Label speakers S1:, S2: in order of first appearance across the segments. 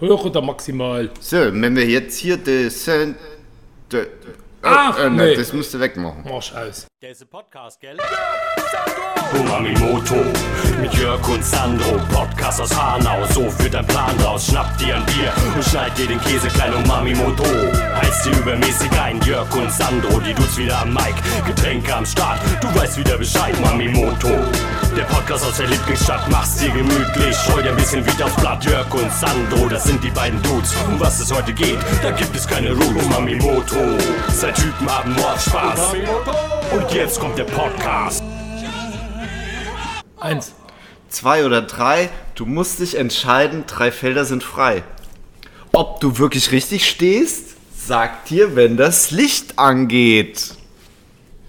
S1: Hoch oder maximal?
S2: So, wenn wir jetzt hier das. Äh, de, oh,
S1: Ach,
S2: äh,
S1: nee.
S2: Das musst du wegmachen.
S1: Marsch aus.
S3: Der ist ein Podcast, gell?
S4: Unanimoto mit Jörg und Sandro, Podcast aus Hanau. So wird ein Plan raus. Schnapp dir ein Bier und schneid dir den Käse klein. um Umamimoto heißt sie übermäßig ein. Jörg und Sandro, die dudes wieder am Mic. Getränke am Start, du weißt wieder Bescheid. Mamimoto, der Podcast aus der Lieblingsstadt. Mach's dir gemütlich, scheu dir ein bisschen wieder aufs Blatt. Jörg und Sandro, das sind die beiden Dudes. Um was es heute geht, da gibt es keine Ruhe. Umamimoto, zwei Typen haben Mordspaß. Und jetzt kommt der Podcast.
S1: Eins.
S2: Zwei oder drei, du musst dich entscheiden, drei Felder sind frei. Ob du wirklich richtig stehst, sagt dir, wenn das Licht angeht.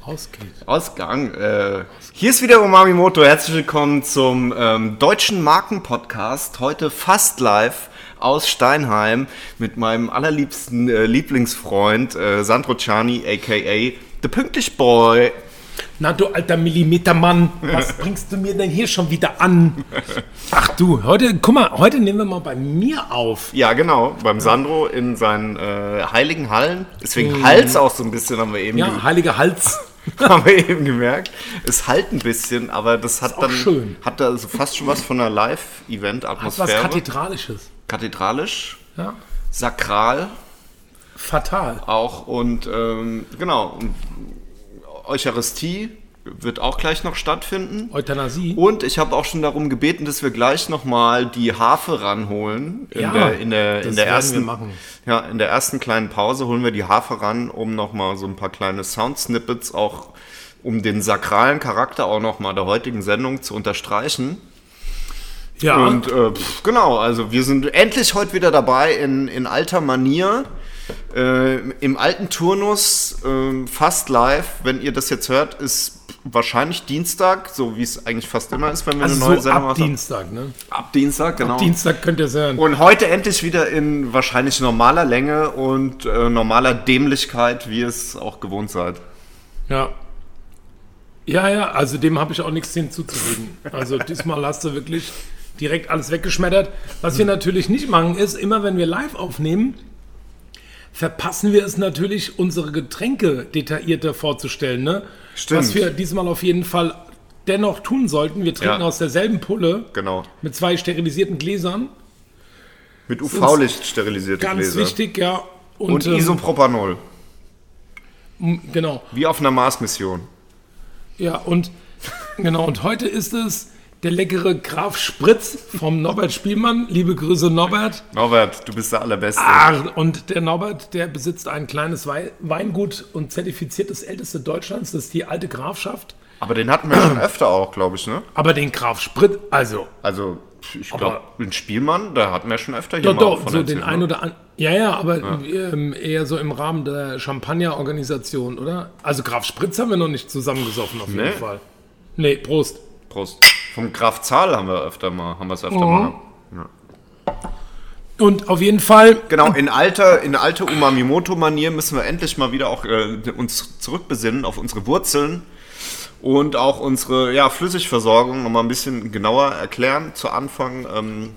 S1: Ausgeht.
S2: Ausgang. Äh, hier ist wieder Umami Moto. Herzlich willkommen zum ähm, deutschen Markenpodcast. Heute fast live aus Steinheim mit meinem allerliebsten äh, Lieblingsfreund äh, Sandro Ciani, aka The Pünktlich Boy.
S1: Na du alter Millimetermann, was bringst du mir denn hier schon wieder an? Ach du, heute, guck mal, heute nehmen wir mal bei mir auf.
S2: Ja, genau. Beim Sandro in seinen äh, heiligen Hallen. Deswegen Hals auch so ein bisschen, haben wir eben,
S1: Ja, heiliger Hals.
S2: ge haben wir eben gemerkt. Es halt ein bisschen, aber das hat
S1: auch
S2: dann
S1: schön.
S2: hat da also fast schon was von einer
S1: Was
S2: Live-Event-Atmosphäre.
S1: Kathedralisches.
S2: Kathedralisch,
S1: Ja.
S2: sakral.
S1: Fatal.
S2: auch und ähm, genau, und Eucharistie wird auch gleich noch stattfinden.
S1: Euthanasie.
S2: Und ich habe auch schon darum gebeten, dass wir gleich nochmal die Harfe ranholen. In
S1: Ja,
S2: der, in der,
S1: das
S2: in der
S1: werden
S2: ersten,
S1: wir machen.
S2: Ja, in der ersten kleinen Pause holen wir die Harfe ran, um nochmal so ein paar kleine Soundsnippets auch, um den sakralen Charakter auch nochmal der heutigen Sendung zu unterstreichen.
S1: Ja.
S2: Und äh, pf, genau, also wir sind endlich heute wieder dabei in, in alter Manier, äh, im alten Turnus, äh, fast live. Wenn ihr das jetzt hört, ist wahrscheinlich Dienstag, so wie es eigentlich fast immer ist, wenn wir eine
S1: also
S2: neue
S1: so
S2: Sendung
S1: ab
S2: machen.
S1: Dienstag, ne?
S2: Ab Dienstag, genau.
S1: Dienstag könnt ihr es hören.
S2: Und heute endlich wieder in wahrscheinlich normaler Länge und äh, normaler Dämlichkeit, wie ihr es auch gewohnt seid.
S1: Ja. Ja, ja, also dem habe ich auch nichts hinzuzufügen. Also diesmal hast du wirklich direkt alles weggeschmettert. Was wir natürlich nicht machen ist, immer wenn wir live aufnehmen, verpassen wir es natürlich, unsere Getränke detaillierter vorzustellen. Ne?
S2: Stimmt.
S1: Was wir diesmal auf jeden Fall dennoch tun sollten. Wir trinken
S2: Ja.
S1: aus derselben Pulle
S2: Genau.
S1: mit zwei sterilisierten Gläsern.
S2: Mit UV-Licht sterilisierte
S1: Ganz
S2: Gläser.
S1: wichtig, ja.
S2: Und
S1: ähm,
S2: Isopropanol.
S1: genau.
S2: Wie auf einer Mars-Mission.
S1: Ja, und genau, und heute ist es der leckere Graf Spritz vom Norbert Spielmann. Liebe Grüße, Norbert.
S2: Norbert, du bist der Allerbeste.
S1: Ah, und der Norbert, der besitzt ein kleines Wei- Weingut und zertifiziert das älteste Deutschlands, das ist die alte Grafschaft.
S2: Aber den hatten wir schon öfter auch, glaube ich, ne?
S1: Aber den Graf Spritz, also,
S2: Also, ich glaube, den Spielmann, da hatten wir schon öfter hier
S1: doch,
S2: mal
S1: doch,
S2: von
S1: so
S2: erzählt,
S1: den ein
S2: ne?
S1: oder anderen. Ja, ja, aber Ähm, eher so im Rahmen der Champagner-Organisation, oder? Also Graf Spritz haben wir noch nicht zusammengesoffen, auf jeden
S2: Nee.
S1: Fall. Nee, Prost.
S2: Prost. Vom Graf Zahl haben wir öfter mal, haben wir es öfter
S1: Mhm.
S2: mal.
S1: Und auf jeden Fall
S2: Genau, in alter, in alter Umamimoto-Manier müssen wir endlich mal wieder auch äh, uns zurückbesinnen auf unsere Wurzeln und auch unsere ja, Flüssigversorgung nochmal ein bisschen genauer erklären zu Anfang ähm,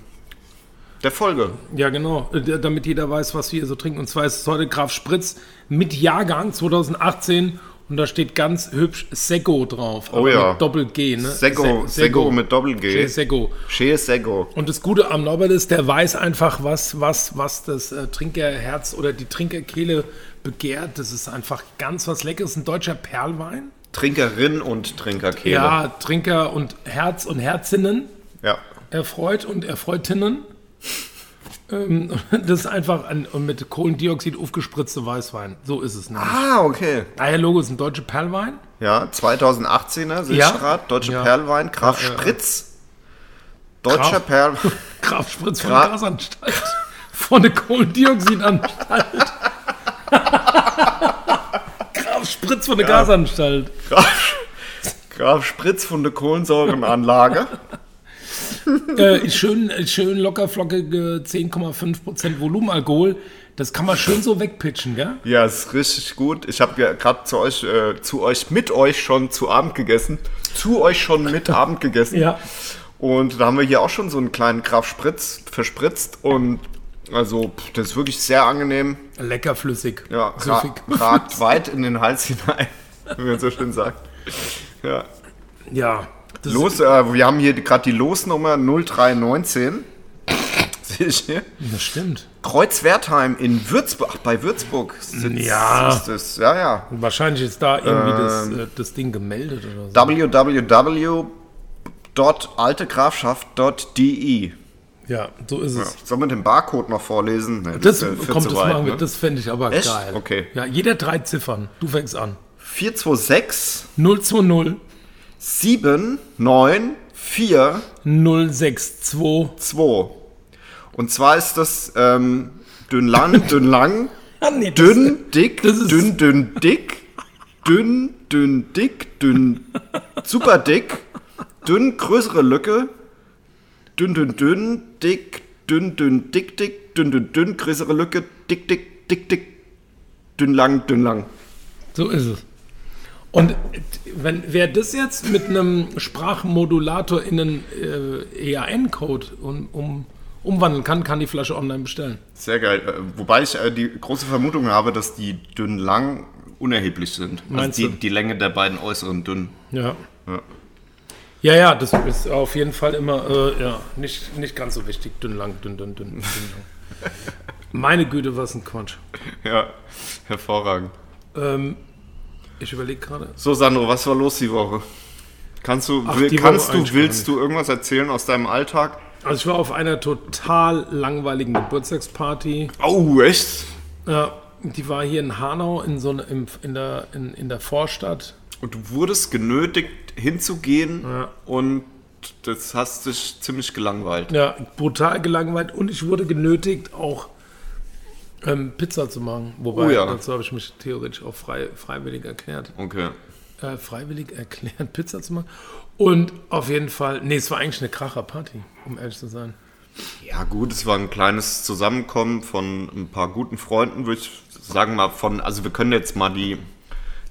S2: der Folge.
S1: Ja, genau, äh, damit jeder weiß, was wir hier so trinken. Und zwar ist es heute Graf Spritz mit Jahrgang 2018 und da steht ganz hübsch Seko drauf. aber
S2: Oh ja.
S1: Mit Doppel-G, ne?
S2: Sego,
S1: Se-
S2: Sego mit Doppel-G.
S1: Seko.
S2: Che Sego.
S1: Und das Gute am Norbert ist, der weiß einfach, was, was, was das äh, Trinkerherz oder die Trinkerkehle begehrt. Das ist einfach ganz was Leckeres. Ein deutscher Perlwein.
S2: Trinkerin und Trinkerkehle.
S1: Ja, Trinker und Herz und Herzinnen
S2: ja.
S1: erfreut und erfreutinnen. Ähm, das ist einfach ein, und mit Kohlendioxid aufgespritzte Weißwein. So ist es. Ne?
S2: Ah, okay.
S1: Daher Logo ist ein deutscher Perlwein.
S2: Ja, 2018er, sehe
S1: Ja.
S2: ich gerade. Deutsche
S1: Ja.
S2: Perlwein, Graf Spritz. Deutscher
S1: Graf-
S2: Perlwein.
S1: Graf Spritz von
S2: Gra-
S1: der Gasanstalt. Von der Kohlendioxidanstalt. Graf Spritz von der Gasanstalt.
S2: Graf, Graf Spritz von der Kohlensäurenanlage.
S1: Äh, schön, schön locker flockige 10,5% Volumenalkohol. Das kann man schön so wegpitchen, gell?
S2: ja, ist richtig gut. Ich habe ja gerade zu euch, äh, zu euch, mit euch schon zu Abend gegessen. Zu euch schon mit Abend gegessen.
S1: Ja.
S2: Und da haben wir hier auch schon so einen kleinen Graf Spritz verspritzt und Also, pff, das ist wirklich sehr angenehm.
S1: Lecker flüssig.
S2: Ja,
S1: Süffig.
S2: gerade weit in den Hals hinein, wie man so schön sagt. Ja.
S1: Ja. Das
S2: Los, äh, wir haben hier gerade die Losnummer 0319. Sehe ich hier.
S1: Das stimmt.
S2: Kreuz Wertheim in Würzburg, ach, bei Würzburg sitzt,
S1: Ja.
S2: ist es. Ja, ja.
S1: Wahrscheinlich ist da irgendwie das,
S2: Ähm,
S1: äh, das Ding gemeldet oder so.
S2: www.altegrafschaft.de
S1: ja, so ist es.
S2: Sollen wir den Barcode noch vorlesen? Nee,
S1: Das,
S2: ist, äh, viel
S1: kommt,
S2: zu
S1: das
S2: weit,
S1: machen wir.
S2: ne?
S1: Das fände ich aber
S2: Echt?
S1: geil.
S2: Okay.
S1: Ja, jeder drei Ziffern. Du fängst an.
S2: 426
S1: 020
S2: 794
S1: 062.
S2: 2. Und zwar ist das ähm, dünn lang, dünn lang,
S1: Ah, nee, das-
S2: dünn, dick,
S1: das ist-
S2: dünn, dünn, dick, dünn, dünn, dick, dünn, super dick, dünn, größere Lücke, dünn, dünn, dünn, dick, dünn, dünn, dick, dick, dünn, dünn, dünn, größere Lücke, dick, dick, dick, dick, dünn, lang, dünn, lang.
S1: So ist es. Und wenn wer das jetzt mit einem Sprachmodulator in einen äh, EAN-Code um, um, umwandeln kann, kann die Flasche online bestellen.
S2: Sehr geil. Äh, Wobei ich äh, die große Vermutung habe, dass die dünn, lang unerheblich sind.
S1: Meinst
S2: also
S1: du?
S2: die, die Länge der beiden äußeren dünnen.
S1: Ja.
S2: Ja.
S1: Ja, ja, das ist auf jeden Fall immer äh, ja, nicht, nicht ganz so wichtig. Dünn, lang, dünn, dünn, dünn, dünn lang. Meine Güte, was ein Quatsch.
S2: Ja, hervorragend.
S1: Ähm, ich überlege gerade.
S2: So, Sandro, was war los die Woche? Kannst du,
S1: Ach,
S2: will,
S1: die
S2: kannst
S1: Woche
S2: du
S1: eigentlich
S2: willst
S1: gar
S2: du irgendwas erzählen aus deinem Alltag?
S1: Also ich war auf einer total langweiligen Geburtstagsparty.
S2: Oh, echt?
S1: Äh, die war hier in Hanau in, so eine, im, in, der, in, in der Vorstadt.
S2: Und du wurdest genötigt hinzugehen
S1: Ja.
S2: und das hast dich ziemlich gelangweilt.
S1: Ja, brutal gelangweilt und ich wurde genötigt, auch ähm, Pizza zu machen. Wobei,
S2: Oh ja.
S1: dazu habe ich mich theoretisch auch frei, freiwillig erklärt.
S2: Okay.
S1: Äh, freiwillig erklärt, Pizza zu machen. Und auf jeden Fall, nee, es war eigentlich eine Kracherparty, um ehrlich zu sein.
S2: Ja gut, es war ein kleines Zusammenkommen von ein paar guten Freunden, würde ich sagen mal von, also wir können jetzt mal die,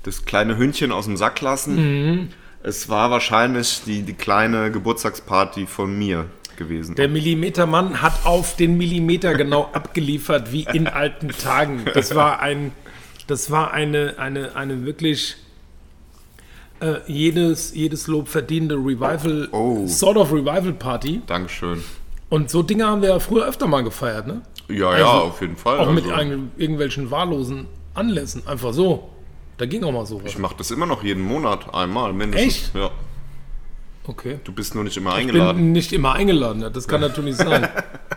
S2: das kleine Hündchen aus dem Sack lassen.
S1: Mhm.
S2: Es war wahrscheinlich die, die kleine Geburtstagsparty von mir gewesen.
S1: Der Millimetermann hat auf den Millimeter genau abgeliefert, wie in alten Tagen. Das war ein, das war eine, eine, eine wirklich äh, jedes, jedes Lob verdiente Revival,
S2: Oh.
S1: sort of Revival Party.
S2: Dankeschön.
S1: Und so Dinge haben wir ja früher öfter mal gefeiert, ne?
S2: Ja,
S1: Also,
S2: ja, auf jeden Fall.
S1: Auch mit
S2: Also,
S1: ein- irgendwelchen wahllosen Anlässen, einfach so. Da ging auch mal so was.
S2: ich mache das immer noch jeden Monat einmal mindestens.
S1: Echt?
S2: Ja.
S1: Okay.
S2: Du bist nur nicht immer
S1: Ich
S2: eingeladen.
S1: bin nicht immer eingeladen, ne? das kann natürlich sein.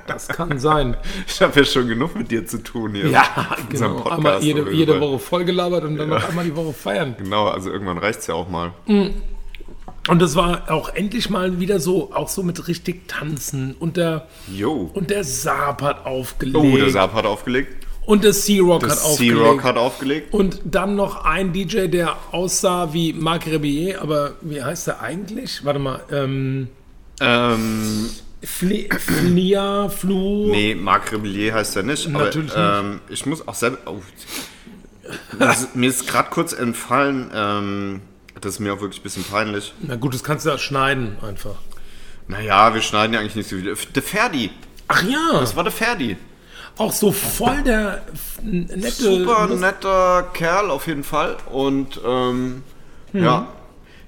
S1: Das kann sein.
S2: Ich habe ja schon genug mit dir zu tun hier.
S1: Ja,
S2: Mit unserem
S1: genau.
S2: Podcast
S1: Einmal
S2: auf
S1: jede,
S2: jeden
S1: jede
S2: Fall.
S1: Woche vollgelabert und dann noch einmal die Woche feiern.
S2: Genau, also irgendwann reicht's ja auch mal.
S1: Und das war auch endlich mal wieder so, auch so mit richtig Tanzen. Und der,
S2: Jo.
S1: und der Saab hat aufgelegt.
S2: Oh, der Saab hat aufgelegt.
S1: Und der Sea-Rock hat
S2: Das
S1: aufgelegt. Oh.
S2: Sea-Rock hat aufgelegt.
S1: und dann noch ein DJ, der aussah wie Marc Rebillet, aber wie heißt er eigentlich? Warte mal, ähm,
S2: Ähm,
S1: Fli Flia, Flu,
S2: nee, Marc Rebellier heißt er nicht. Aber,
S1: Natürlich nicht.
S2: Ähm, ich muss auch selber. Oh. Mir ist- mir ist gerade kurz entfallen, ähm, das ist mir auch wirklich ein bisschen peinlich.
S1: Na gut, das kannst du ja schneiden einfach.
S2: Naja, wir schneiden ja eigentlich nicht so viel. Der Ferdi.
S1: Ach ja,
S2: Das war der Ferdi.
S1: auch so voll der f- nette.
S2: Super netter Kerl auf jeden Fall. Und ähm,
S1: Mhm.
S2: ja,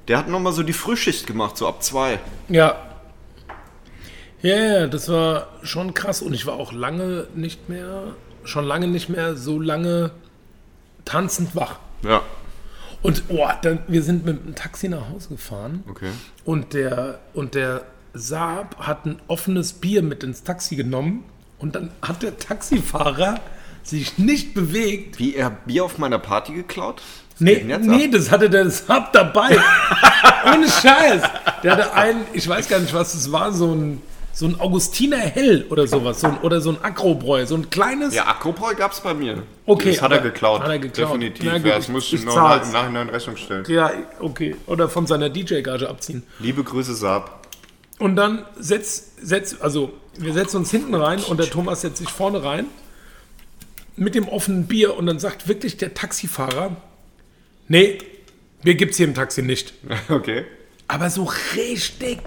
S2: der hat nochmal so die Frühschicht gemacht, so ab zwei.
S1: Ja. Ja, ja, das war schon krass und ich war auch lange nicht mehr, schon lange nicht mehr so lange tanzend wach.
S2: Ja,
S1: Und oh, dann, wir sind mit dem Taxi nach Hause gefahren
S2: okay.
S1: und der und der Saab hat ein offenes Bier mit ins Taxi genommen und dann hat der Taxifahrer sich nicht bewegt.
S2: Wie, er hat Bier auf meiner Party geklaut? Was geht
S1: Nee,
S2: denn jetzt
S1: nee,
S2: ab?
S1: das hatte der Saab dabei. Ohne Scheiß. Der hatte einen, ich weiß gar nicht, was es war, so ein, so ein Augustiner Hell oder sowas. So ein, oder so ein Akrobräu, so ein kleines.
S2: Genau. Ja, Akropol gab's bei mir.
S1: Okay,
S2: Das hat er
S1: aber-
S2: geklaut.
S1: hat er geklaut.
S2: Definitiv.
S1: Na gut,
S2: ja, das
S1: ich-
S2: muss
S1: ich
S2: ich noch
S1: zahl's.
S2: im Nachhinein in Rechnung stellen.
S1: Ja, okay. Oder von seiner DJ-Gage abziehen.
S2: Liebe Grüße, Saab.
S1: Und dann setzt, setzt, also wir setzen uns hinten rein und der Thomas setzt sich vorne rein mit dem offenen Bier und dann sagt wirklich der Taxifahrer, nee, wir gibt's hier im Taxi nicht.
S2: Okay.
S1: Aber so richtig,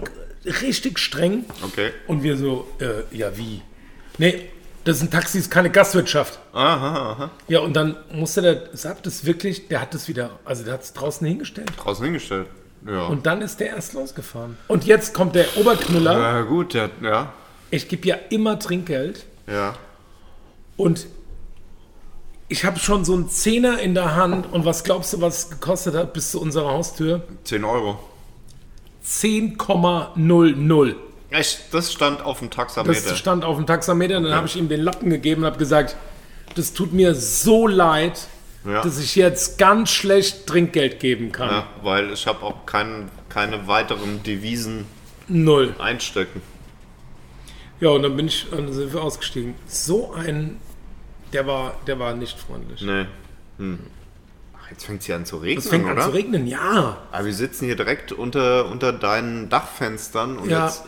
S1: richtig streng.
S2: Okay.
S1: Und wir so, äh, ja, wie? Nee, Das ist ein Taxi, ist keine Gastwirtschaft.
S2: Aha, aha.
S1: Ja, und dann musste der, sagt es wirklich, der hat es wieder, also der hat es draußen hingestellt.
S2: Draußen hingestellt. Ja.
S1: Und dann ist der erst losgefahren. Und jetzt kommt der Oberknüller.
S2: Na Äh, gut, der, ja.
S1: Ich gebe ja immer Trinkgeld.
S2: Ja.
S1: Und ich habe schon so einen Zehner in der Hand. Und was glaubst du, was es gekostet hat bis zu unserer Haustür?
S2: 10 Euro.
S1: 10,00.
S2: Echt, das stand auf dem Taxameter.
S1: Das stand auf dem Taxameter. Und dann habe ich ihm den Lappen gegeben und habe gesagt, das tut mir so leid,
S2: Ja.
S1: dass ich jetzt ganz schlecht Trinkgeld geben kann.
S2: ja, weil ich habe auch kein, keine weiteren Devisen
S1: Null.
S2: einstecken.
S1: Ja, und dann bin ich, und dann sind wir ausgestiegen. So ein, der war, der war nicht freundlich.
S2: Nee. Hm. Ach, jetzt fängt es hier an zu regnen,
S1: Es fängt
S2: oder?
S1: an zu regnen, ja.
S2: Aber wir sitzen hier direkt unter, unter deinen Dachfenstern und
S1: Ja.
S2: jetzt.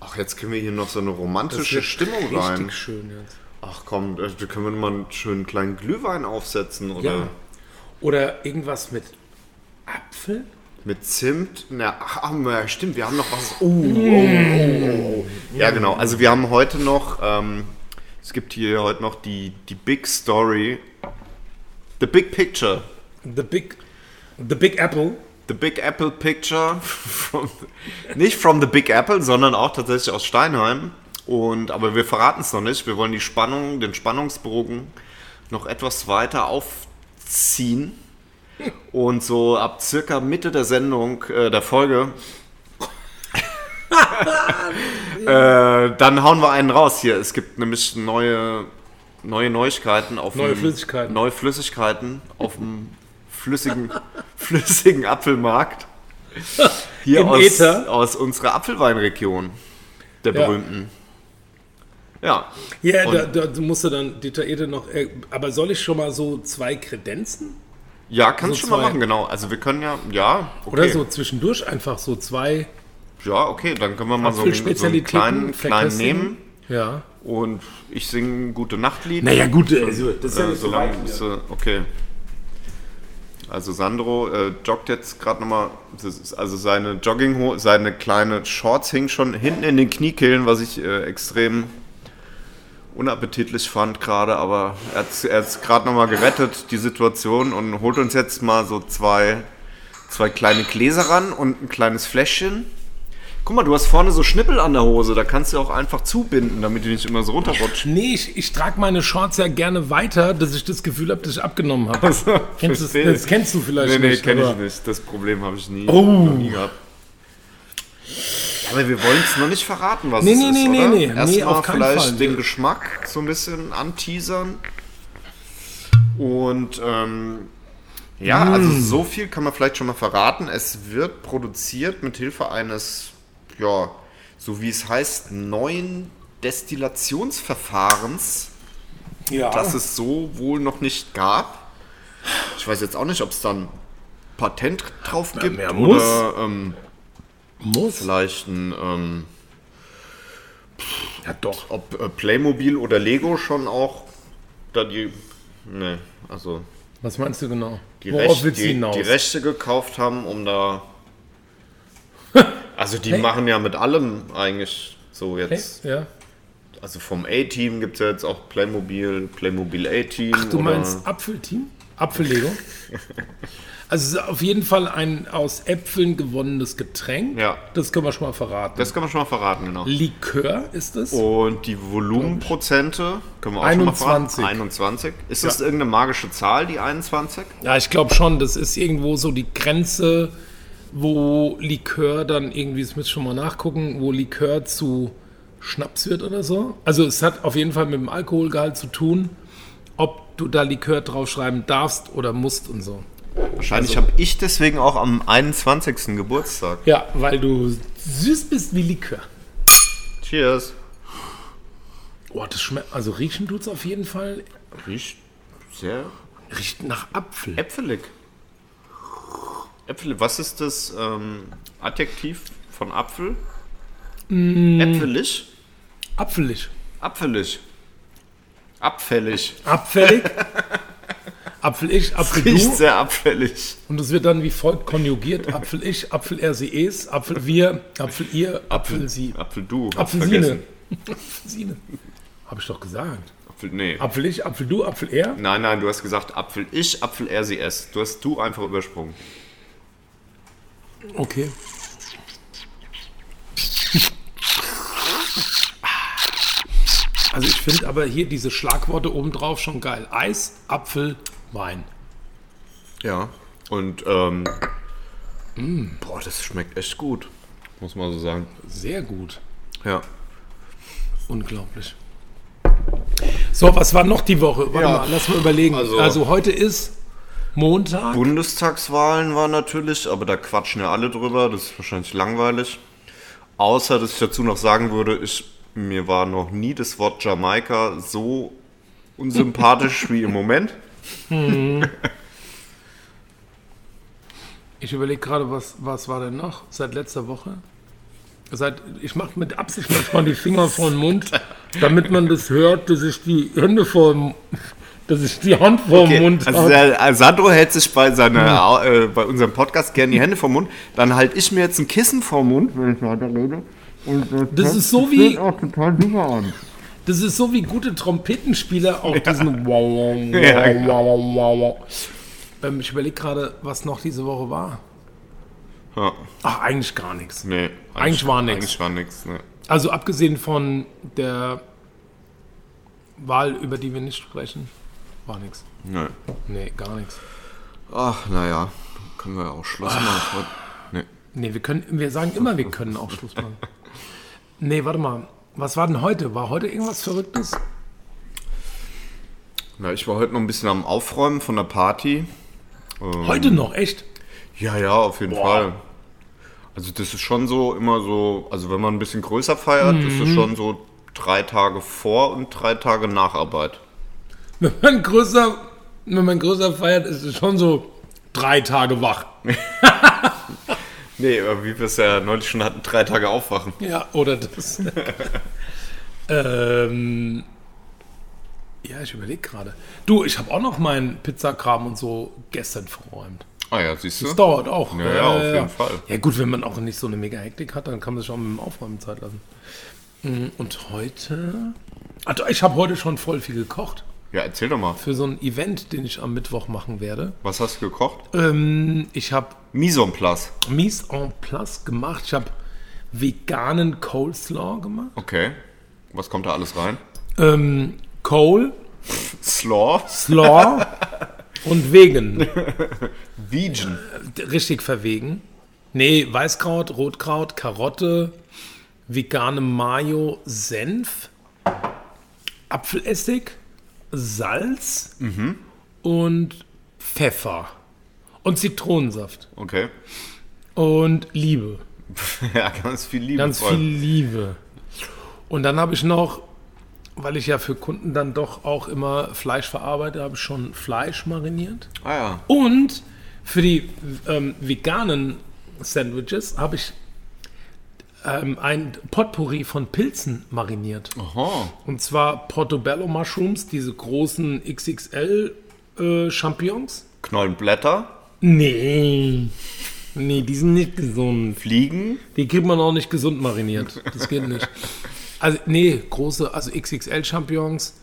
S2: Ach, jetzt können wir hier noch so eine
S1: Das
S2: romantische
S1: wird
S2: Stimmung
S1: richtig
S2: rein.
S1: schön jetzt.
S2: Ach komm, da da können wir mal einen schönen kleinen Glühwein aufsetzen oder
S1: Ja. Oder irgendwas mit Apfel?
S2: mit Zimt. Na, ach, ah, na, stimmt, wir haben noch was. Oh, oh, oh, oh. Ja, genau. Also wir haben heute noch, ähm, es gibt hier heute noch die, die Big Story. The Big Picture.
S1: The Big, the big Apple.
S2: The Big Apple Picture. From, nicht from the Big Apple, sondern auch tatsächlich aus Steinheim. Und, aber wir verraten es noch nicht. Wir wollen die Spannung, den Spannungsbogen noch etwas weiter aufziehen. Und so ab circa Mitte der Sendung, äh, der Folge, äh, dann hauen wir einen raus hier. Es gibt nämlich neue, neue Neuigkeiten auf
S1: Neue
S2: dem-
S1: Flüssigkeiten.
S2: Neue Flüssigkeiten auf dem flüssigen, flüssigen Apfelmarkt. Hier
S1: Im
S2: aus,
S1: Äther.
S2: aus unserer Apfelweinregion, der
S1: Ja.
S2: berühmten. Ja.
S1: Ja, da,
S2: Und-
S1: da musst du dann detaillierter noch. äh, Aber soll ich schon mal so zwei Kredenzen?
S2: Ja, kannst
S1: So
S2: du schon mal
S1: zwei.
S2: machen, genau. Also wir können ja, ja, okay.
S1: Oder so zwischendurch einfach so zwei
S2: Ja, okay, dann können wir mal Also so einen, so einen
S1: Apfelspezialitäten
S2: kleinen, kleinen
S1: verköstigen?
S2: nehmen.
S1: Ja.
S2: Und ich singe ein gute Nachtlied.
S1: Naja, gut, also, das ist ja
S2: äh,
S1: nicht so
S2: so
S1: weit.
S2: lange ist, äh, okay. Also Sandro äh, joggt jetzt gerade nochmal, also seine Jogginghose, seine kleine Shorts hing schon hinten in den Kniekehlen, was ich äh, extrem unappetitlich fand gerade, aber er hat er hat's gerade nochmal gerettet, die Situation, und holt uns jetzt mal so zwei, zwei kleine Gläser ran und ein kleines Fläschchen. Guck mal, du hast vorne so Schnippel an der Hose, da kannst du auch einfach zubinden, damit die nicht immer so runterrutschen.
S1: Nee, ich, ich trage meine Shorts ja gerne weiter, dass ich das Gefühl habe, dass ich abgenommen habe. kennst du,
S2: verstehe.
S1: das kennst du vielleicht
S2: Nee, nee,
S1: nicht.
S2: kenne ich
S1: aber-
S2: nicht. Das Problem habe ich nie,
S1: Oh.
S2: noch nie gehabt. Ja, Aber wir wollen es noch nicht verraten, was
S1: Nee,
S2: es
S1: nee,
S2: ist,
S1: nee,
S2: oder?
S1: nee, nee.
S2: Erstmal
S1: Nee, auf keinen
S2: vielleicht
S1: Fall.
S2: den Geschmack so ein bisschen anteasern. Und ähm,
S1: Mm.
S2: ja, also so viel kann man vielleicht schon mal verraten. Es wird produziert mit Hilfe eines, ja, so wie es heißt, neuen Destillationsverfahrens
S1: Ja.
S2: dass es so wohl noch nicht gab. Ich weiß jetzt auch nicht, ob es dann Patent drauf gibt
S1: mehr muss.
S2: oder ähm,
S1: muss.
S2: vielleicht ein, ähm,
S1: Ja, doch.
S2: ob äh, Playmobil oder Lego schon auch da die, ne, also
S1: Was meinst du genau?
S2: die,
S1: Worauf
S2: Rechte,
S1: willst du
S2: die,
S1: hinaus?
S2: die Rechte gekauft haben, um da, also die machen ja mit allem eigentlich so
S1: Okay,
S2: jetzt.
S1: ja.
S2: Also vom A-Team gibt es ja jetzt auch Playmobil, Playmobil A-Team.
S1: Ach, du meinst Apfelteam? Apfellego? also es ist auf jeden Fall ein aus Äpfeln gewonnenes Getränk.
S2: Ja.
S1: Das können wir schon mal verraten.
S2: Das kann man schon mal verraten, genau.
S1: Likör ist
S2: Oh.
S1: es.
S2: Und die Volumenprozente können wir auch schon
S1: 21.
S2: mal fragen. 21. Ist das irgendeine magische Zahl, die 21?
S1: Ja, ich glaube schon, das ist irgendwo so die Grenze, wo Likör dann irgendwie, das müsst ihr schon mal nachgucken, wo Likör zu Schnaps wird oder so. Also es hat auf jeden Fall mit dem Alkoholgehalt zu tun, ob du da Likör draufschreiben darfst oder musst und so.
S2: Wahrscheinlich habe ich deswegen auch am 21. Geburtstag.
S1: Ja, weil du süß bist wie Likör.
S2: Cheers.
S1: Oh, das schmeckt, also riechen tut's auf jeden Fall.
S2: Riecht sehr
S1: Riecht nach Apfel.
S2: äpfelig. Äpfelig. Was ist das ähm, Adjektiv von Apfel? Äpfelig?
S1: Apfelig.
S2: Apfelig. Abfällig.
S1: Abfällig. Apfel ich, Apfel du.
S2: Riecht sehr abfällig.
S1: Und es wird dann wie folgt konjugiert: Apfel ich, Apfel er, sie es, Apfel wir, Apfel ihr, Apfel sie. ne.
S2: Apfel du.
S1: Apfelsine. Apfelsine. Habe ich doch gesagt.
S2: Apfel, nee.
S1: Apfel ich, Apfel du, Apfel er.
S2: Nein, nein, du hast gesagt Apfel ich, Apfel er, sie es. Du hast du einfach übersprungen.
S1: Okay. Also ich finde aber hier diese Schlagworte obendrauf schon geil. Eis, Apfel, Wein.
S2: Ja. Und, ähm, boah, das schmeckt echt gut. Muss man so sagen.
S1: Sehr gut.
S2: Ja.
S1: Unglaublich. So, was war noch die Woche? Warte mal, lass mal überlegen. Also,
S2: Also-
S1: heute ist Montag.
S2: Bundestagswahlen war natürlich, aber da quatschen ja alle drüber, das ist wahrscheinlich langweilig. Außer, dass ich dazu noch sagen würde, ich, mir war noch nie das Wort Jamaika so unsympathisch wie im Moment.
S1: Ich überlege gerade, was, was war denn noch seit letzter Woche? Seit, ich mache mit Absicht manchmal die Finger vor den Mund, damit man das hört, dass ich die Hände vor dem, dass ich die Hand vor dem Mund
S2: also
S1: habe.
S2: der, äh, Sandro hält sich bei, seiner, äh, bei unserem Podcast gerne die Hände vom Mund, dann halte ich mir jetzt ein Kissen vom Mund, wenn ich weiter rede. Und das
S1: Das ist so wie,
S2: auch total super an.
S1: das ist so wie gute Trompetenspieler auch diesen wow, wow,
S2: Ja,
S1: wow,
S2: genau.
S1: wow, wow, wow. Ähm, Ich überlege gerade, was noch diese Woche war.
S2: Ja,
S1: Ach, eigentlich gar nichts.
S2: nee,
S1: Eigentlich war nix.
S2: Eigentlich war nix, nee.
S1: Also abgesehen von der Wahl, über die wir nicht sprechen, war nichts.
S2: nee.
S1: Nee, gar nichts.
S2: Ach, naja, können wir auch Schluss machen. Nee.
S1: Nee, wir können, wir sagen immer, wir können auch Schluss machen. Nee, warte mal. Was war denn heute? War heute irgendwas Verrücktes?
S2: Na, ich war heute noch ein bisschen am Aufräumen von der Party.
S1: Heute noch, echt?
S2: Ja, ja, auf jeden Fall. Also das ist schon so immer so, also wenn man ein bisschen größer feiert, ist es schon so drei Tage vor und drei Tage nach Arbeit.
S1: Wenn man größer, wenn man größer feiert, ist es schon so drei Tage wach.
S2: Nee, aber wie wir es ja neulich schon hatten, drei Tage aufwachen.
S1: Ja, oder das. ähm, ja, ich überlege gerade. Du, ich habe auch noch meinen Pizzakram und so gestern verräumt.
S2: Ah ja, siehst du?
S1: Das dauert auch. ne?
S2: Ja, ja, auf jeden Fall.
S1: Ja, gut, wenn man auch nicht so eine mega Hektik hat, dann kann man sich auch mit dem Aufräumen Zeit lassen. Mm, Und heute. Also, ich habe heute schon voll viel gekocht
S2: Ja, erzähl doch mal.
S1: für so ein Event, den ich am Mittwoch machen werde.
S2: Was hast du gekocht?
S1: Ähm, ich habe
S2: Mise en place.
S1: Mise en place gemacht. Ich habe veganen Coleslaw gemacht.
S2: Okay. Was kommt da alles rein?
S1: Ähm, Cole,
S2: Slaw.
S1: Slaw und Wegen.
S2: Vegan.
S1: Richtig verwegen. Nee, Weißkraut, Rotkraut, Karotte, vegane Mayo, Senf, Apfelessig, Salz und Pfeffer. Und Zitronensaft.
S2: Okay.
S1: Und Liebe.
S2: Ja, ganz viel Liebe.
S1: Ganz
S2: vor
S1: viel
S2: allem.
S1: Liebe. Und dann habe ich noch, weil ich ja für Kunden dann doch auch immer Fleisch verarbeite, habe ich schon Fleisch mariniert.
S2: Ah ja.
S1: Und für die ähm, veganen Sandwiches habe ich ähm, ein Potpourri von Pilzen mariniert.
S2: Aha.
S1: Und zwar Portobello Mushrooms, diese großen XXL äh, Champignons.
S2: Knollenblätter.
S1: Nee. Nee, die sind nicht gesund.
S2: Fliegen.
S1: Die kriegt man auch nicht gesund mariniert. Das geht nicht. Also, nee, große, also XXL-Champignons,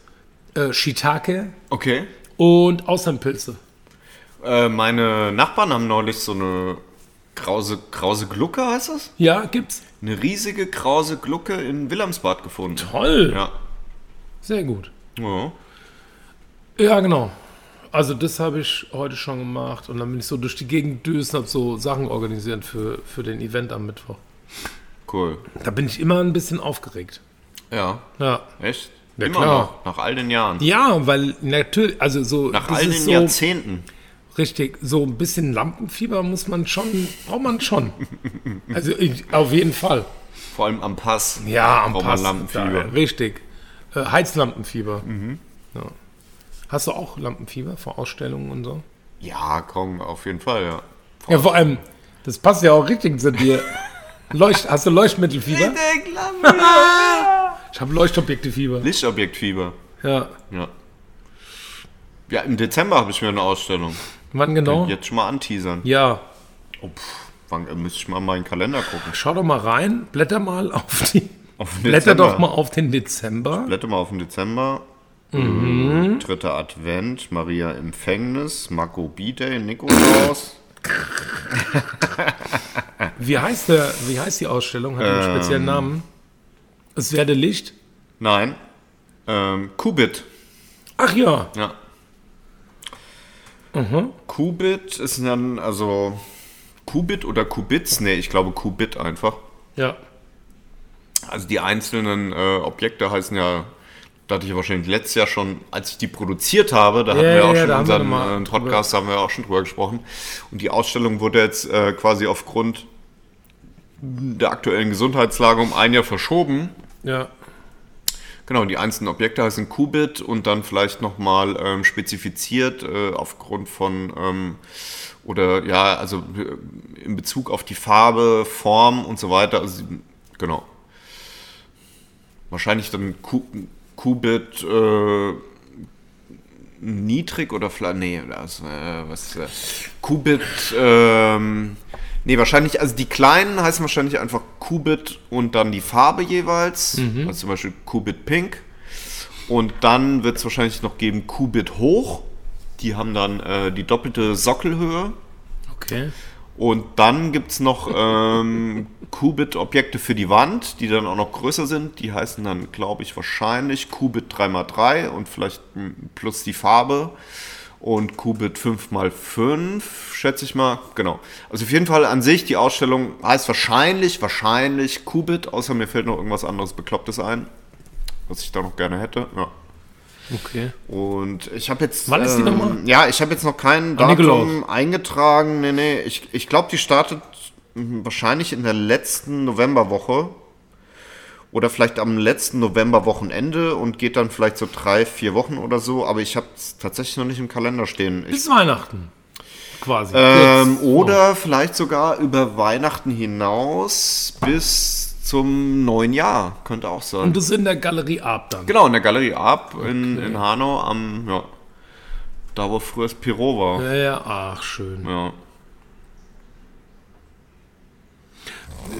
S1: äh, Shiitake
S2: Okay.
S1: und Auslandpilze.
S2: Äh, meine Nachbarn haben neulich so eine krause, krause Glucke, heißt das?
S1: Ja, gibt's.
S2: Eine riesige krause Glucke in Wilhelmsbad gefunden.
S1: Toll.
S2: Ja.
S1: Sehr gut.
S2: ja.
S1: Ja, genau. Also das habe ich heute schon gemacht und dann bin ich so durch die Gegend düst und habe so Sachen organisiert für, für den Event am Mittwoch.
S2: Cool.
S1: Da bin ich immer ein bisschen aufgeregt.
S2: Ja.
S1: Ja,
S2: Echt?
S1: Ja,
S2: Immer
S1: klar.
S2: noch. Nach all den Jahren.
S1: ja weil natürlich, also so,
S2: Nach
S1: das
S2: all den
S1: ist so
S2: Jahrzehnten.
S1: richtig, so ein bisschen Lampenfieber muss man schon, braucht man schon. Also ich, auf jeden Fall.
S2: Vor allem am Pass.
S1: Ja, am
S2: Braucht man
S1: Pass.
S2: Lampenfieber. Mhm.
S1: Da, richtig. Äh, Heizlampenfieber. Ja. Hast du auch Lampenfieber vor Ausstellungen und so?
S2: Ja, komm, auf jeden Fall, ja.
S1: Ja, vor allem, das passt ja auch richtig zu dir. Leucht, hast du Leuchtmittelfieber? Ich habe Leuchtobjektefieber.
S2: Lichtobjektfieber.
S1: Ja.
S2: Ja. Ja, im Dezember habe ich mir eine Ausstellung.
S1: Wann genau?
S2: Jetzt schon mal anteasern.
S1: Ja.
S2: Oh, pff, wann, äh, müsste ich mal in meinen Kalender gucken.
S1: Schau doch mal rein, blätter mal auf die.
S2: Auf den
S1: Blätter
S2: Dezember.
S1: doch mal auf den Dezember.
S2: Blätter mal auf den Dezember. Dritter Advent, Maria Empfängnis, Marco B-Day, Nikolaus.
S1: Wie heißt, der, wie heißt die Ausstellung? Hat die einen
S2: Ähm.
S1: speziellen Namen? Es werde Licht.
S2: Nein. Ähm, Kubit.
S1: Ach ja,
S2: Ja. Kubit ist dann, also Kubit oder Kubits? Nee, ich glaube Kubit einfach.
S1: ja.
S2: Also die einzelnen äh, Objekte heißen ja, da hatte ich ja wahrscheinlich letztes Jahr schon, als ich die produziert habe, da hatten wir
S1: ja,
S2: auch
S1: ja,
S2: schon
S1: da haben wir nochmal
S2: unseren äh, Podcast, da haben wir auch schon drüber gesprochen. Und die Ausstellung wurde jetzt äh, quasi aufgrund der aktuellen Gesundheitslage um ein Jahr verschoben.
S1: Ja,
S2: Genau, die einzelnen Objekte heißen Qubit und dann vielleicht nochmal ähm, spezifiziert äh, aufgrund von ähm, oder ja, also äh, in Bezug auf die Farbe, Form und so weiter. Also, genau. Wahrscheinlich dann Ku- Qubit äh, niedrig oder vielleicht, nee, das, äh, was, äh, Qubit, ähm, nee, wahrscheinlich, also die kleinen heißen wahrscheinlich einfach Qubit und dann die Farbe jeweils, also zum Beispiel Qubit Pink. Und dann wird es wahrscheinlich noch geben Qubit Hoch, die haben dann äh, die doppelte Sockelhöhe.
S1: okay.
S2: Und dann gibt es noch ähm, Qubit-Objekte für die Wand, die dann auch noch größer sind. Die heißen dann, glaube ich, wahrscheinlich Qubit 3x3 und vielleicht mm, plus die Farbe. Und Qubit 5x5, schätze ich mal. Genau. Also auf jeden Fall an sich, die Ausstellung heißt wahrscheinlich, wahrscheinlich Qubit, außer mir fällt noch irgendwas anderes Beklopptes ein, was ich da noch gerne hätte. Ja.
S1: Okay.
S2: Und ich habe jetzt. ähm,
S1: Wann ist die nochmal?
S2: Ja, ich habe jetzt noch kein
S1: Ah, Nikolaus.
S2: Datum eingetragen. Nee, nee. Ich, ich glaube, die startet mhm, wahrscheinlich in der letzten Novemberwoche. Oder vielleicht am letzten Novemberwochenende und geht dann vielleicht so drei, vier Wochen oder so. Aber ich habe es tatsächlich noch nicht im Kalender stehen. Ich,
S1: Bis Weihnachten. Quasi.
S2: ähm,
S1: Jetzt. Oh.
S2: oder vielleicht sogar über Weihnachten hinaus bis zum neuen Jahr. Könnte auch sein.
S1: Und das in der Galerie Ab dann.
S2: Genau, in der Galerie Ab in, in Hanau am, ja, da wo früher das Pyro war.
S1: Ja, ja, ach, schön.
S2: Ja.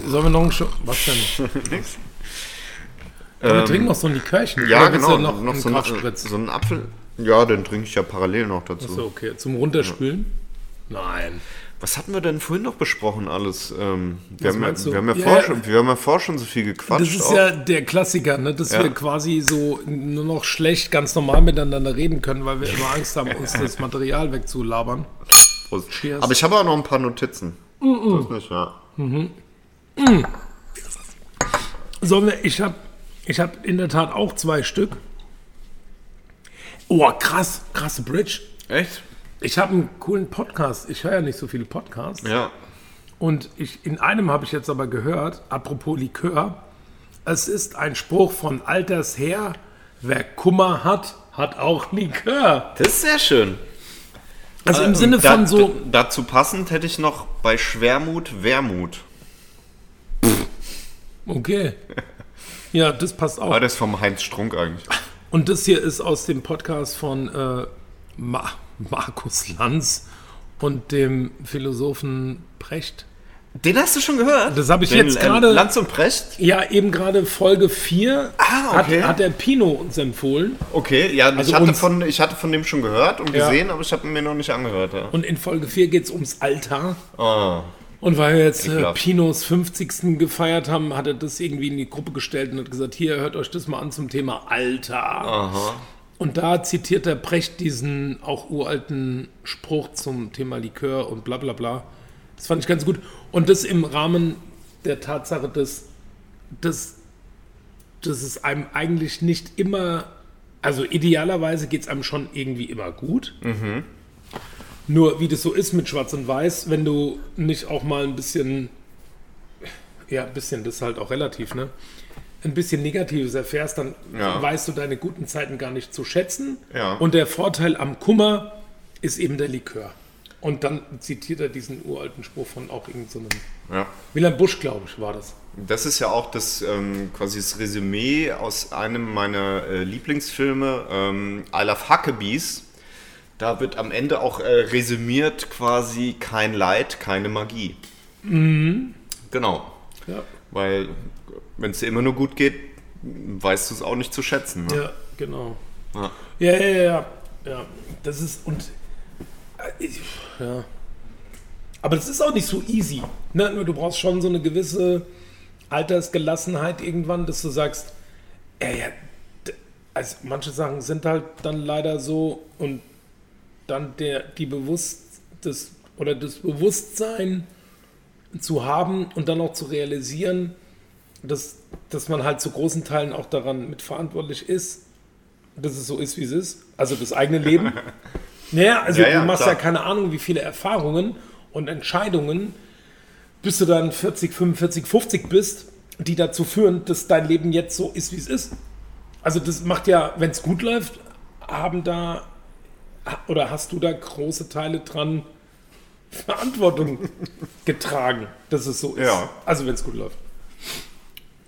S1: Sollen wir noch einen Schu Was denn?
S2: Nix. Ähm,
S1: Wir trinken noch so ein Likörchen.
S2: Ja,
S1: Oder willst du
S2: genau,
S1: Noch, noch
S2: so,
S1: so
S2: einen,
S1: Kraftspritz.
S2: so einen Apfel. Ja, den trinke ich ja parallel noch dazu.
S1: so, okay. Zum Runterspülen? Nein.
S2: Was hatten wir denn vorhin noch besprochen alles? Ähm, wir,
S1: Was
S2: haben, ja-
S1: meinst du?
S2: wir, haben ja
S1: Ja,
S2: vor,
S1: ja.
S2: schon- wir haben ja vor schon so viel gequatscht.
S1: Das ist
S2: auch.
S1: ja der Klassiker, ne? dass
S2: Ja.
S1: wir quasi so nur noch schlecht ganz normal miteinander reden können, weil wir immer Angst haben, uns das Material wegzulabern.
S2: Prost.
S1: Cheers. Mm,
S2: Aber ich habe auch noch ein paar Notizen. Das nicht, ja.
S1: Sollen wir, ich habe ich hab in der Tat auch zwei Stück. Oh, krass, krasse Bridge.
S2: Echt?
S1: Ich habe einen coolen Podcast. Ich höre ja nicht so viele Podcasts.
S2: Ja.
S1: Und ich, in einem habe ich jetzt aber gehört, apropos Likör, es ist ein Spruch von Alters her, wer Kummer hat, hat auch Likör.
S3: Das ist sehr schön.
S1: Also im Sinne
S2: Da,
S1: von so,
S2: dazu passend hätte ich noch bei Schwermut Wermut.
S1: okay. Ja, das passt auch.
S2: War das vom Heinz Strunk eigentlich?
S1: Und das hier ist aus dem Podcast von äh, Ma Markus Lanz und dem Philosophen Brecht.
S3: Den hast du schon gehört?
S1: Das habe ich
S3: Den,
S1: jetzt
S3: äh,
S1: gerade-
S3: Lanz und Precht?
S1: Ja, eben gerade Folge 4
S3: Ah, okay.
S1: hat, hat der Pino uns empfohlen.
S2: Okay, ja,
S1: Also
S2: ich, hatte
S1: uns-
S2: von, ich hatte von dem schon gehört und
S1: Ja.
S2: gesehen, aber ich habe ihn mir noch nicht angehört. Ja.
S1: Und in Folge 4 geht es ums Altar.
S2: Ah.
S1: Und weil wir jetzt äh,
S2: Ekelhaft.
S1: Pinos 50. gefeiert haben, hat er das irgendwie in die Gruppe gestellt und hat gesagt, hier, hört euch das mal an zum Thema Alter. Und da zitiert der Brecht diesen auch uralten Spruch zum Thema Likör und bla bla bla. Das fand ich ganz gut. Und das im Rahmen der Tatsache, dass, dass, dass es einem eigentlich nicht immer, also idealerweise geht es einem schon irgendwie immer gut.
S2: Mhm.
S1: Nur wie das so ist mit Schwarz und Weiß, wenn du nicht auch mal ein bisschen, ja, ein bisschen, das ist halt auch relativ, ne? Ein bisschen Negatives erfährst, dann
S2: Ja.
S1: weißt du deine guten Zeiten gar nicht zu schätzen.
S2: Ja.
S1: Und der Vorteil am Kummer ist eben der Likör. Und dann zitiert er diesen uralten Spruch von auch irgendeinem. So einem-
S2: ja.
S1: Wilhelm Busch, glaube ich, war das.
S2: Das ist ja auch das ähm, quasi das Resümee aus einem meiner äh, Lieblingsfilme, ähm, I Love Huckabees. Da wird am Ende auch äh, resümiert quasi kein Leid, keine Magie.
S1: Mhm.
S2: Genau.
S1: Ja,
S2: Weil wenn es dir immer nur gut geht, weißt du es auch nicht zu schätzen. Ne?
S1: ja genau. Ja, ja, ja. ja. Das ist und äh, ich- ja. Aber das ist auch nicht so easy. Ne? Du brauchst schon so eine gewisse Altersgelassenheit irgendwann, dass du sagst, ey, ja, d- also manche Sachen sind halt dann leider so und dann der die bewusst das oder das Bewusstsein zu haben und dann auch zu realisieren, dass, dass man halt zu großen Teilen auch daran mitverantwortlich ist, dass es so ist, wie es ist. Also das eigene Leben. Naja, also
S2: Ja, ja,
S1: du machst
S2: klar.
S1: ja keine Ahnung, wie viele Erfahrungen und Entscheidungen, bis du dann 40, 45, 50 bist, die dazu führen, dass dein Leben jetzt so ist, wie es ist. Also das macht ja, wenn es gut läuft, haben da oder hast du da große Teile dran Verantwortung getragen, dass es so ist.
S2: Ja.
S1: Also wenn es gut läuft.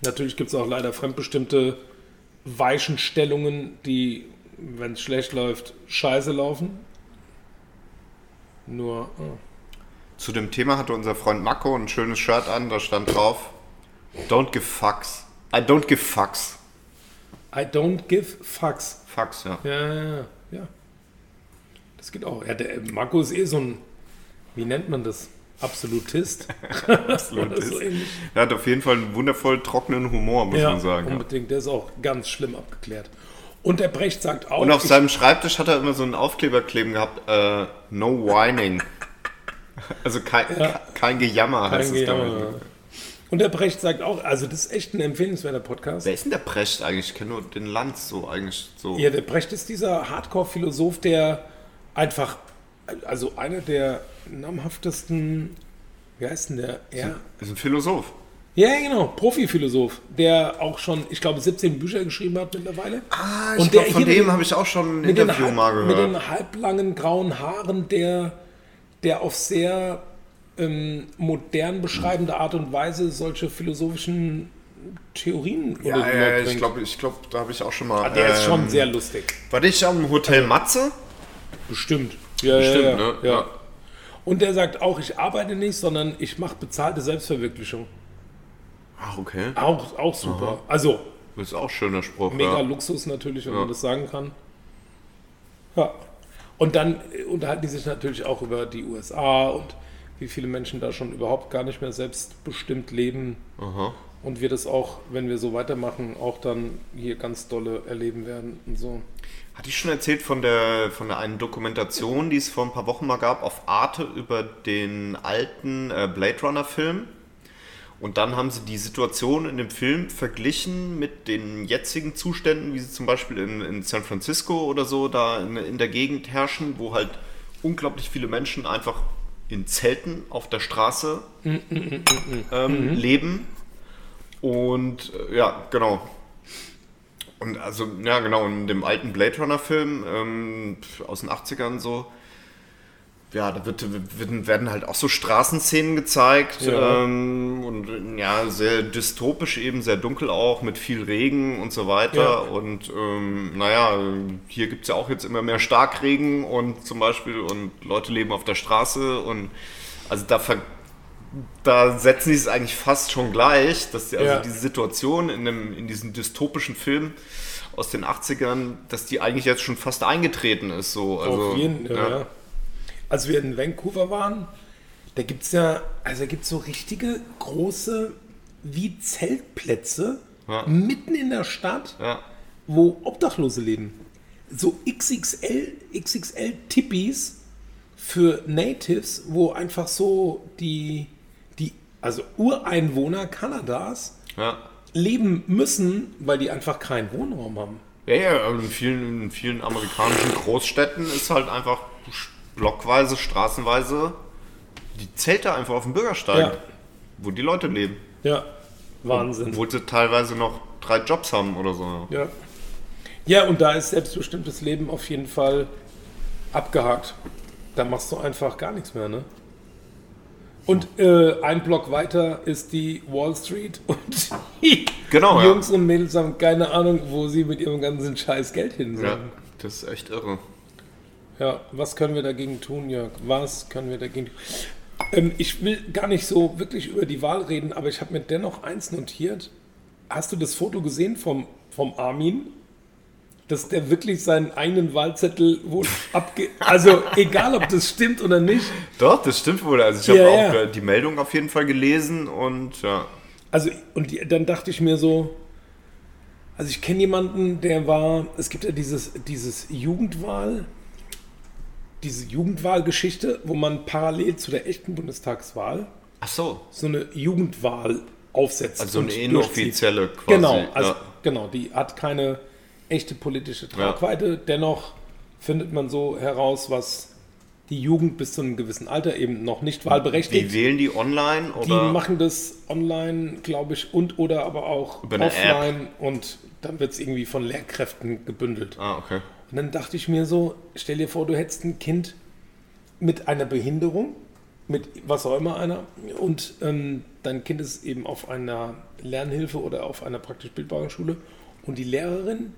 S1: Natürlich gibt es auch leider fremdbestimmte Weichenstellungen, die, wenn es schlecht läuft, scheiße laufen. Nur, oh.
S2: Zu dem Thema hatte unser Freund Marco ein schönes Shirt an, da stand drauf: Don't give fucks. I don't give fucks.
S1: I don't give fucks.
S2: Fucks, ja.
S1: Ja, ja, ja, ja. Das geht auch. Ja, der Marco ist eh so ein, wie nennt man das? Absolutist. Absolutist. so ähnlich.
S2: Er hat auf jeden Fall einen wundervoll trockenen Humor, muss man sagen. ja.
S1: Unbedingt, der ist auch ganz schlimm abgeklärt. Und der Brecht sagt auch,
S2: Und auf
S1: ich-
S2: seinem Schreibtisch hat er immer so einen Aufkleber kleben gehabt: äh, No whining. Also kein, kein Gejammer
S1: Kein
S2: heißt es
S1: Gejammer.
S2: damit.
S1: und der Brecht sagt auch, also das ist echt ein empfehlenswerter Podcast.
S2: Wer ist denn der Precht eigentlich? Ich kenne nur den Lanz so eigentlich so.
S1: Ja, der Brecht ist dieser Hardcore-Philosoph, der einfach, also einer der namhaftesten, wie heißt denn der? Ja,
S2: Ist ein Philosoph.
S1: ja genau, Profi-Philosoph, der auch schon, ich glaube, 17 Bücher geschrieben hat mittlerweile.
S2: Ah,
S1: Und der
S2: von
S1: hier
S2: dem
S1: den-
S2: habe ich auch schon ein
S1: mit
S2: Interview
S1: den, halb-
S2: mal
S1: Mit
S2: gehört.
S1: den halblangen grauen Haaren, der, der auf sehr ähm, modern beschreibende Art und Weise solche philosophischen Theorien oder
S2: Ja,
S1: so
S2: ja, ich
S1: bringt.
S2: glaube, ich glaub, da habe ich auch schon mal.
S1: Ah, Der ist schon
S2: ähm,
S1: sehr lustig.
S2: War ich am
S1: Also
S2: Hotel Matze?
S1: Bestimmt. Ja,
S2: Bestimmt,
S1: ja, ja,
S2: ne?
S1: ja.
S2: Ja.
S1: Und der sagt auch, ich arbeite nicht, sondern ich mache bezahlte Selbstverwirklichung.
S2: Ach, okay.
S1: Auch, auch super. Also,
S2: Das ist auch ein schöner Spruch.
S1: Mega
S2: ja.
S1: Luxus natürlich, wenn man das sagen kann. Ja. Und dann äh, unterhalten die sich natürlich auch über die USA und wie viele Menschen da schon überhaupt gar nicht mehr selbstbestimmt leben. Und wir das auch, wenn wir so weitermachen, auch dann hier ganz dolle erleben werden und so.
S2: Hatte ich schon erzählt von der, von der einen Dokumentation, die es vor ein paar Wochen mal gab, auf Arte über den alten äh, Blade Runner-Film? Und dann haben sie die Situation in dem Film verglichen mit den jetzigen Zuständen, wie sie zum Beispiel in, in San Francisco oder so da in, in der Gegend herrschen, wo halt unglaublich viele Menschen einfach in Zelten auf der Straße ähm,
S1: Mhm.
S2: leben. Und äh, ja, genau. Und also, ja genau, in dem alten Blade Runner-Film ähm, aus den 80ern so, ja, da wird, wird, werden halt auch so Straßenszenen gezeigt
S1: Ja.
S2: ähm, und ja, sehr dystopisch eben, sehr dunkel auch, mit viel Regen und so weiter.
S1: Ja.
S2: Und ähm, naja, hier gibt es ja auch jetzt immer mehr Starkregen und zum Beispiel und Leute leben auf der Straße und also da ver da setzen die es eigentlich fast schon gleich, dass die, also
S1: Ja.
S2: diese Situation in, einem, in diesem dystopischen Film aus den 80ern, dass die eigentlich jetzt schon fast eingetreten ist. So. Also,
S1: Auf jeden Fall.
S2: ja.
S1: Ja. ja. Als wir in Vancouver waren, da gibt es ja, also da gibt es so richtige große wie Zeltplätze
S2: Ja.
S1: mitten in der Stadt.
S2: Ja.
S1: wo Obdachlose leben. So XXL, XXL Tippis für Natives, wo einfach so die, die also Ureinwohner Kanadas
S2: Ja.
S1: leben müssen, weil die einfach keinen Wohnraum haben.
S2: Ja, ja, aber in vielen, in vielen amerikanischen Großstädten ist halt einfach blockweise, straßenweise die Zelte einfach auf dem Bürgersteig,
S1: Ja.
S2: wo die Leute leben.
S1: Ja, Wahnsinn.
S2: Wo sie teilweise noch drei Jobs haben oder so.
S1: Ja. ja, und da ist selbstbestimmtes Leben auf jeden Fall abgehakt. Da machst du einfach gar nichts mehr, ne? Und äh, ein Block weiter ist die Wall Street und die
S2: Genau, ja.
S1: Jungs und Mädels haben keine Ahnung, wo sie mit ihrem ganzen Scheiß Geld hin
S2: Ja,
S1: sollen.
S2: das ist echt irre.
S1: Ja. was können wir dagegen tun, Jörg? Was können wir dagegen tun? Ähm, ich will gar nicht so wirklich über die Wahl reden, aber ich habe mir dennoch eins notiert. Hast du das Foto gesehen vom, vom Armin? dass der wirklich seinen eigenen Wahlzettel wohl abge... Also egal, ob das stimmt oder nicht.
S2: Doch, das stimmt wohl. Also ich
S1: Ja,
S2: habe
S1: ja.
S2: auch äh, die Meldung auf jeden Fall gelesen und ja.
S1: Also und die, dann dachte ich mir so... Also ich kenne jemanden, der war... Es gibt ja dieses, dieses Jugendwahl... Diese Jugendwahlgeschichte, wo man parallel zu der echten Bundestagswahl
S3: Ach so.
S1: so eine Jugendwahl aufsetzt.
S2: Also
S1: und
S2: eine
S1: durchzieht.
S2: inoffizielle quasi,
S1: Genau, also,
S2: ja.
S1: genau, die hat keine echte politische Tragweite. Dennoch findet man so heraus, was die Jugend bis zu einem gewissen Alter eben noch nicht wahlberechtigt.
S2: Wie wählen die online
S1: die
S2: oder?
S1: machen das online, glaube ich, und oder aber auch
S2: Über eine App.
S1: offline und dann wird es irgendwie von Lehrkräften gebündelt.
S2: ah, okay.
S1: Und dann dachte ich mir so, stell dir vor, du hättest ein Kind mit einer Behinderung, mit was auch immer einer, und ähm, dein Kind ist eben auf einer Lernhilfe oder auf einer praktisch bildbaren Schule und die Lehrerin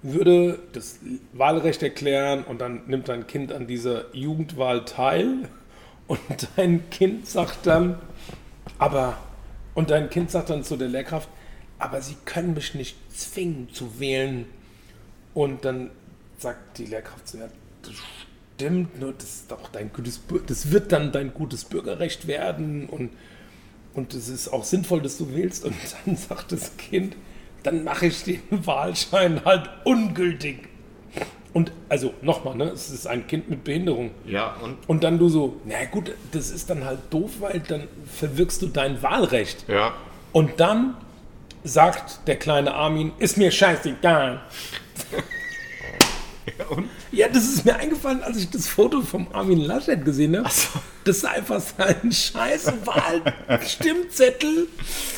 S1: würde das Wahlrecht erklären und dann nimmt dein Kind an dieser Jugendwahl teil und dein Kind sagt dann, aber, und dein Kind sagt dann zu der Lehrkraft, aber sie können mich nicht zwingen zu wählen. Und dann sagt die Lehrkraft zu ihr, das stimmt, nur das ist doch dein gutes Bür- das wird dann dein gutes Bürgerrecht werden und und es ist auch sinnvoll, dass du wählst. Und dann sagt das Kind, dann mache ich den Wahlschein halt ungültig. Und also nochmal, ne, es ist ein Kind mit Behinderung.
S2: Ja, und?
S1: Und dann du so, na gut, das ist dann halt doof, weil dann verwirkst du dein Wahlrecht.
S2: Ja.
S1: Und dann sagt der kleine Armin, ist mir scheißegal. Ja, das ist mir eingefallen, als ich das Foto vom Armin Laschet gesehen habe. Das ist einfach sein scheiß Wahlstimmzettel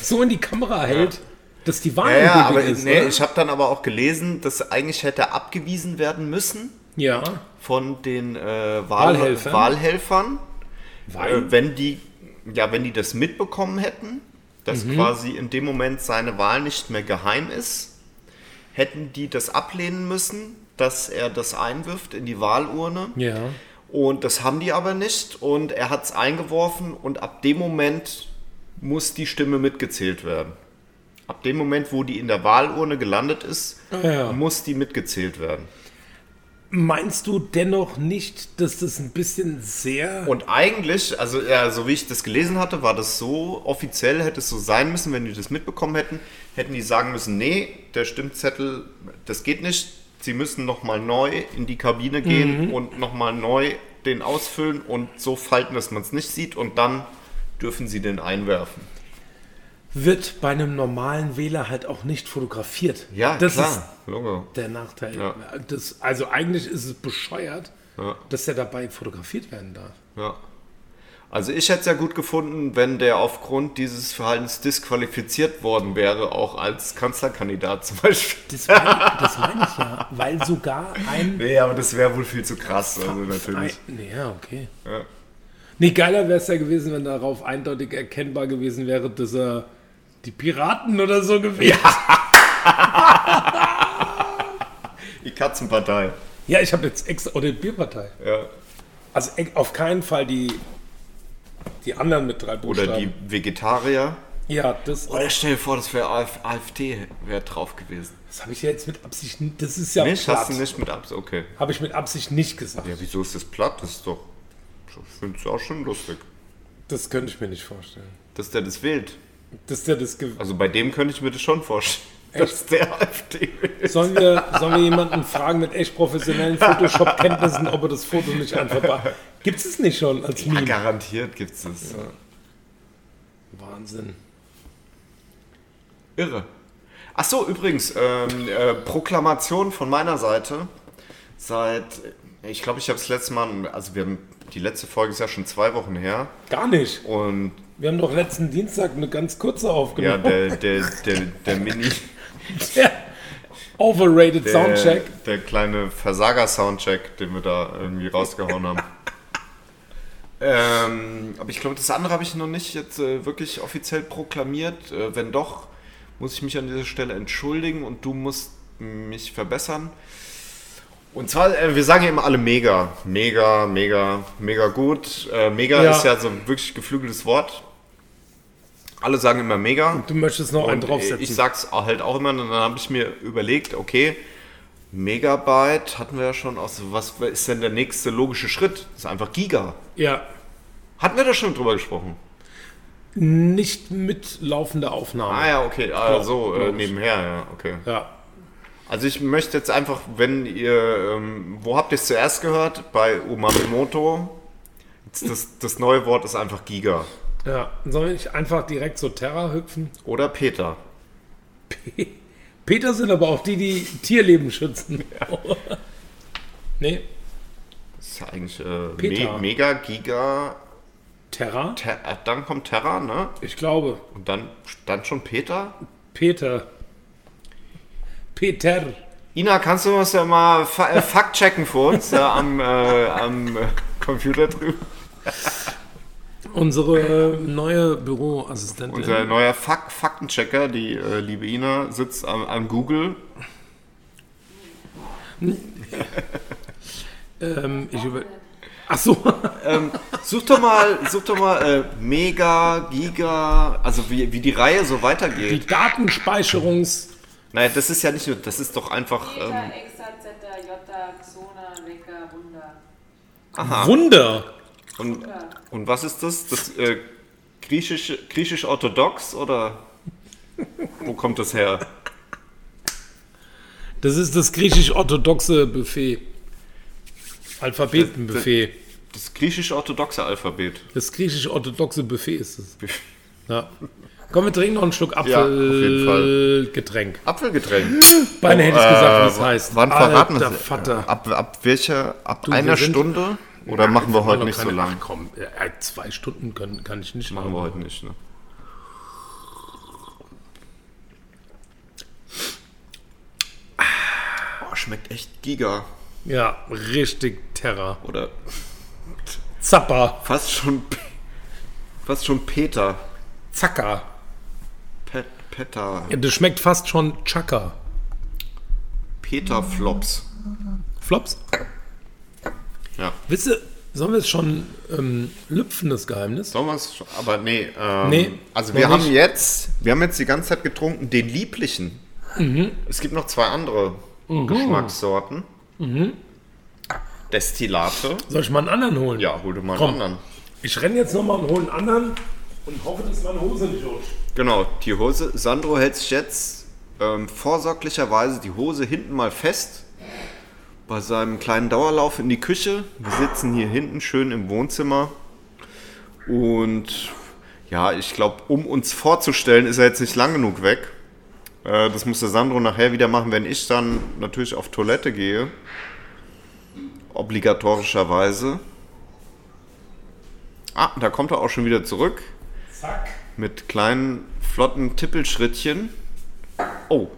S1: so in die Kamera hält, dass die Wahl
S2: Ja, ja,
S1: ungültig
S2: aber
S1: ist.
S2: nee,
S1: oder?
S2: ich habe dann aber auch gelesen, dass eigentlich hätte abgewiesen werden müssen
S1: ja,
S2: von den äh, Wahl
S1: Wahlhelfern.
S2: Wahlhelfern. Wahlhelfern
S1: Weil?
S2: Äh, wenn die, ja, wenn die das mitbekommen hätten, dass
S1: Mhm.
S2: quasi in dem Moment seine Wahl nicht mehr geheim ist, hätten die das ablehnen müssen, dass er das einwirft in die Wahlurne.
S1: ja.
S2: Und das haben die aber nicht und er hat es eingeworfen und ab dem Moment muss die Stimme mitgezählt werden. Ab dem Moment, wo die in der Wahlurne gelandet ist,
S1: ja.
S2: muss die mitgezählt werden.
S1: Meinst du dennoch nicht, dass das ein bisschen sehr...
S2: Und eigentlich, also ja, so wie ich das gelesen hatte, war das so, offiziell hätte es so sein müssen, wenn die das mitbekommen hätten, hätten die sagen müssen, nee, der Stimmzettel, das geht nicht, sie müssen nochmal neu in die Kabine gehen
S1: Mhm.
S2: und nochmal neu den ausfüllen und so falten, dass man es nicht sieht und dann dürfen sie den einwerfen.
S1: wird bei einem normalen Wähler halt auch nicht fotografiert.
S2: Ja,
S1: das
S2: klar.
S1: ist
S2: Logo.
S1: der Nachteil.
S2: Ja.
S1: Das, also eigentlich ist es bescheuert,
S2: Ja.
S1: dass er dabei fotografiert werden darf.
S2: Ja. Also ich hätte es ja gut gefunden, wenn der aufgrund dieses Verhaltens disqualifiziert worden wäre, auch als Kanzlerkandidat zum Beispiel.
S1: Das meine, das meine ich ja, weil sogar ein...
S2: Nee, aber das wäre wohl viel zu krass, also natürlich.
S1: ein ja, okay. Nee, geiler wäre es ja gewesen, wenn darauf eindeutig erkennbar gewesen wäre, dass er die Piraten oder so gewählt
S2: Die Katzenpartei.
S1: Ja, ich habe jetzt extra... Oder die Bierpartei.
S2: Ja.
S1: Also e- auf keinen Fall die, die anderen mit drei Buchstaben.
S2: Oder die Vegetarier.
S1: Ja, das auch.
S3: Oder stell dir vor, das wäre AF AfD wär drauf gewesen.
S1: Das habe ich ja jetzt mit Absicht nicht. Das ist ja
S2: Nicht?
S1: platt.
S2: Hast du nicht mit Abs? Okay.
S1: Habe ich mit Absicht nicht gesagt.
S2: Ja, wieso ist das platt? Das ist doch. Ich finde es auch schon lustig.
S1: Das könnte ich mir nicht vorstellen.
S2: Dass der das wählt.
S1: Das ist ja das Ge
S2: Also bei dem könnte ich mir das schon vorstellen. Dass der AfD wählt.
S1: sollen, wir, sollen wir jemanden fragen mit echt professionellen Photoshop-Kenntnissen, ob er das Foto nicht einfach bei. Gibt es nicht schon als Meme?
S2: Garantiert gibt's das.
S1: Wahnsinn.
S2: Irre. Ach so, übrigens, ähm, äh, Proklamation von meiner Seite. Seit, ich glaube, ich habe das letzte Mal, also wir haben, die letzte Folge ist ja schon zwei Wochen her.
S1: Gar nicht.
S2: Und
S1: Wir haben doch letzten Dienstag eine ganz kurze
S2: ja,
S1: aufgenommen.
S2: der, der, der, der Mini,
S1: Overrated
S2: der,
S1: Soundcheck.
S2: der kleine Versager-Soundcheck, den wir da irgendwie rausgehauen haben. ähm, aber ich glaube, das andere habe ich noch nicht jetzt äh, wirklich offiziell proklamiert. Äh, wenn doch, muss ich mich an dieser Stelle entschuldigen und du musst mich verbessern. Und zwar, äh, wir sagen ja immer alle mega, mega, mega, mega gut. Äh, mega
S1: Ja.
S2: ist ja so ein wirklich geflügeltes Wort. Alle sagen immer mega.
S1: Du möchtest noch einen
S2: Und, äh,
S1: draufsetzen.
S2: Ich sag's auch halt auch immer, und dann habe ich mir überlegt, okay, Megabyte hatten wir ja schon aus. Was ist denn der nächste logische Schritt? Das ist einfach Giga.
S1: Ja,
S2: Hatten wir da schon drüber gesprochen?
S1: nicht mit laufender Aufnahme.
S2: Ah ja, okay. Ah,
S1: Klar,
S2: so, äh,
S1: logisch.
S2: nebenher, ja, okay.
S1: Ja.
S2: Also ich möchte jetzt einfach, wenn ihr, ähm, wo habt ihr es zuerst gehört? Bei Umamimoto. Jetzt Das, das neue Wort ist einfach Giga.
S1: ja. Soll ich einfach direkt so Terra hüpfen?
S2: Oder Peter.
S1: Peter sind aber auch die, die Tierleben schützen. nee,
S2: Das ist ja eigentlich äh,
S1: Peter.
S2: Me Mega, Giga.
S1: Terra?
S2: Ter äh, dann kommt Terra, ne?
S1: Ich glaube.
S2: Und dann, dann schon Peter.
S1: Peter. Peter.
S2: Ina, kannst du uns ja mal fa äh, Fakt checken für uns da am, äh, am äh, Computer drüben?
S1: Unsere neue Büroassistentin.
S2: Unser neuer Fak Faktenchecker, die äh, liebe Ina, sitzt am, am Google.
S1: ähm, ich über. Ach so.
S2: Ähm, such doch mal, such doch mal äh, Mega, Giga, also wie, wie die Reihe so
S1: Die
S2: weitergeht.
S1: Datenspeicherungs.
S2: Naja, das ist ja nicht nur, das ist doch einfach.
S5: Eta,
S2: Ähm,
S5: Exa, Zeta, Jota, Xona, Vega, Runda.
S1: Wunder.
S2: und, und was ist das? Das äh, griechisch- griechisch-orthodox oder wo kommt das her?
S1: Das ist das griechisch-orthodoxe Buffet. Alphabetenbuffet.
S2: Das griechisch-orthodoxe Alphabet.
S1: Das griechisch-orthodoxe Buffet ist es. Ja. Komm, wir trinken noch einen Schluck Apfelgetränk.
S2: Apfelgetränk.
S1: Beinahe hätte ich gesagt, wie es
S2: Äh,
S1: heißt.
S3: wann verraten
S1: Alter
S3: wir's?
S1: Vater.
S3: äh, Ab, ab welcher, ab
S1: wir
S3: einer
S1: sind-
S3: Stunde? Oder machen wir heute nicht so lang?
S1: Ach, komm, äh, zwei Stunden können, kann ich nicht
S2: Machen wir heute nicht, ne? Oh, schmeckt echt giga.
S1: Ja, richtig Terra.
S2: Oder
S1: Zappa,
S2: fast schon, fast schon Peter.
S1: Zacka.
S2: Pet, Peter.
S1: Ja, Das schmeckt fast schon Chaka.
S2: Peter Flops.
S1: Flops?
S2: Ja.
S1: Wisst ihr, sollen wir es schon ähm, lüpfen, das Geheimnis?
S2: Sollen wir es schon? Aber nee. Ähm,
S1: Nee,
S2: Also
S1: noch
S2: wir haben
S1: nicht.
S2: jetzt, wir haben jetzt die ganze Zeit getrunken den lieblichen.
S1: Mhm.
S2: Es gibt noch zwei andere Geschmackssorten.
S1: Mhm.
S2: Destillate.
S1: Soll ich mal einen anderen holen?
S2: Ja, hol dir mal einen
S1: Komm.
S2: anderen.
S1: Ich renne jetzt nochmal und hole einen anderen und hoffe, dass meine Hose nicht rutscht.
S2: Genau, die Hose. Sandro hält sich jetzt ähm, vorsorglicherweise die Hose hinten mal fest. Bei seinem kleinen Dauerlauf in die Küche. Wir sitzen hier hinten schön im Wohnzimmer. Und ja, ich glaube, um uns vorzustellen, ist er jetzt nicht lang genug weg. Äh, das muss der Sandro nachher wieder machen, wenn ich dann natürlich auf Toilette gehe. Obligatorischerweise. Ah, da kommt er auch schon wieder zurück
S1: Zack.
S2: mit kleinen, flotten Tippelschrittchen. Oh,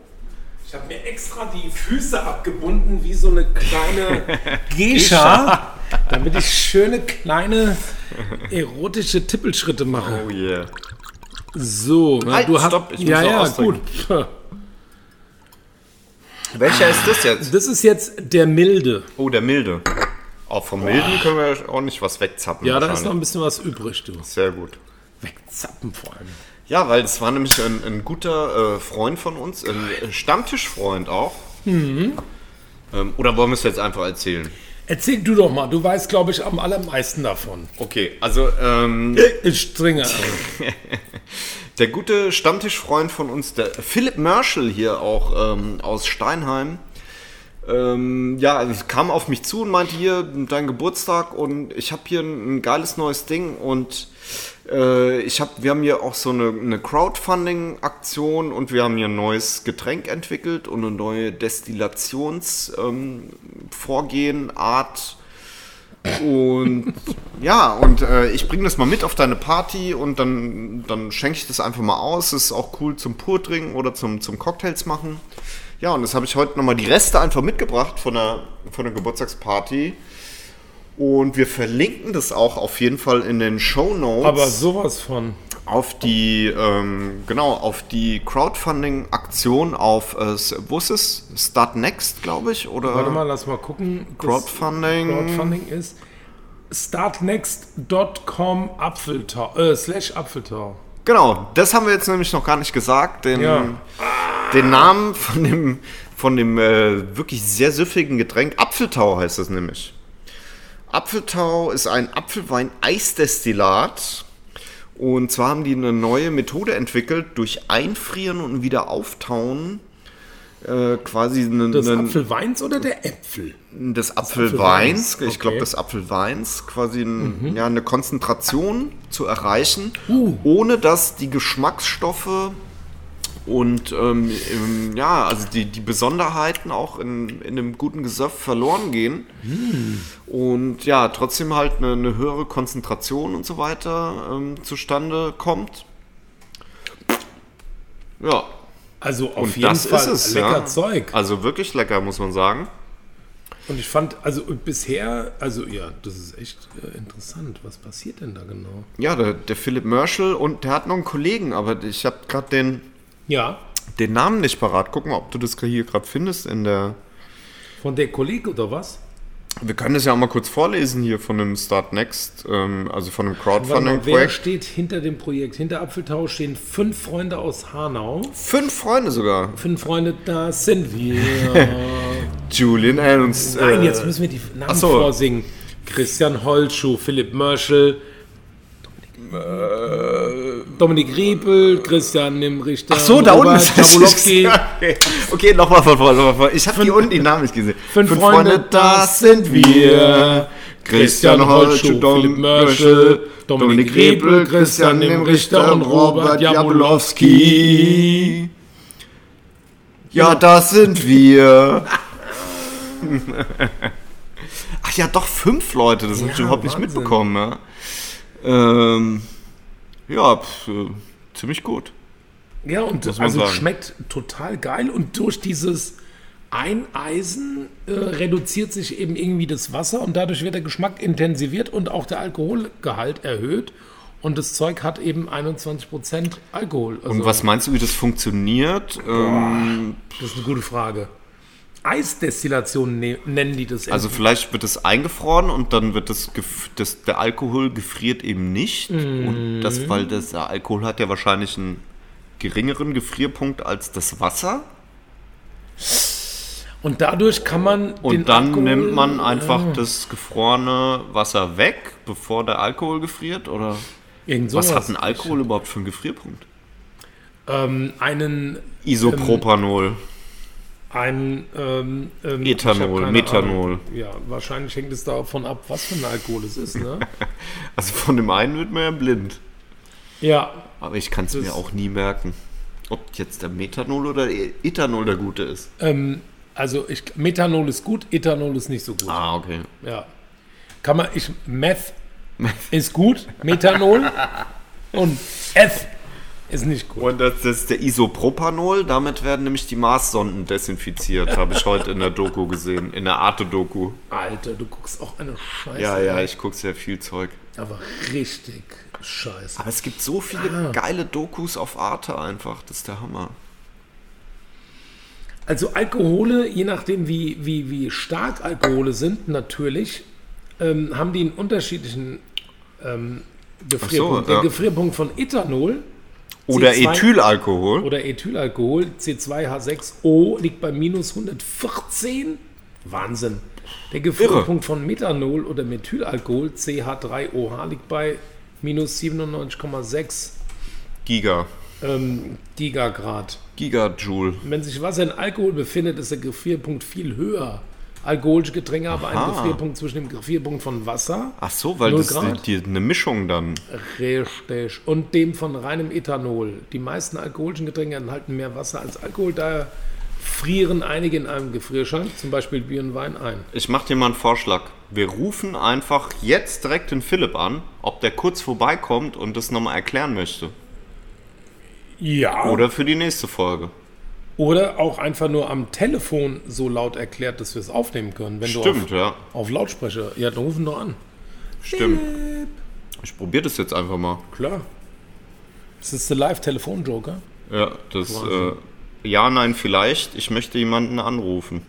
S1: Ich habe mir extra die Füße abgebunden wie so eine kleine Gescha, damit ich schöne kleine erotische Tippelschritte mache.
S2: oh yeah.
S1: So, na,
S2: Halt,
S1: du hast
S2: stopp, ich muss
S1: ja
S2: noch
S1: ja gut.
S2: ausdrücken. Welcher ist das jetzt?
S1: Das ist jetzt der milde.
S2: Oh, der milde. Auch vom milden können wir auch nicht was wegzappen.
S1: Ja, da ist
S2: wahrscheinlich.
S1: noch ein bisschen was übrig, du.
S2: Sehr gut.
S1: Wegzappen vor allem.
S2: Ja, weil es war nämlich ein, ein guter äh, Freund von uns, ein äh, Stammtischfreund auch. Mhm. Ähm, oder wollen wir es jetzt einfach erzählen?
S1: Erzähl du doch mal. Du weißt, glaube ich, am allermeisten davon.
S2: Okay, also ähm,
S1: Ich trinke.
S2: Der gute Stammtischfreund von uns, der Philipp Merschel hier auch ähm, aus Steinheim, ähm, ja, also es kam auf mich zu und meinte hier, dein Geburtstag und ich habe hier ein, ein geiles neues Ding und äh, ich hab, wir haben hier auch so eine, eine Crowdfunding-Aktion und wir haben hier ein neues Getränk entwickelt und eine neue Destillationsvorgehen, ähm, Vorgehen, Art. Und ja, und äh, ich bringe das mal mit auf deine Party und dann, dann schenke ich das einfach mal aus. Das ist auch cool zum Purtrinken oder zum, zum Cocktails machen. Ja, und das habe ich heute nochmal die Reste einfach mitgebracht von der, von der Geburtstagsparty. Und wir verlinken das auch auf jeden Fall in den Show Notes
S1: Aber sowas von.
S2: auf die ähm, genau auf die Crowdfunding-Aktion auf äh, wo ist es Start Next glaube ich oder
S1: Warte mal, lass mal gucken. Das
S2: Crowdfunding.
S1: Crowdfunding
S2: Mhm.
S1: ist startnext.com Apfeltau, äh, slash Apfeltau. Mhm.
S2: Genau, das haben wir jetzt nämlich noch gar nicht gesagt. Den,
S1: Ja.
S2: den Namen von dem, von dem äh, wirklich sehr süffigen Getränk. Apfeltau heißt das nämlich. Apfeltau ist ein Apfelwein-Eisdestillat. Und zwar haben die eine neue Methode entwickelt, durch Einfrieren und wieder Auftauen äh, quasi einen,
S1: Des
S2: einen-
S1: Apfelweins oder der Äpfel?
S2: des Apfelweins,
S1: Apfelweins,
S2: ich glaube
S1: okay. Mhm.
S2: des Apfelweins, quasi ein, ja, eine Konzentration zu erreichen,
S1: Uh.
S2: ohne dass die Geschmacksstoffe und ähm, ähm, ja, also die, die Besonderheiten auch in, in einem guten Gesöff verloren gehen.
S1: Hm.
S2: Und ja, trotzdem halt eine, eine höhere Konzentration und so weiter ähm, zustande kommt. Ja,
S1: Also auf
S2: und
S1: jeden
S2: das
S1: Fall
S2: ist es.
S1: lecker
S2: ja.
S1: Zeug.
S2: Also wirklich lecker, muss man sagen.
S1: Und ich fand, also bisher, also ja, das ist echt äh, interessant. Was passiert denn da genau?
S2: Ja, der, der Philipp Mörschel und der hat noch einen Kollegen, aber ich habe gerade den,
S1: Ja,
S2: den Namen nicht parat. Guck mal, ob du das hier gerade findest in der.
S1: von der Kollege oder was?
S2: Wir können das ja auch mal kurz vorlesen hier von dem Start Next, ähm, also von dem
S1: Warte mal, wer
S2: Crowdfunding-Projekt.
S1: steht hinter dem Projekt? Hinter Apfeltau stehen fünf Freunde aus Hanau.
S2: Fünf Freunde sogar.
S1: Fünf Freunde, da sind wir.
S2: Julian Adams.
S1: Nein,
S2: äh,
S1: jetzt müssen wir die Namen
S2: ach so.
S1: vorsingen. Christian Holschuh, Philipp Mörschel,
S2: Äh,
S1: Dominik, Dominik Riepel, Christian Nimrichter.
S2: Ach so, da unten
S1: Robert
S2: ist es.
S1: Schabulowski.
S2: Okay, okay nochmal von vorne, nochmal von vorne. Ich habe hier unten die Namen nicht gesehen.
S1: Fünf Freunde, das sind wir. Christian Holschuh, Philipp Mörschel, Dominik Riepel, Christian Nimrichter und Robert Jabulowski.
S2: Ja, das sind wir. Ach ja, doch fünf Leute, das habe ich
S1: Ja,
S2: überhaupt nicht
S1: Wahnsinn.
S2: mitbekommen. Ja, ähm, ja pf, äh, ziemlich gut.
S1: Ja, und
S2: man
S1: also
S2: sagen.
S1: schmeckt total geil und durch dieses Eineisen äh, reduziert sich eben irgendwie das Wasser und dadurch wird der Geschmack intensiviert und auch der Alkoholgehalt erhöht. Und das Zeug hat eben 21% Alkohol. Also,
S2: Und was meinst du, wie das funktioniert? Ähm,
S1: Das ist eine gute Frage. Eisdestillation ne nennen die das.
S2: Also vielleicht wird es eingefroren und dann wird das, gef- das der Alkohol gefriert eben nicht. Und
S1: Mhm.
S2: das, weil das der Alkohol hat ja wahrscheinlich einen geringeren Gefrierpunkt als das Wasser.
S1: und dadurch kann man.
S2: Und
S1: den
S2: dann
S1: Alkohol-
S2: nimmt man einfach
S1: Ah.
S2: das gefrorene Wasser weg, bevor der Alkohol gefriert. Oder
S1: Irgend
S2: was
S1: sowas.
S2: hat ein Alkohol überhaupt für einen Gefrierpunkt?
S1: ähm, einen.
S2: Isopropanol.
S1: einen ähm, ähm, ich hab
S2: Ethanol,
S1: keine
S2: Methanol.
S1: Ahnung. Ja, wahrscheinlich hängt es davon ab, was für ein Alkohol es ist, ne?
S2: Also von dem einen wird man ja blind.
S1: ja,
S2: Aber ich kann es
S1: Das-
S2: mir auch nie merken, ob jetzt der Methanol oder E- Ethanol der gute ist.
S1: ähm, also ich, Methanol ist gut, Ethanol ist nicht so gut.
S2: Ah, okay.
S1: Ja. Kann man, ich, Meth ist gut, Methanol und F ist nicht gut.
S2: Und das, das ist der Isopropanol. Damit werden nämlich die Marssonden desinfiziert, habe ich heute in der Doku gesehen, in der Arte-Doku.
S1: Alter, du guckst auch eine Scheiße.
S2: Ja, ja, ich gucke sehr viel Zeug.
S1: Aber richtig scheiße.
S2: Aber es gibt so viele geile Dokus auf Arte einfach. Das ist der Hammer.
S1: Also Alkohole, je nachdem wie, wie, wie stark Alkohole sind, natürlich, ähm, haben die einen unterschiedlichen ähm, Gefrierpunkt.
S2: ja.
S1: Der Gefrierpunkt von Ethanol
S2: Oder
S1: C2
S2: Ethylalkohol.
S1: oder Ethylalkohol, C2H6O, liegt bei minus 114. Wahnsinn. Der Gefrierpunkt von Methanol oder Methylalkohol, CH3OH, liegt bei minus 97,6
S2: Giga.
S1: ähm, Gigagrad.
S2: Gigajoule.
S1: Wenn sich Wasser in Alkohol befindet, ist der Gefrierpunkt viel höher. Alkoholische Getränke haben einen Gefrierpunkt zwischen dem Gefrierpunkt von Wasser
S2: Ach so, weil
S1: Null
S2: das
S1: Grad?
S2: die, die, eine Mischung dann.
S1: richtig, und dem von reinem Ethanol. Die meisten alkoholischen Getränke enthalten mehr Wasser als Alkohol, daher frieren einige in einem Gefrierschrank, zum Beispiel Bier und Wein, ein.
S2: Ich mache dir mal einen Vorschlag. Wir rufen einfach jetzt direkt den Philipp an, ob der kurz vorbeikommt und das nochmal erklären möchte.
S1: Ja. Oder,
S2: Oder für die nächste Folge.
S1: oder auch einfach nur am Telefon so laut erklärt, dass wir es aufnehmen können. Wenn
S2: Stimmt,
S1: du auf,
S2: ja.
S1: auf Lautsprecher. Ja, dann rufen doch an.
S2: Stimmt. Ich probiere das jetzt einfach mal.
S1: Klar. Das ist der Live-Telefon-Joker.
S2: Ja, das. Äh, ja, nein, vielleicht. Ich möchte jemanden anrufen.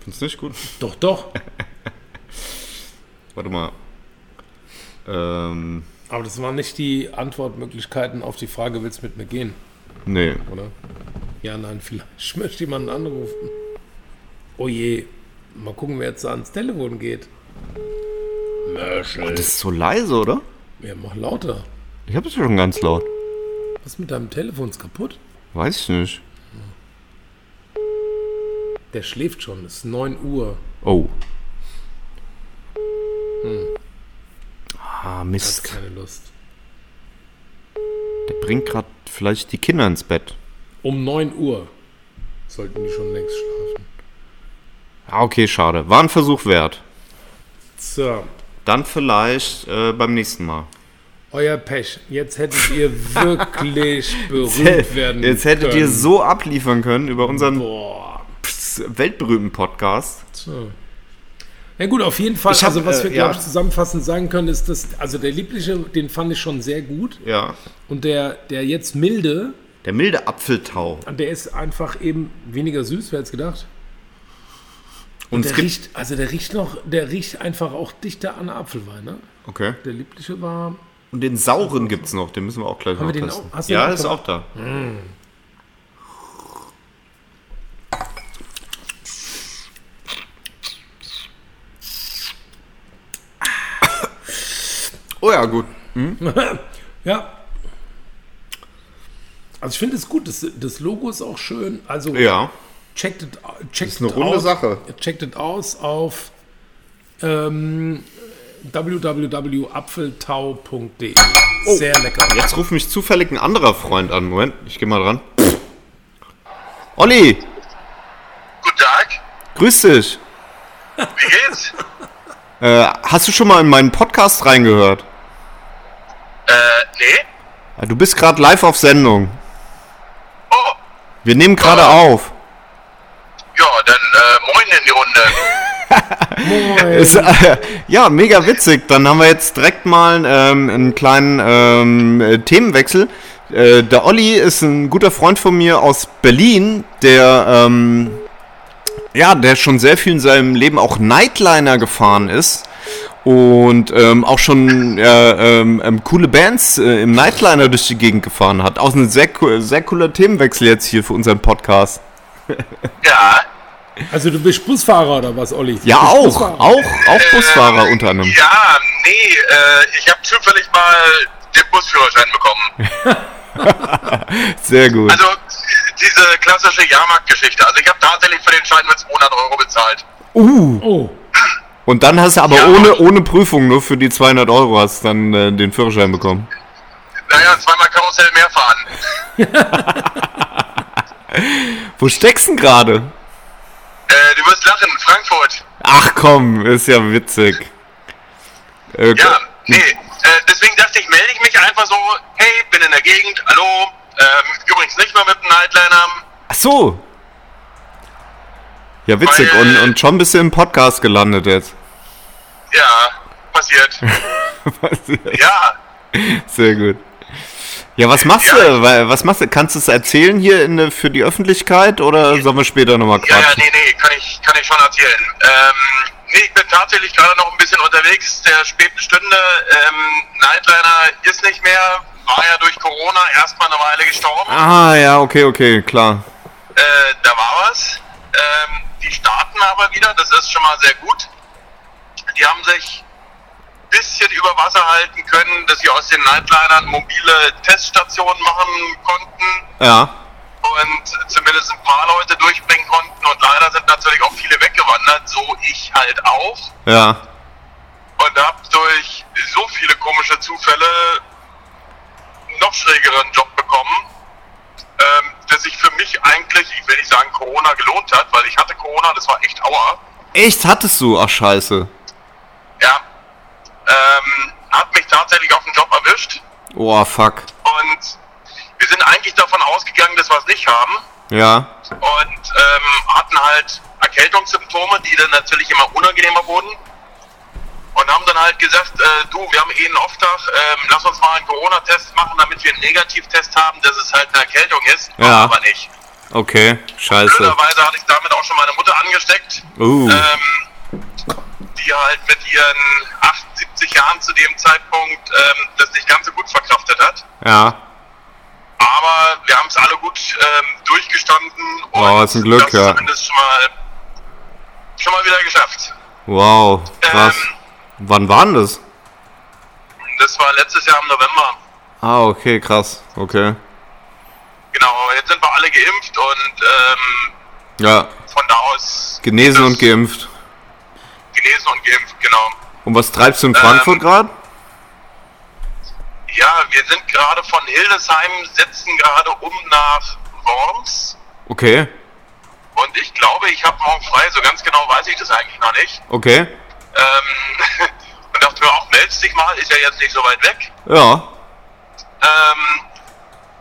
S2: Findest du nicht gut?
S1: Doch, doch.
S2: Warte mal. Ähm,
S1: Aber das waren nicht die Antwortmöglichkeiten auf die Frage, willst du mit mir gehen,
S2: nee.
S1: oder? Ja, nein, vielleicht möchte jemanden anrufen. Oh je. Mal gucken, wer jetzt da ans Telefon geht.
S3: Das ist so leise, oder?
S1: Ja, mach lauter.
S3: Ich habe es schon ganz laut.
S1: Was ist mit deinem Telefon? Ist kaputt?
S3: Weiß ich nicht.
S1: Der schläft schon. Es ist 9 Uhr.
S3: Oh.
S1: Hm.
S3: Ah,
S1: Hat
S3: Mist.
S1: keine Lust.
S3: Der bringt gerade vielleicht die Kinder ins Bett.
S1: Um 9 Uhr sollten die schon längst schlafen.
S3: Ah, okay, schade. War ein Versuch wert.
S1: So,
S3: Dann vielleicht äh, beim nächsten Mal.
S1: euer Pech. Jetzt hättet ihr wirklich berühmt werden
S3: Jetzt hättet
S1: können.
S3: ihr so abliefern können über unseren
S1: Boah.
S3: pss, weltberühmten Podcast.
S1: So. Na gut, auf jeden Fall.
S3: Ich hab,
S1: also, was wir,
S3: äh,
S1: glaube
S3: ja.
S1: ich, zusammenfassend sagen können, ist, dass, also der Liebliche, den fand ich schon sehr gut.
S3: Ja.
S1: Und der, der jetzt milde,
S3: Der milde Apfeltau.
S1: der ist einfach eben weniger süß, wer hätte es gedacht.
S3: Und
S1: Der
S3: es gibt.
S1: riecht, also der riecht noch, der riecht einfach auch dichter an Apfelwein, ne?
S3: Okay.
S1: Der Liebliche war.
S3: Und den sauren gibt's noch. Den müssen wir auch gleich
S1: Haben
S3: noch
S1: wir den
S3: testen.
S1: auch? Hast du den
S3: Ja,
S1: auch
S3: ist auch da.
S2: Oh ja, gut.
S1: Ja. Also ich finde es gut, das, das Logo ist auch schön. Also
S3: Ja.
S1: checkt it, checkt
S2: Ist eine runde
S1: aus,
S2: Sache.
S1: Checkt it aus auf ähm, www.apfeltau.de.
S2: Oh.
S1: Sehr lecker.
S3: Jetzt ruft mich zufällig ein anderer Freund an. Moment, ich gehe mal dran. Olli,
S6: Guten Tag,
S3: grüß dich.
S6: wie geht's?
S3: Äh, hast du schon mal in meinen Podcast reingehört?
S6: äh, nee?
S3: Ja, Du bist gerade live auf Sendung.
S6: Oh,
S3: Wir nehmen gerade auf.
S6: ja, dann äh, moin in die Runde.
S3: Ist, äh, ja, mega witzig. Dann haben wir jetzt direkt mal ähm, einen kleinen ähm, äh, Themenwechsel. Äh, der Olli ist ein guter Freund von mir aus Berlin, der ähm, ja, der schon sehr viel in seinem Leben auch Nightliner gefahren ist und ähm, auch schon äh, ähm, ähm, coole Bands äh, im Nightliner durch die Gegend gefahren hat. Auch ein sehr, cool- sehr cooler Themenwechsel jetzt hier für unseren Podcast.
S6: Ja,
S1: Also du bist Busfahrer oder was, Olli?
S3: Ja,
S1: Du bist
S3: auch,
S1: Busfahrer.
S3: auch, auch Busfahrer unter anderem.
S6: ja, Ah, nee, äh, ich habe zufällig mal den Busführerschein bekommen.
S3: Sehr gut.
S6: Also diese klassische Jahrmarktgeschichte. Also ich habe tatsächlich für den Schein mit 200 Euro bezahlt.
S3: Uh.
S1: Oh,
S3: Und dann hast du aber
S6: Ja.
S3: ohne, ohne Prüfung, nur für die 200 Euro hast du dann äh, den Führerschein bekommen.
S6: Naja, zweimal Karussell mehr fahren.
S3: Wo steckst du denn gerade?
S6: Äh, du wirst lachen, Frankfurt.
S3: Ach komm, ist ja witzig. Äh,
S6: Ja, nee, äh, deswegen dachte ich, melde ich mich einfach so, hey, bin in der Gegend, hallo, ähm, übrigens nicht mal mit dem Nightliner,
S3: Ach so. Ja, witzig.
S6: Weil- äh,
S3: Und, und schon bist du im Podcast gelandet jetzt.
S6: ja, passiert. Ja,
S3: Sehr gut. Ja, was machst du? Wa- Was machst du? Kannst du es erzählen hier in, der- für die Öffentlichkeit oder sollen wir später nochmal
S6: ja, ja,
S3: quatschen?
S6: nee, nee, kann ich, kann ich schon erzählen. Ähm, nee, ich bin tatsächlich gerade noch ein bisschen unterwegs, der späten Stunde. Ähm, Nightliner ist nicht mehr, war ja durch Corona erstmal eine Weile gestorben.
S3: Ah, ja, okay, okay, klar.
S6: Äh, da war was. Ähm, die starten aber wieder, das ist schon mal sehr gut. Die haben sich ein bisschen über Wasser halten können, dass sie aus den Nightlinern mobile Teststationen machen konnten.
S3: Ja.
S6: und zumindest ein paar Leute durchbringen konnten. Und leider sind natürlich auch viele weggewandert, so ich halt auch.
S3: Ja.
S6: Und habe durch so viele komische Zufälle noch schrägeren Job bekommen, ähm, der sich für mich eigentlich, ich will nicht sagen Corona gelohnt hat, weil ich hatte Corona, das war echt Aua.
S3: Echt hattest du? Ach scheiße.
S6: Ja, ähm, hat mich tatsächlich auf den Job erwischt
S3: Oh fuck.
S6: und wir sind eigentlich davon ausgegangen, dass wir es nicht haben.
S3: Ja.
S6: und ähm, hatten halt Erkältungssymptome, die dann natürlich immer unangenehmer wurden. Und haben dann halt gesagt, äh, du, wir haben eh einen Off-Tag, ähm, lass uns mal einen Corona-Test machen, damit wir einen Negativtest haben, dass es halt eine Erkältung ist. War
S3: Ja.
S6: Aber nicht.
S3: Okay. Scheiße.
S6: Blöderweise hatte ich damit auch schon meine Mutter angesteckt,
S3: Uh.
S6: ähm, die halt mit ihren 78 Jahren zu dem Zeitpunkt ähm, das nicht ganz so gut verkraftet hat.
S3: Ja.
S6: Aber aber wir haben es alle gut ähm, durchgestanden. Und
S2: Oh, ist ein Glück,
S6: das
S2: ja.
S6: zumindest schon mal, schon mal wieder geschafft.
S2: Wow, krass.
S6: Ähm.
S2: Wann waren das?
S6: Das war letztes Jahr im November.
S2: Ah, okay, krass. Okay.
S6: Genau, aber jetzt sind wir alle geimpft und ähm,
S2: Ja,
S6: von da aus
S2: genesen
S6: Das-
S2: und geimpft.
S6: genesen und geimpft, genau.
S2: Und was treibst du in
S6: Ähm.
S2: Frankfurt gerade?
S6: Ja, wir sind gerade von Hildesheim, setzen gerade um nach Worms
S2: Okay,
S6: und ich glaube, ich habe morgen frei, so ganz genau weiß ich das eigentlich noch nicht.
S2: okay.
S6: Ähm, und dachte mir auch, meldest dich mal, ist ja jetzt nicht so weit weg.
S2: Ja,
S6: Ähm,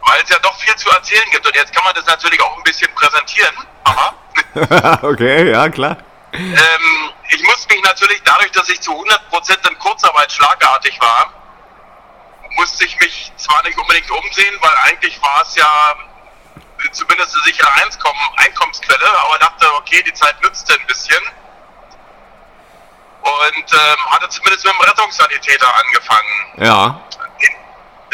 S6: weil es ja doch viel zu erzählen gibt und jetzt kann man das natürlich auch ein bisschen präsentieren. Aha.
S2: okay, ja, klar.
S6: ähm, ich muss mich natürlich dadurch, dass ich zu 100% in Kurzarbeit schlagartig war, musste ich mich zwar nicht unbedingt umsehen, weil eigentlich war es ja zumindest eine sichere Einkommen, Einkommensquelle, aber dachte, okay, die Zeit nützte ein bisschen. Und ähm, hatte zumindest mit dem Rettungssanitäter angefangen
S2: Ja,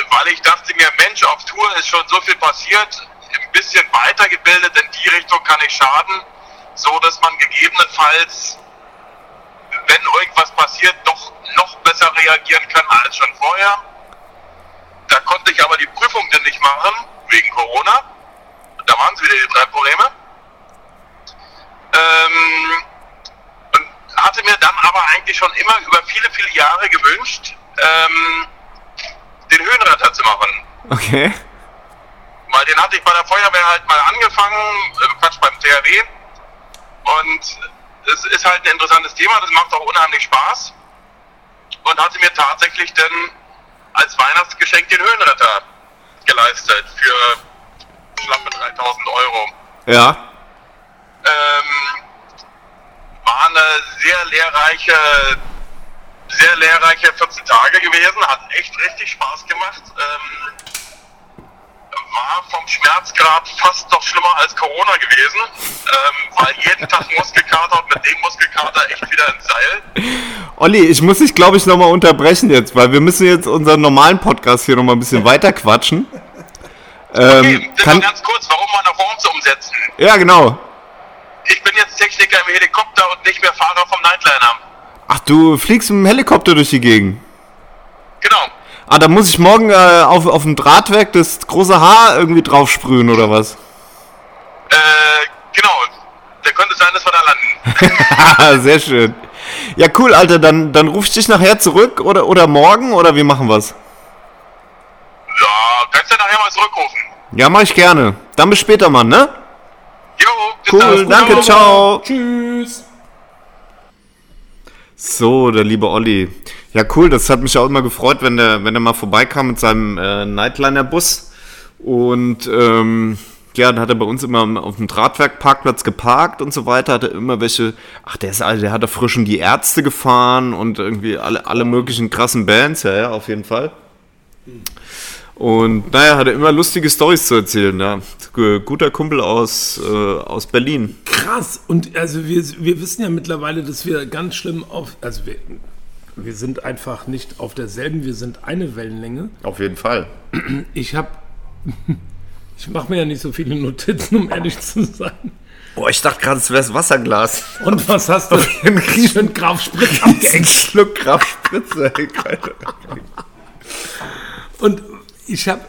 S6: weil ich dachte mir, Mensch, auf Tour ist schon so viel passiert, ein bisschen weitergebildet, in die Richtung kann ich schaden, so dass man gegebenenfalls, wenn irgendwas passiert, doch noch besser reagieren kann als schon vorher. Da konnte ich aber die Prüfung dann nicht machen, wegen Corona. Da waren es wieder die drei Probleme. Ähm, und hatte mir dann aber eigentlich schon immer über viele, viele Jahre gewünscht, ähm, den Höhenretter zu machen.
S2: okay.
S6: Weil den hatte ich bei der Feuerwehr halt mal angefangen, äh, Quatsch, beim THW. Und es ist halt ein interessantes Thema, das macht auch unheimlich Spaß. Und hatte mir tatsächlich dann als Weihnachtsgeschenk den Höhenretter geleistet für schlappe 3000 Euro.
S2: Ja,
S6: Ähm, war eine sehr lehrreiche, sehr lehrreiche 14 Tage gewesen, hat echt richtig Spaß gemacht. Ähm, war vom Schmerzgrad fast noch schlimmer als Corona gewesen, ähm, weil jeden Tag Muskelkater und mit dem Muskelkater echt wieder ins Seil.
S2: Olli, ich muss dich, glaube ich, nochmal unterbrechen jetzt, weil wir müssen jetzt unseren normalen Podcast hier nochmal ein bisschen weiter quatschen.
S6: Okay,
S2: Ähm,
S6: das war
S2: kann,
S6: ganz kurz, warum mal nach Worms umsetzen.
S2: ja, genau.
S6: Ich bin jetzt Techniker im Helikopter und nicht mehr Fahrer vom Nightliner.
S2: Ach, du fliegst mit dem Helikopter durch die Gegend.
S6: Genau.
S2: Ah, da muss ich morgen äh, auf, auf dem Drahtwerk das große Haar irgendwie drauf sprühen oder was?
S6: Äh, genau. Da könnte sein, dass wir da landen.
S2: Haha, Ah, sehr schön. Ja, cool, Alter, dann, dann ruf ich dich nachher zurück oder, oder morgen oder wir machen was.
S6: Ja, kannst du nachher mal zurückrufen.
S2: Ja, mach ich gerne. Dann bis später, Mann, ne?
S6: Jo, bis
S2: Cool,
S6: dann.
S2: danke, ciao.
S1: Tschüss.
S2: So, der liebe Olli. Ja, cool, das hat mich auch immer gefreut, wenn der, wenn der mal vorbeikam mit seinem äh, Nightliner-Bus. Und ähm, ja, dann hat er bei uns immer am- auf dem Drahtwerkparkplatz geparkt und so weiter. Hat er immer welche, ach, der ist alt, der hat da frisch in die Ärzte gefahren und irgendwie alle, alle möglichen krassen Bands, ja, ja, auf jeden Fall. Und naja, hat er immer lustige Stories zu erzählen, ja. G- Guter Kumpel aus, äh, aus Berlin.
S1: Krass. Und also wir, wir wissen ja mittlerweile, dass wir ganz schlimm auf. Also wir, wir sind einfach nicht auf derselben, wir sind eine Wellenlänge.
S2: Auf jeden Fall.
S1: Ich habe. Ich mache mir ja nicht so viele Notizen, um ehrlich zu sein.
S2: Boah, ich dachte gerade, es wäre das Wasserglas.
S1: Und was hast du?
S2: jeden Fall.
S1: Schön Graf Spritz abgehängt.
S2: Schluck Graf Spritze, ey, Alter.
S1: Und ich habe,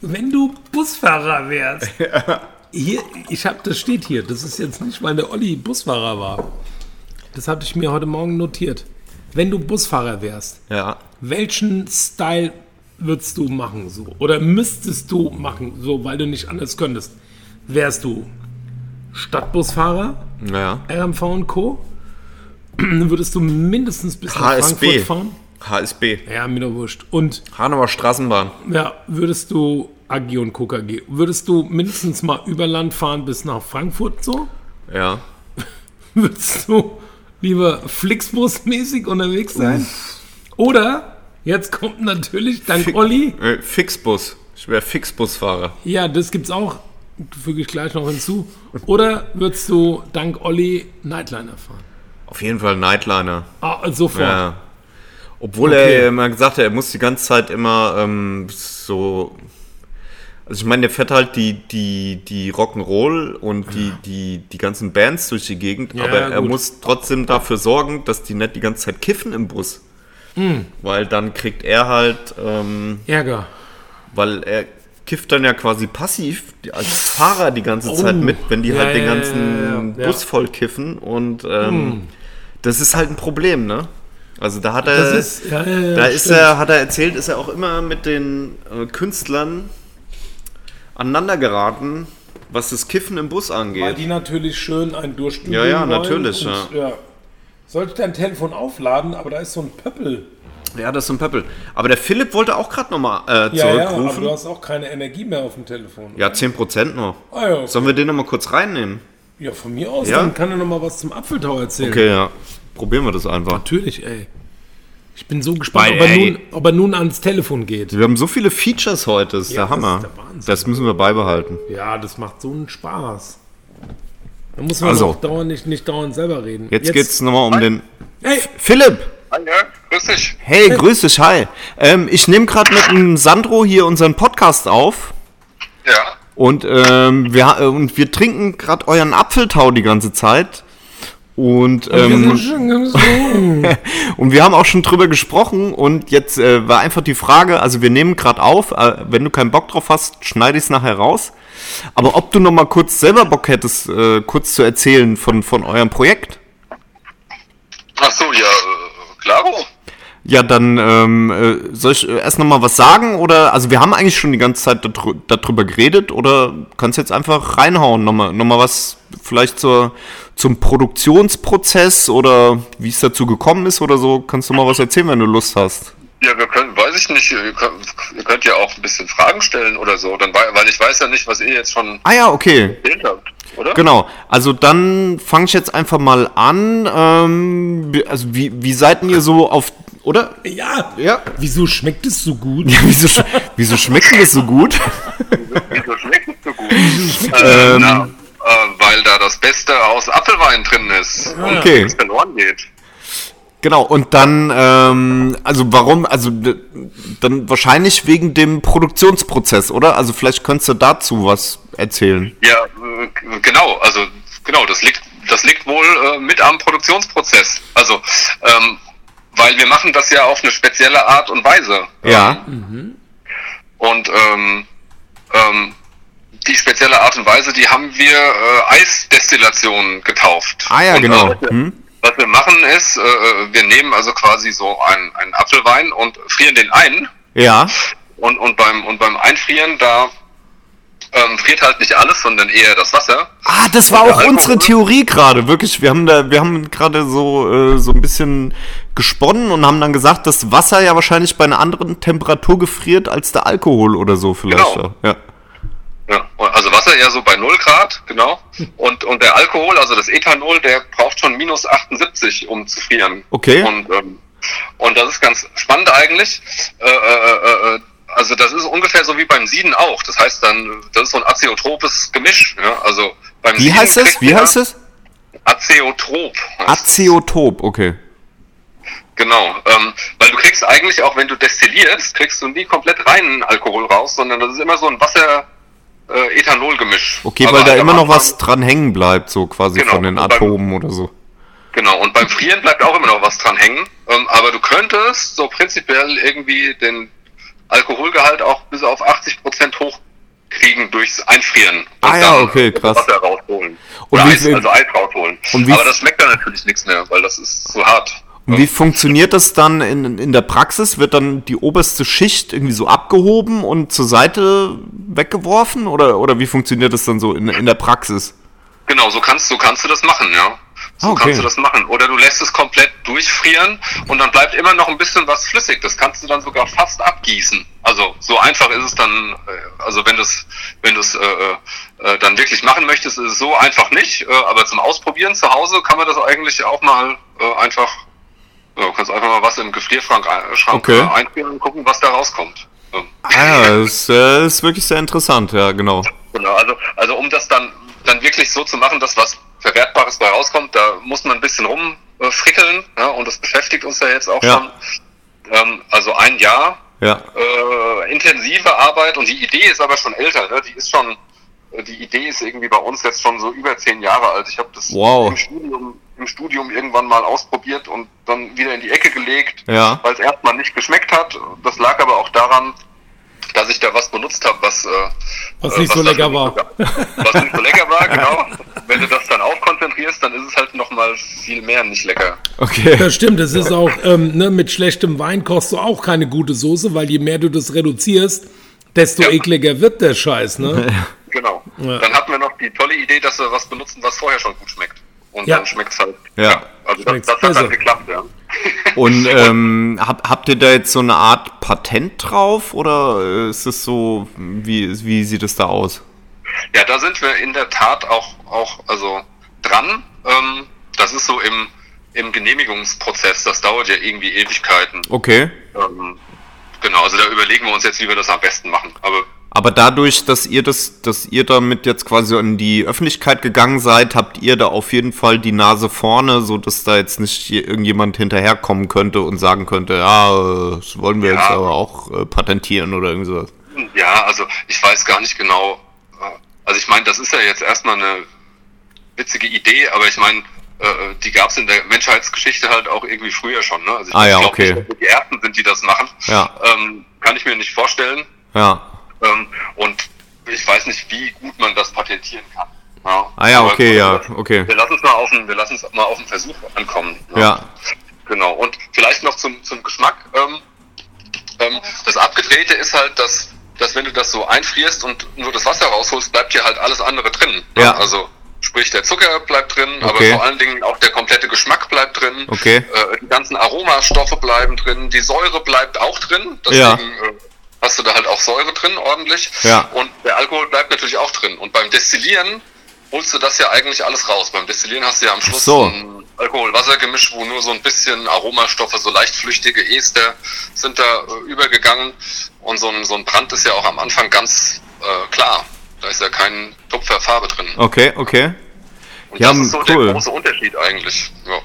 S1: wenn du Busfahrer wärst, hier, ich habe, das steht hier, das ist jetzt nicht, weil der Olli Busfahrer war. Das habe ich mir heute Morgen notiert. Wenn du Busfahrer wärst,
S2: Ja.
S1: welchen Style würdest du machen so? Oder müsstest du machen so, weil du nicht anders könntest? Wärst du Stadtbusfahrer,
S2: Naja.
S1: RMV und Co.? Würdest du mindestens bis nach
S2: HSB.
S1: Frankfurt fahren?
S2: HSB.
S1: Ja, mir doch wurscht. Und
S2: Hanauer Straßenbahn.
S1: ja, würdest du AG und KKG, würdest du mindestens mal über Land fahren bis nach Frankfurt so?
S2: Ja.
S1: Würdest du lieber Flixbus-mäßig unterwegs sein? Oder, jetzt kommt natürlich dank Olli,
S2: Äh, Fixbus. Ich wäre Fixbusfahrer.
S1: ja, das gibt's auch, füge ich gleich noch hinzu. Oder würdest du dank Olli Nightliner fahren?
S2: Auf jeden Fall Nightliner.
S1: Ah, sofort.
S2: Ja. Obwohl
S1: Okay.
S2: er ja immer gesagt hat, er muss die ganze Zeit immer ähm, so.
S3: Also ich meine, der fährt halt die, die, die Rock'n'Roll und die, die, die ganzen Bands durch die Gegend,
S1: Ja,
S3: aber er
S1: gut.
S3: muss trotzdem dafür sorgen, dass die nicht die ganze Zeit kiffen im Bus. Weil dann kriegt er halt, ähm,
S1: Ärger.
S3: weil er kifft dann ja quasi passiv die- als Fahrer die ganze Zeit mit, wenn die
S1: Oh. Ja,
S3: halt den
S1: ja,
S3: ganzen
S1: ja, ja, Hm. ja.
S3: Bus voll kiffen und ähm, das ist halt ein Problem, ne? Also da hat er
S1: Das ist, ja, ja, ja,
S3: da ist
S1: stimmt.
S3: er, hat er erzählt, ist er auch immer mit den äh, Künstlern aneinandergeraten, was das Kiffen im Bus
S1: Weil
S3: angeht.
S1: die natürlich schön einen durchdübeln
S3: Ja, ja,
S1: wollen
S3: natürlich,
S1: und, ja. Sollte dein Telefon aufladen, aber da ist so ein Pöppel.
S3: Ja, das ist so ein Pöppel. Aber der Philipp wollte auch gerade nochmal äh,
S1: Ja, ja, aber
S3: zurückrufen.
S1: du
S3: Ja,
S1: hast auch keine Energie mehr auf dem Telefon.
S3: 10% noch.
S1: Ah, ja, okay.
S3: Sollen wir den nochmal kurz reinnehmen?
S1: ja von mir aus,
S3: Ja?
S1: dann kann er noch mal was zum Apfeltau erzählen.
S3: Okay, ja. Probieren wir das einfach.
S1: Natürlich, ey. Ich bin so gespannt,
S3: Weil,
S1: ob er,
S3: ey.
S1: nun, ob er nun ans Telefon geht.
S3: Wir haben so viele Features heute, das ist
S1: Ja,
S3: der
S1: das ist
S3: Hammer.
S1: der Wahnsinn.
S3: das müssen wir beibehalten.
S1: Ja, das macht so einen Spaß. Da muss man
S3: Also.
S1: auch dauernd nicht, nicht dauernd selber reden.
S3: Jetzt, geht's nochmal um den.
S1: Hey,
S3: Philipp!
S6: Hi, ja, grüß dich.
S3: Hey, grüß dich, hi. Ähm, ich nehme gerade mit dem Sandro hier unseren Podcast auf
S6: Ja.
S3: und, ähm, wir, äh, und wir trinken gerade euren Apfeltau die ganze Zeit. Und,
S1: wir sind
S3: ähm,
S1: schon ganz so.
S3: und wir haben auch schon drüber gesprochen und jetzt äh, war einfach die Frage, also wir nehmen gerade auf, äh, wenn du keinen Bock drauf hast, schneide ich es nachher raus. Aber ob du noch mal kurz selber Bock hättest, äh, kurz zu erzählen von, von eurem Projekt?
S6: Ach so, ja, äh, klaro.
S3: Ja, dann ähm, äh, soll ich äh, erst nochmal was sagen oder, also wir haben eigentlich schon die ganze Zeit darü- darüber geredet oder kannst jetzt einfach reinhauen, nochmal nochmal was vielleicht zur, zum Produktionsprozess oder wie es dazu gekommen ist oder so, kannst du mal was erzählen, wenn du Lust hast.
S6: Ja, wir können, weiß ich nicht, ihr könnt, ihr könnt ja auch ein bisschen Fragen stellen oder so, dann, wei- weil ich weiß ja nicht, was ihr jetzt schon
S3: Ah ja, okay,
S6: erzählt habt, oder?
S3: genau. Also dann fange ich jetzt einfach mal an. Ähm, wie- also wie, wie seid denn ihr so auf, oder?
S1: ja.
S3: Ja.
S1: Wieso schmeckt es so gut?
S3: Ja, wieso, sch wieso schmeckt denn das so gut?
S6: Wieso schmeckt es so gut? äh, na, äh, weil da das Beste aus Apfelwein drin ist und
S3: Okay.
S6: nichts verloren geht.
S3: Genau, und dann, ähm, also warum, also d- dann wahrscheinlich wegen dem Produktionsprozess, oder? Also vielleicht könntest du dazu was erzählen.
S6: Ja, äh, genau, also genau, das liegt, das liegt wohl äh, mit am Produktionsprozess. Also, ähm, weil wir machen das ja auf eine spezielle Art und Weise.
S3: Ja.
S6: Und ähm, ähm, die spezielle Art und Weise, die haben wir äh, Eisdestillation getauft.
S3: Ah ja,
S6: und,
S3: genau.
S6: Äh, was wir-
S3: Hm?
S6: was wir machen ist, äh, äh, wir nehmen also quasi so einen, einen Apfelwein und frieren den ein.
S3: Ja.
S6: Und, und, beim, und beim Einfrieren, da ähm, friert halt nicht alles, sondern eher das Wasser.
S3: Ah, das war auch
S6: Alkohol-
S3: unsere Theorie gerade, wirklich. Wir haben da, wir haben gerade so, äh, so ein bisschen gesponnen und haben dann gesagt, dass Wasser ja wahrscheinlich bei einer anderen Temperatur gefriert als der Alkohol oder so vielleicht.
S6: Genau.
S3: Ja.
S6: Ja, also Wasser eher so bei 0 Grad, genau.
S3: Hm.
S6: Und, und der Alkohol, also das Ethanol, der braucht schon minus 78, um zu frieren.
S3: Okay.
S6: Und, ähm, und das ist ganz spannend eigentlich. Äh, äh, äh, äh, also das ist ungefähr so wie beim Sieden auch. Das heißt dann, das ist so ein azeotropes Gemisch. Ja? Also beim
S3: Wie
S6: Sieden
S3: heißt das?
S6: kriegt
S3: Wie
S6: man
S3: heißt das?
S6: Azeotrop.
S3: Azeotop, okay.
S6: Genau, ähm, weil du kriegst eigentlich auch, wenn du destillierst, kriegst du nie komplett reinen Alkohol raus, sondern das ist immer so ein äh, Wasser-Ethanol-Gemisch.
S3: Okay, weil da immer noch was dran hängen bleibt, so quasi
S6: Genau.
S3: von den
S6: Und beim-
S3: Atomen oder so.
S6: Genau, und beim Frieren bleibt auch immer noch was dran hängen. Ähm, aber du könntest so prinzipiell irgendwie den Alkoholgehalt auch bis auf 80 Prozent hochkriegen durchs Einfrieren. Und
S3: Ah ja,
S6: dann
S3: okay, krass.
S6: Wasser rausholen.
S3: Und
S6: Oder
S3: wie
S6: Eis,
S3: viel-
S6: also Eis rausholen.
S3: Und wie-
S6: aber das schmeckt dann natürlich nichts mehr, weil das ist so hart.
S3: Und wie funktioniert das dann in, in der Praxis? Wird dann die oberste Schicht irgendwie so abgehoben und zur Seite weggeworfen? Oder, oder wie funktioniert das dann so in, in der Praxis?
S6: Genau, so kannst, so kannst du das machen, ja. So
S3: Ah, okay.
S6: kannst du das machen. Oder du lässt es komplett durchfrieren und dann bleibt immer noch ein bisschen was flüssig. Das kannst du dann sogar fast abgießen. Also so einfach ist es dann, äh, also wenn du es wenn du's, äh, äh, dann wirklich machen möchtest, ist es so einfach nicht. Äh, aber zum Ausprobieren zu Hause kann man das eigentlich auch mal äh, einfach, ja, du kannst einfach mal was im Gefrierschrank äh, Schrank,
S3: Okay.
S6: äh, einfrieren und gucken, was da rauskommt. Ähm. Ja.
S3: Ah ja, das äh, ist wirklich sehr interessant, ja, genau.
S6: Genau, also, also um das dann, dann wirklich so zu machen, dass was Verwertbares bei rauskommt, da muss man ein bisschen ne? rumfrickeln äh, frickeln, ja, und das beschäftigt uns ja jetzt auch
S3: Ja.
S6: schon. Ähm, also ein Jahr
S2: Ja.
S6: äh, intensive Arbeit und die Idee ist aber schon älter. Ne? Die ist schon, äh, die Idee ist irgendwie bei uns jetzt schon so über zehn Jahre alt. Ich habe das
S2: Wow.
S6: im, Studium, im Studium irgendwann mal ausprobiert und dann wieder in die Ecke gelegt,
S2: Ja.
S6: weil es erstmal nicht geschmeckt hat. Das lag aber auch daran, dass ich da was benutzt habe, was, äh,
S1: Was
S6: äh,
S1: nicht so
S6: da
S1: lecker
S6: schon
S1: war.
S6: was nicht so lecker war, genau. Wenn du das dann aufkonzentrierst, dann ist es halt nochmal viel mehr nicht lecker.
S2: Okay.
S1: Das stimmt, das ist auch, ähm, ne, mit schlechtem Wein kochst du auch keine gute Soße, weil je mehr du das reduzierst, desto
S6: Ja.
S1: ekliger wird der Scheiß, ne?
S6: Genau. Dann hatten wir noch die tolle Idee, dass wir was benutzen, was vorher schon gut schmeckt. Und
S1: Ja.
S6: dann schmeckt's halt.
S2: Ja.
S6: Also das,
S1: Schmeckt's
S6: das hat
S1: besser.
S6: halt geklappt, ja.
S2: Und ähm, hab, habt ihr da jetzt so eine Art Patent drauf oder äh, ist es so, wie, wie sieht es da aus?
S6: Ja, da sind wir in der Tat auch, auch also dran. Ähm, das ist so im, im Genehmigungsprozess, das dauert ja irgendwie Ewigkeiten.
S2: Okay.
S6: Ähm, genau, also da überlegen wir uns jetzt, wie wir das am besten machen. Aber
S2: Aber dadurch, dass ihr das, dass ihr damit jetzt quasi in die Öffentlichkeit gegangen seid, habt ihr da auf jeden Fall die Nase vorne, so dass da jetzt nicht hier irgendjemand hinterherkommen könnte und sagen könnte, ja, äh, das wollen wir
S6: Ja.
S2: jetzt aber auch äh, patentieren oder irgend sowas.
S6: Ja, also ich weiß gar nicht genau. äh, Also ich meine, das ist ja jetzt erstmal eine witzige Idee, aber ich meine, äh, die gab's in der Menschheitsgeschichte halt auch irgendwie früher schon. Ne? Also ich
S2: Ah ja,
S6: glaub
S2: okay.
S6: nicht, dass wir die Ersten sind, die das machen.
S2: Ja.
S6: Ähm, kann ich mir nicht vorstellen.
S2: Ja.
S6: Ähm, und ich weiß nicht, wie gut man das patentieren kann. Ja.
S2: Ah ja,
S6: Aber
S2: okay, ja,
S6: gut,
S2: okay.
S6: Wir lassen es mal auf den, wir lassen es mal auf den Versuch ankommen. ne?
S2: Ja.
S6: Genau, und vielleicht noch zum, zum Geschmack. Ähm, ähm, das Abgedrehte ist halt, dass, dass wenn du das so einfrierst und nur das Wasser rausholst, bleibt hier halt alles andere drin. ne?
S2: Ja.
S6: Also sprich, der Zucker bleibt drin, aber
S2: Okay.
S6: vor allen Dingen auch der komplette Geschmack bleibt drin.
S2: Okay.
S6: Äh, die ganzen Aromastoffe bleiben drin, die Säure bleibt auch drin. Deswegen
S2: Ja.
S6: äh, hast du da halt auch Säure drin ordentlich.
S2: Ja.
S6: Und der Alkohol bleibt natürlich auch drin. Und beim Destillieren holst du das ja eigentlich alles raus. Beim Destillieren hast du ja am Schluss
S2: so.
S6: ein Alkohol-Wasser-Gemisch, wo nur so ein bisschen Aromastoffe, so leicht flüchtige Ester sind da äh, übergegangen. Und so ein, so ein Brand ist ja auch am Anfang ganz äh, klar. Da ist ja kein Tupfer Farbe drin.
S2: Okay, okay.
S6: Und
S2: ja,
S6: das ist so
S2: cool.
S6: der große Unterschied eigentlich. Ja.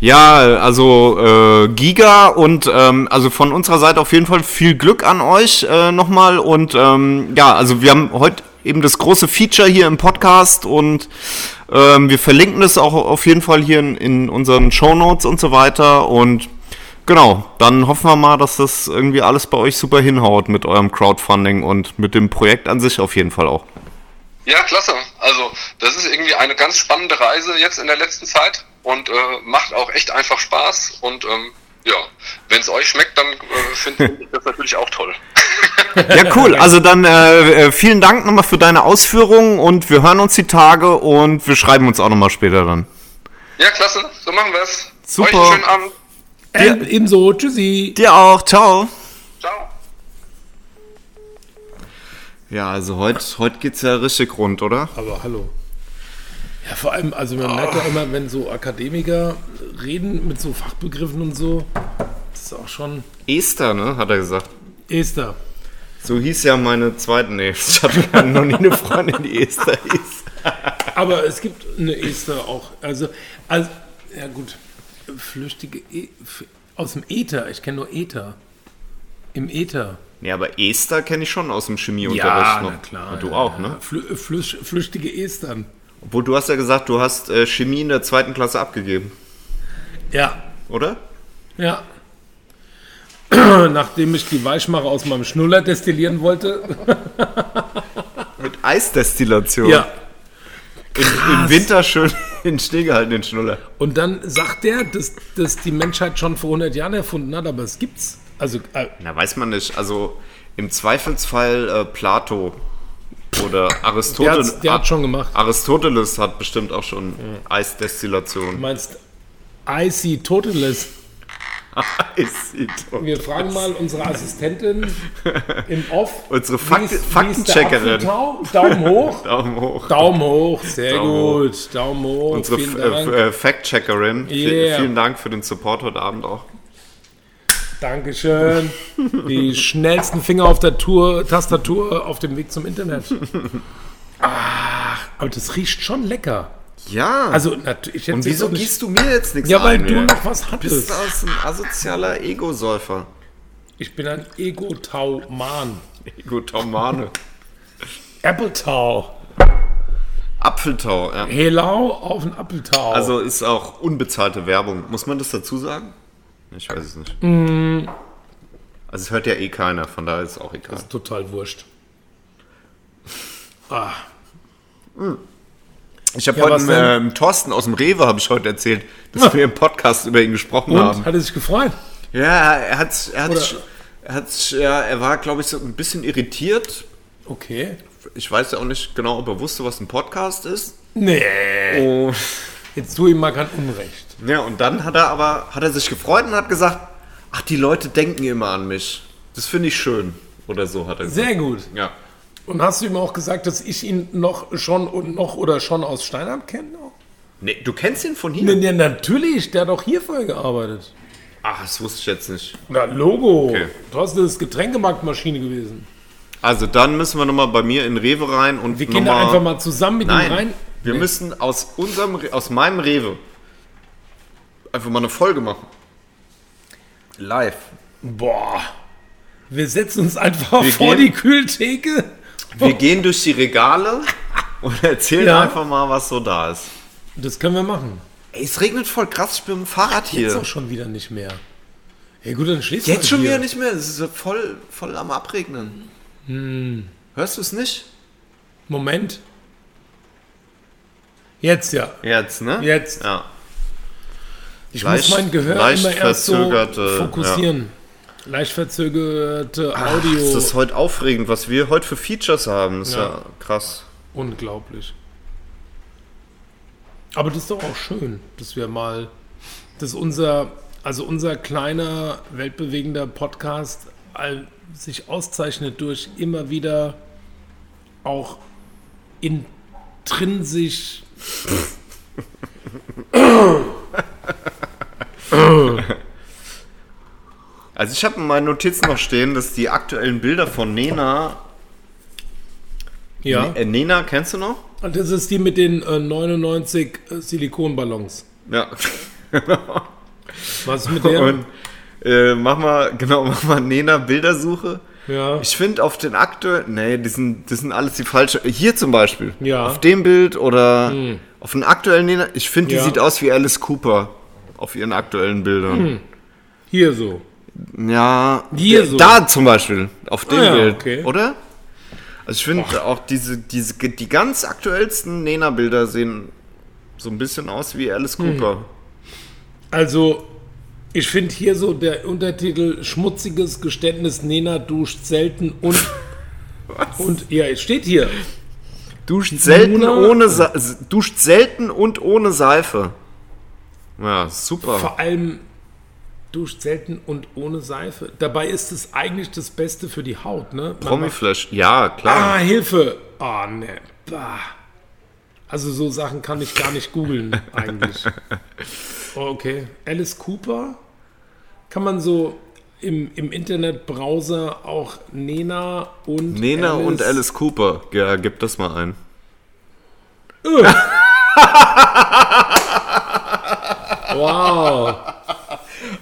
S2: Ja, also äh, Giga und ähm, also von unserer Seite auf jeden Fall viel Glück an euch äh, nochmal und ähm, ja, also wir haben heute eben das große Feature hier im Podcast und ähm, wir verlinken das auch auf jeden Fall hier in, in unseren Show Notes und so weiter und genau, dann hoffen wir mal, dass das irgendwie alles bei euch super hinhaut mit eurem Crowdfunding und mit dem Projekt an sich auf jeden Fall auch.
S6: Ja, klasse. Also das ist irgendwie eine ganz spannende Reise jetzt in der letzten Zeit und äh, macht auch echt einfach Spaß. Und ähm, ja, wenn es euch schmeckt, dann äh, finde ich das natürlich auch toll.
S2: Ja, cool. Also dann äh, äh, vielen Dank nochmal für deine Ausführungen und wir hören uns die Tage und wir schreiben uns auch nochmal später dann.
S6: Ja, klasse. So machen wir es.
S2: Super.
S6: Euch einen schönen Abend.
S1: Ähm, ebenso, tschüssi.
S2: Dir auch. Ciao.
S6: Ciao.
S2: Ja, also heute heut geht's ja richtig rund, oder?
S1: Aber hallo. Ja, vor allem, also man merkt ja immer, wenn so Akademiker reden mit so Fachbegriffen und so, das ist auch schon
S2: Esther, ne, hat er gesagt.
S1: Esther.
S2: So hieß ja meine zweite. Nee, ich hatte gar noch nie eine Freundin, die Esther hieß.
S1: Aber es gibt eine Esther auch. Also, also ja gut, flüchtige e f- aus dem Äther. Ich kenne nur Äther. Im Äther.
S2: Nee, aber Esther kenne ich schon aus dem Chemieunterricht noch. Und du
S1: ja,
S2: auch,
S1: ja.
S2: ne?
S1: Flü flüsch- flüchtige Estern.
S2: Obwohl du hast ja gesagt, du hast äh, Chemie in der zweiten Klasse abgegeben,
S1: Ja,
S2: oder?
S1: ja. Nachdem ich die Weichmacher aus meinem Schnuller destillieren wollte.
S2: Mit Eisdestillation.
S1: Ja,
S2: Im Winter schön in den Schnee gehalten, den Schnuller.
S1: Und dann sagt er, dass, dass die Menschheit schon vor 100 Jahren erfunden hat, aber es gibt's. Also, äh,
S2: Na, weiß man nicht. Also im Zweifelsfall äh, Plato oder
S1: der,
S2: Aristoteles.
S1: hat's, der hat schon gemacht.
S2: Aristoteles hat bestimmt auch schon Eisdestillation.
S1: Du meinst Icy Toteles?
S2: Eisdestillation.
S1: Wir fragen mal unsere Assistentin im Off.
S2: Unsere
S1: wie
S2: Fak-
S1: ist- wie ist der
S2: Faktencheckerin.
S1: Apfeltau? Daumen hoch.
S2: Daumen hoch.
S1: Daumen hoch, sehr
S2: Daumen
S1: gut. Daumen hoch.
S2: Unsere
S1: Vielen
S2: F-
S1: Dank.
S2: äh, F- äh, Fact-Checkerin. Vi-
S1: Yeah.
S2: Vielen Dank für den Support heute Abend auch.
S1: Dankeschön. Die schnellsten Finger auf der Tour, Tastatur auf dem Weg zum Internet. Ah, aber das riecht schon lecker.
S2: Ja.
S1: Also, natürlich. ich hätte
S2: und
S1: jetzt
S2: wieso
S1: auch nicht-
S2: gießt du mir jetzt nichts
S1: Ja, weil
S2: ein,
S1: du
S2: ey?
S1: noch was
S2: Du bist
S1: hattest.
S2: aus ein asozialer Ego-Säufer.
S1: Ich bin ein Ego-Tau-Mann.
S2: Egotomane.
S1: Appletau.
S2: Apfeltau, ja.
S1: Helau auf den Appletau.
S2: Also ist auch unbezahlte Werbung. Muss man das dazu sagen? Ich weiß es nicht. Mm. Also es hört ja eh keiner, von daher ist es auch egal.
S1: total wurscht. Ah,
S2: Ich habe
S1: Ja, was
S2: heute
S1: denn?
S2: ähm, Thorsten aus dem Rewe habe ich heute erzählt, dass wir im Podcast über ihn gesprochen
S1: und
S2: haben.
S1: hat er sich gefreut?
S2: Ja, er hat's, er hat's,
S1: Oder-
S2: er hat's, ja, er war, glaube ich, so ein bisschen irritiert.
S1: Okay.
S2: Ich weiß ja auch nicht genau, ob er wusste, was ein Podcast ist.
S1: Nee.
S2: Oh.
S1: Jetzt tu ihm mal kein Unrecht.
S2: Ja, und dann hat er aber, hat er sich gefreut und hat gesagt, ach, die Leute denken immer an mich. Das finde ich schön. Oder so hat er gesagt.
S1: Sehr gut.
S2: Ja.
S1: Und hast du ihm auch gesagt, dass ich ihn noch schon und noch oder schon aus Steinab kenne?
S2: Nee, du kennst ihn von hier?
S1: Nee, nee, natürlich, der hat auch hier vorher gearbeitet.
S2: Ach, das wusste ich jetzt nicht.
S1: Na, Logo.
S2: Okay.
S1: Thorsten ist Getränkemarktmaschine gewesen.
S2: Also dann müssen wir nochmal bei mir in Rewe rein und
S1: Wir gehen da einfach mal zusammen mit
S2: Nein,
S1: ihm rein.
S2: wir
S1: Nee.
S2: müssen aus unserem, Re- aus meinem Rewe einfach mal eine Folge machen. Live.
S1: Boah. Wir setzen uns einfach
S2: Wir
S1: vor
S2: gehen-
S1: die Kühltheke.
S2: Wir gehen durch die Regale und erzählen
S1: Oh. Ja.
S2: einfach mal, was so da ist.
S1: Das können wir machen.
S2: Ey, es regnet voll krass, ich bin mit dem Fahrrad
S1: Ist
S2: hier.
S1: auch schon wieder nicht mehr. Ja gut, dann schließt
S2: Jetzt schon
S1: hier.
S2: wieder nicht mehr, es ist so voll, voll am Abregnen. Hörst du es nicht?
S1: Hm. Moment. Jetzt ja.
S2: Jetzt, ne?
S1: Jetzt.
S2: Ja.
S1: Ich
S2: Leicht-
S1: muss mein Gehör
S2: leicht
S1: immer erst so
S2: verzögerte,
S1: fokussieren. Leicht verzögerte
S2: Ach,
S1: Audio.
S2: ist das heute aufregend, was wir heute für Features haben. Ist ja,
S1: Ja.
S2: krass.
S1: Unglaublich. Aber das ist doch auch schön, dass wir mal, dass unser, also unser kleiner, weltbewegender Podcast all, sich auszeichnet durch immer wieder auch intrinsisch.
S2: Also ich habe in meinen Notizen noch stehen, dass die aktuellen Bilder von Nena.
S1: Ja.
S2: Äh, Nena, kennst du noch?
S1: Und das ist die mit den äh, 99 äh, Silikonballons.
S2: Ja.
S1: Was ist mit der?
S2: Und äh, mach mal, genau, mach mal Nena Bildersuche.
S1: ja.
S2: Ich finde auf den aktuellen, nee, die sind, das sind alles die falschen. Hier zum Beispiel.
S1: Ja. Hm.
S2: Auf dem Bild oder auf den aktuellen Nena. Ich finde, die
S1: Ja.
S2: sieht aus wie Alice Cooper auf ihren aktuellen Bildern.
S1: Hier so.
S2: Ja.
S1: Hm. Hier
S2: d-
S1: so.
S2: Da zum Beispiel. Auf dem
S1: Ah ja,
S2: Bild.
S1: okay.
S2: Oder? Also ich finde auch diese, diese, die ganz aktuellsten Nena-Bilder sehen so ein bisschen aus wie Alice
S1: Hm.
S2: Cooper.
S1: Also, ich finde hier so der Untertitel Schmutziges Geständnis, Nena duscht selten und. Und ja, es steht hier.
S2: Duscht selten
S1: Nuna-
S2: ohne Sa s- duscht selten und ohne Seife. Ja, super.
S1: Vor allem duscht selten und ohne Seife. Dabei ist es eigentlich das Beste für die Haut, ne? Man macht-
S2: Promiflash. Ja, klar.
S1: Ah, Hilfe! Ah, ne. Bah. Also so Sachen kann ich gar nicht googeln, eigentlich. Oh, okay. Alice Cooper kann man so im, im Internetbrowser auch Nena und
S2: Nena und Alice Cooper. Ja, gib das mal ein.
S1: Wow.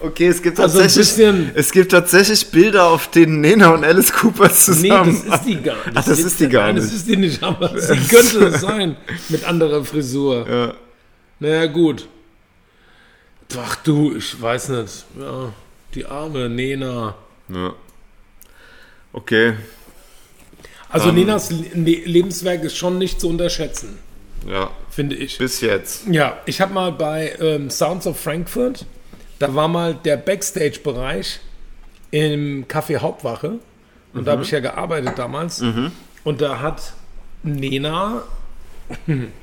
S2: Okay, es gibt
S1: Also ein bisschen-
S2: es gibt tatsächlich Bilder, auf denen Nena und Alice Cooper
S1: Nee,
S2: zusammen.
S1: das ist die gar nicht.
S2: Ach, das ist die gar
S1: Nein,
S2: nicht.
S1: Das ist die nicht, aber sie könnte es sein. Mit anderer Frisur. Ja. Naja, gut. Ach du, ich weiß nicht. Ja, die arme Nena.
S2: ja. Okay,
S1: Also Nenas Le Lebenswerk ist schon nicht zu unterschätzen,
S2: ja,
S1: finde ich.
S2: bis jetzt.
S1: Ja, ich habe mal bei ähm, Sounds of Frankfurt, da war mal der Backstage-Bereich im Café Hauptwache. Und da habe ich ja gearbeitet damals. Und da hat Nena,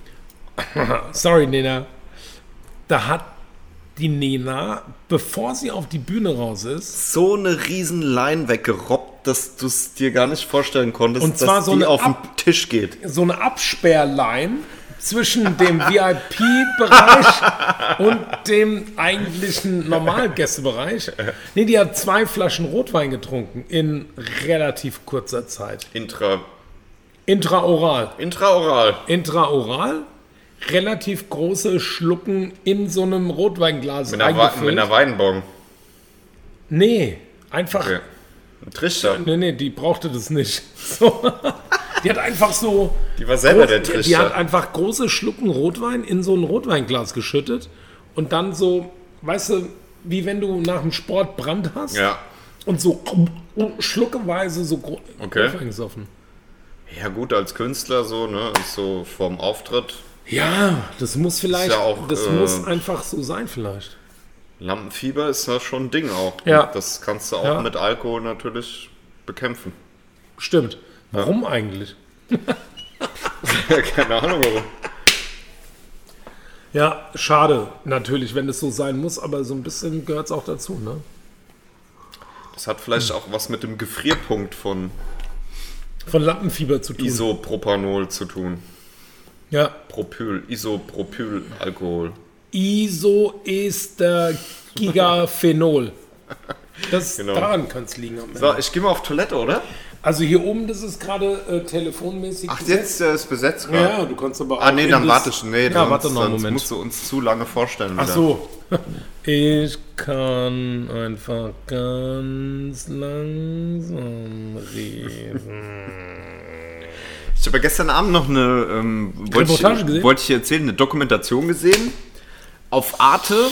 S1: sorry Nena, da hat die Nena, bevor sie auf die Bühne raus ist,
S2: So eine riesen Line weggerobbt, dass du es dir gar nicht vorstellen konntest,
S1: Und zwar
S2: dass
S1: so
S2: die
S1: eine
S2: auf den
S1: Ab-
S2: Tisch geht.
S1: so eine Absperrline zwischen dem VIP-Bereich und dem eigentlichen Normalgästebereich. Nee, die hat zwei Flaschen Rotwein getrunken in relativ kurzer Zeit.
S2: Intra,
S1: Intraoral.
S2: intraoral.
S1: Intraoral, relativ große Schlucken in so einem Rotweinglas
S2: Mit einer, Wa-
S1: eingefüllt.
S2: mit einer Weinbong.
S1: nee, einfach
S2: Okay. Ein Trichter.
S1: Nee, nee, die brauchte das nicht. So. Die hat einfach so.
S2: Die war selber der
S1: die, die hat
S2: Trichter.
S1: einfach große Schlucken Rotwein in so ein Rotweinglas geschüttet und dann so, weißt du, wie wenn du nach dem Sport Brand hast
S2: Ja.
S1: und so schluckeweise so gro-
S2: Okay.
S1: Rotwein gesoffen.
S2: Ja gut, als Künstler so, ne? Ist so vorm Auftritt.
S1: Ja, das muss vielleicht,
S2: Ist ja auch,
S1: das
S2: äh,
S1: muss einfach so sein vielleicht.
S2: Lampenfieber ist ja schon ein Ding auch.
S1: Ja.
S2: Das kannst du auch
S1: Ja.
S2: mit Alkohol natürlich bekämpfen.
S1: Stimmt. Warum eigentlich?
S2: Keine Ahnung warum.
S1: Ja, schade natürlich, wenn es so sein muss, aber so ein bisschen gehört es auch dazu, ne?
S2: Das hat vielleicht auch was mit dem Gefrierpunkt von
S1: Von Lampenfieber zu tun.
S2: Isopropanol zu tun.
S1: Ja.
S2: Propyl, Isopropylalkohol.
S1: Isoester-Gigaphenol. Das
S2: Genau.
S1: daran kann es liegen. Am Ende.
S2: So, ich gehe mal auf Toilette, oder?
S1: Also hier oben, das ist gerade äh, telefonmäßig.
S2: Ach,
S1: besetzt.
S2: jetzt äh, ist besetzt gerade.
S1: Ja, du kannst aber auch.
S2: Ah, nee,
S1: in
S2: dann
S1: das-
S2: warte ich. Nee,
S1: ja,
S2: sonst,
S1: warte noch einen
S2: sonst
S1: Moment.
S2: musst du uns zu lange vorstellen.
S1: Ach
S2: wieder.
S1: so. Ich kann einfach ganz langsam reden.
S2: Ich habe ja gestern Abend noch eine, ähm, wollte,
S1: Reportage
S2: ich,
S1: gesehen?
S2: wollte ich dir erzählen, eine Dokumentation gesehen auf Arte.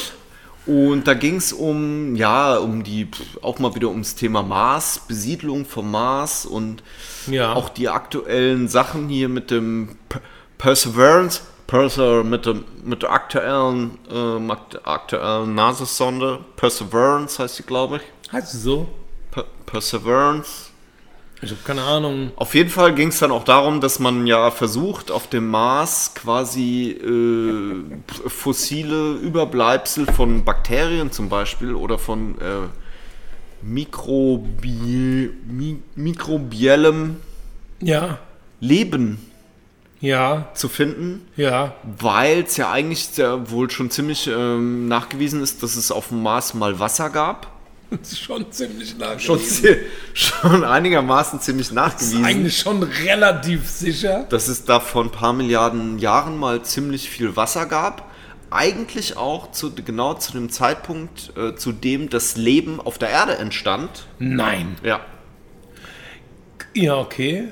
S2: Und da ging es um, ja, um die, pf, auch mal wieder ums Thema Mars, Besiedlung vom Mars und
S1: Ja.
S2: auch die aktuellen Sachen hier mit dem P Perseverance, Perse mit, dem, mit der aktuellen, ähm, akt- aktuellen NASA-Sonde, Perseverance heißt sie, glaube ich.
S1: Heißt es so?
S2: Per Perseverance.
S1: Ich habe keine Ahnung.
S2: Auf jeden Fall ging es dann auch darum, dass man ja versucht, auf dem Mars quasi äh, p- fossile Überbleibsel von Bakterien zum Beispiel oder von äh, Mikrobi mi mikrobiellem
S1: Ja,
S2: Leben
S1: ja,
S2: zu finden,
S1: ja.
S2: weil es ja eigentlich sehr wohl schon ziemlich ähm, nachgewiesen ist, dass es auf dem Mars mal Wasser gab.
S1: Das ist schon ziemlich lang.
S2: Schon, zie- schon einigermaßen ziemlich nachgewiesen.
S1: eigentlich schon relativ sicher.
S2: dass es da vor ein paar Milliarden Jahren mal ziemlich viel Wasser gab. Eigentlich auch zu, genau zu dem Zeitpunkt, äh, zu dem das Leben auf der Erde entstand.
S1: Nein.
S2: Ja.
S1: Ja, okay.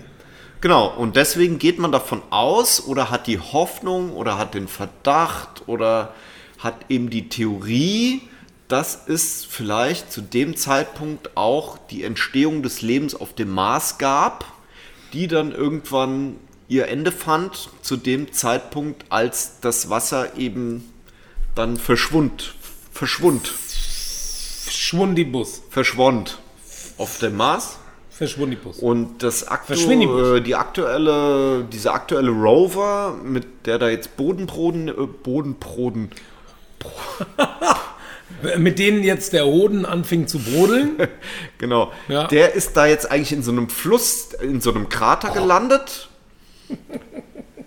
S2: Genau, und deswegen geht man davon aus oder hat die Hoffnung oder hat den Verdacht oder hat eben die Theorie, dass es vielleicht zu dem Zeitpunkt auch die Entstehung des Lebens auf dem Mars gab, die dann irgendwann ihr Ende fand, zu dem Zeitpunkt, als das Wasser eben dann verschwund, verschwund,
S1: Schwundibus.
S2: verschwand auf dem Mars.
S1: Verschwundibus.
S2: Und das aktu
S1: Verschwindigen.
S2: äh, die aktuelle, diese aktuelle Rover, mit der da jetzt Bodenproden, äh, Bodenproden,
S1: Mit denen jetzt der Hoden anfing zu brodeln.
S2: genau,
S1: Ja.
S2: der ist da jetzt eigentlich in so einem Fluss, in so einem Krater gelandet.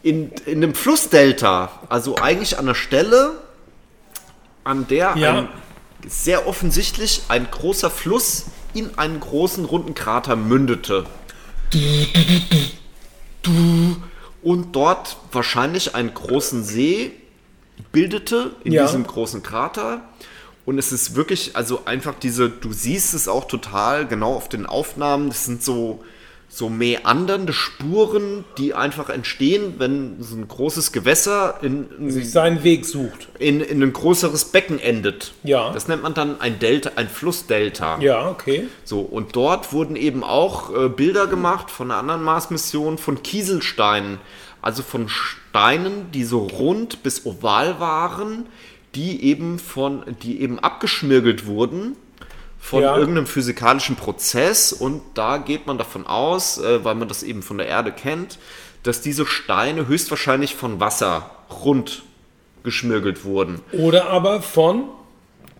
S2: In, in einem Flussdelta, also eigentlich an der Stelle, an der
S1: Ja.
S2: ein, sehr offensichtlich ein großer Fluss in einen großen runden Krater mündete. und dort wahrscheinlich einen großen See bildete in
S1: Ja.
S2: diesem großen Krater. Und es ist wirklich, also einfach diese, du siehst es auch total genau auf den Aufnahmen, das sind so, so mäandernde Spuren, die einfach entstehen, wenn so ein großes Gewässer in, in,
S1: Seinen Weg sucht.
S2: in, in ein größeres Becken endet.
S1: Ja.
S2: Das nennt man dann ein Delta, ein Flussdelta.
S1: Ja, okay.
S2: So, und dort wurden eben auch äh, Bilder gemacht von einer anderen Mars-Mission von Kieselsteinen. Also von Steinen, die so rund bis oval waren, die eben von, die eben abgeschmirgelt wurden von
S1: Ja.
S2: irgendeinem physikalischen Prozess und da geht man davon aus, äh, weil man das eben von der Erde kennt, dass diese Steine höchstwahrscheinlich von Wasser rund geschmirgelt wurden.
S1: Oder aber von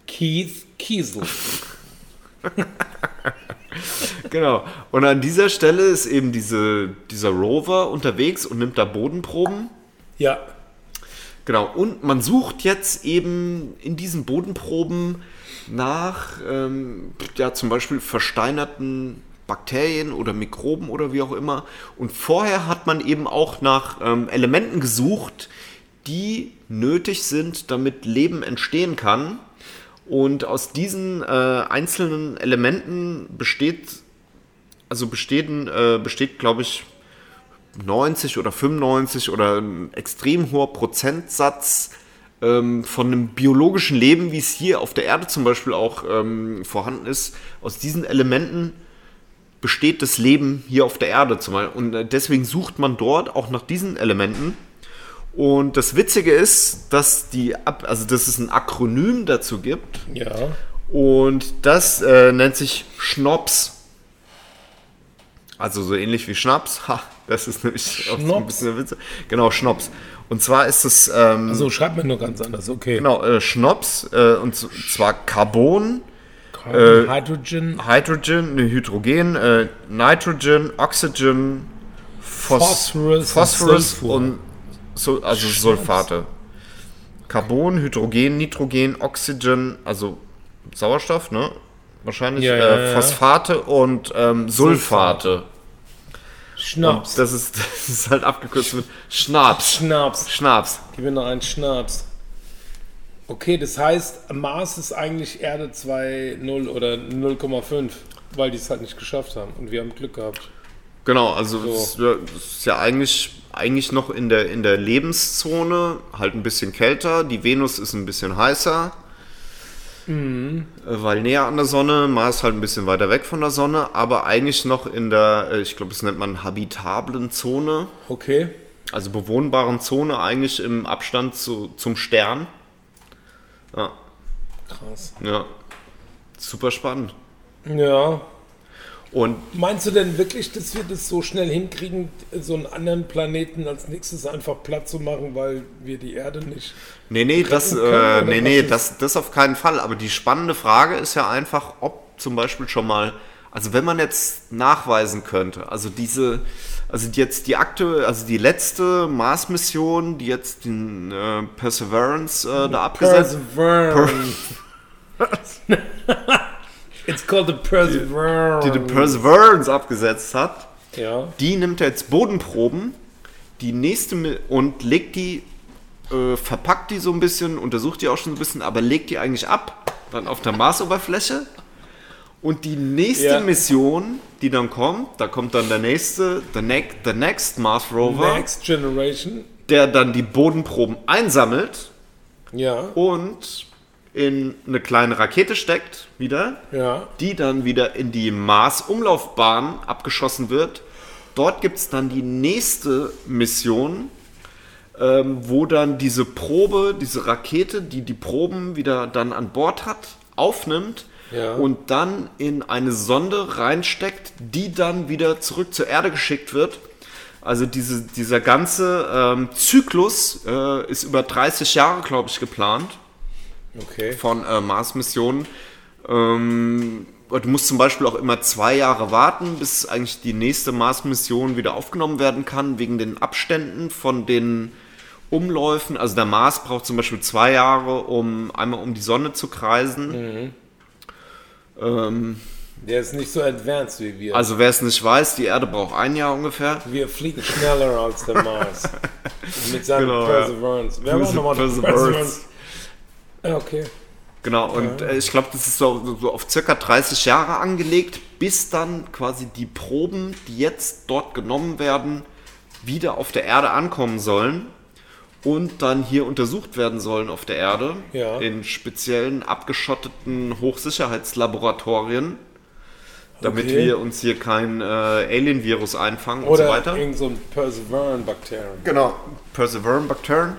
S1: Keith Kiesel.
S2: Genau. Und an dieser Stelle ist eben diese, dieser Rover unterwegs und nimmt da Bodenproben.
S1: Ja.
S2: Genau. Und man sucht jetzt eben in diesen Bodenproben nach, ähm, ja, zum Beispiel versteinerten Bakterien oder Mikroben oder wie auch immer. Und vorher hat man eben auch nach ähm, Elementen gesucht, die nötig sind, damit Leben entstehen kann. Und aus diesen äh, einzelnen Elementen besteht also besteht, ein, äh, besteht glaube ich, 90 oder 95 oder ein extrem hoher Prozentsatz ähm, von einem biologischen Leben, wie es hier auf der Erde zum Beispiel auch ähm, vorhanden ist, aus diesen Elementen besteht das Leben hier auf der Erde. Zum Beispiel. Und äh, deswegen sucht man dort auch nach diesen Elementen. Und das Witzige ist, dass die, Ab- also dass es ein Akronym dazu gibt.
S1: Ja.
S2: Und das äh, nennt sich Schnops. Also so ähnlich wie Schnaps. Ha, das ist nämlich auch so ein
S1: Schnops.
S2: bisschen der Witz. Genau, Schnops. Und zwar ist es ähm,
S1: So schreibt man nur ganz anders. Okay.
S2: genau, äh, Schnops äh, und z- zwar Carbon,
S1: Carbon, Hydrogen,
S2: Hydrogen, ne, Hydrogen, äh, Nitrogen, Oxygen, Phos
S1: Phosphorus und
S2: Phosphorus
S1: Sulfur.
S2: und so, also Sulfate. Carbon, Hydrogen, Nitrogen, Oxygen, also Sauerstoff, ne? Wahrscheinlich
S1: Ja, ja,
S2: äh,
S1: ja.
S2: Phosphate und ähm, Sulfate.
S1: Schnaps.
S2: Das ist, das ist halt abgekürzt mit Schnaps.
S1: Schnaps.
S2: Schnaps.
S1: Gib mir noch einen Schnaps. Okay, das heißt, Mars ist eigentlich Erde 2.0 oder 0,5, weil die es halt nicht geschafft haben. Und wir haben Glück gehabt.
S2: Genau, also es ist, ja, es ist ja eigentlich, eigentlich noch in der, in der Lebenszone, halt ein bisschen kälter. Die Venus ist ein bisschen heißer, äh, weil näher an der Sonne, Mars halt ein bisschen weiter weg von der Sonne, aber eigentlich noch in der, äh, ich glaube, das nennt man habitablen Zone,
S1: Okay.
S2: also bewohnbaren Zone, eigentlich im Abstand zu, zum Stern. Ja,
S1: Krass.
S2: ja. Super spannend.
S1: Ja.
S2: Und
S1: Meinst du denn wirklich, dass wir das so schnell hinkriegen, so einen anderen Planeten als nächstes einfach platt zu machen, weil wir die Erde nicht.
S2: Nee, nee, das,
S1: können oder
S2: äh, nee,
S1: was
S2: nee
S1: ist-
S2: das, das auf keinen Fall. Aber die spannende Frage ist ja einfach, ob zum Beispiel schon mal, also wenn man jetzt nachweisen könnte, also diese, also die jetzt die Akte, also die letzte Mars-Mission, die jetzt den äh, Perseverance äh, da abgesetzt
S1: Perseverance. It's called the
S2: die den
S1: Perseverance.
S2: Perseverance abgesetzt hat,
S1: ja.
S2: die nimmt jetzt Bodenproben, die nächste Mi- und legt die, äh, verpackt die so ein bisschen, untersucht die auch schon so ein bisschen, aber legt die eigentlich ab, dann auf der Marsoberfläche. Und die nächste
S1: Ja.
S2: Mission, die dann kommt, da kommt dann der nächste, the next, the next Mars Rover,
S1: Next Generation.
S2: der dann die Bodenproben einsammelt
S1: Ja.
S2: und in eine kleine Rakete steckt, wieder,
S1: Ja.
S2: die dann wieder in die Mars-Umlaufbahn abgeschossen wird. Dort gibt es dann die nächste Mission, ähm, wo dann diese Probe, diese Rakete, die die Proben wieder dann an Bord hat, aufnimmt
S1: Ja.
S2: und dann in eine Sonde reinsteckt, die dann wieder zurück zur Erde geschickt wird. Also diese, dieser ganze ähm, Zyklus äh, ist über 30 Jahre, glaube ich, geplant
S1: Okay.
S2: von äh, Mars-Missionen. Ähm, du musst zum Beispiel auch immer zwei Jahre warten, bis eigentlich die nächste Mars-Mission wieder aufgenommen werden kann, wegen den Abständen von den Umläufen. Also der Mars braucht zum Beispiel zwei Jahre, um einmal um die Sonne zu kreisen. Ähm,
S1: Der ist nicht so advanced wie wir.
S2: also wer es nicht weiß, die Erde braucht ein Jahr ungefähr.
S1: wir fliegen schneller als der Mars. Mit seinem
S2: Genau, ja.
S1: Perseverance. Wer war nochmal der
S2: Perseverance.
S1: Perseverance? Ja, okay.
S2: Genau, und äh, ich glaube, das ist so, so auf circa 30 Jahre angelegt, bis dann quasi die Proben, die jetzt dort genommen werden, wieder auf der Erde ankommen sollen und dann hier untersucht werden sollen auf der Erde
S1: Ja.
S2: in speziellen abgeschotteten Hochsicherheitslaboratorien, damit
S1: Okay.
S2: wir uns hier kein äh, Alien-Virus einfangen
S1: Oder
S2: und so weiter.
S1: irgend so ein Perseverance-Bakterium.
S2: Genau, Perseverant Bactern.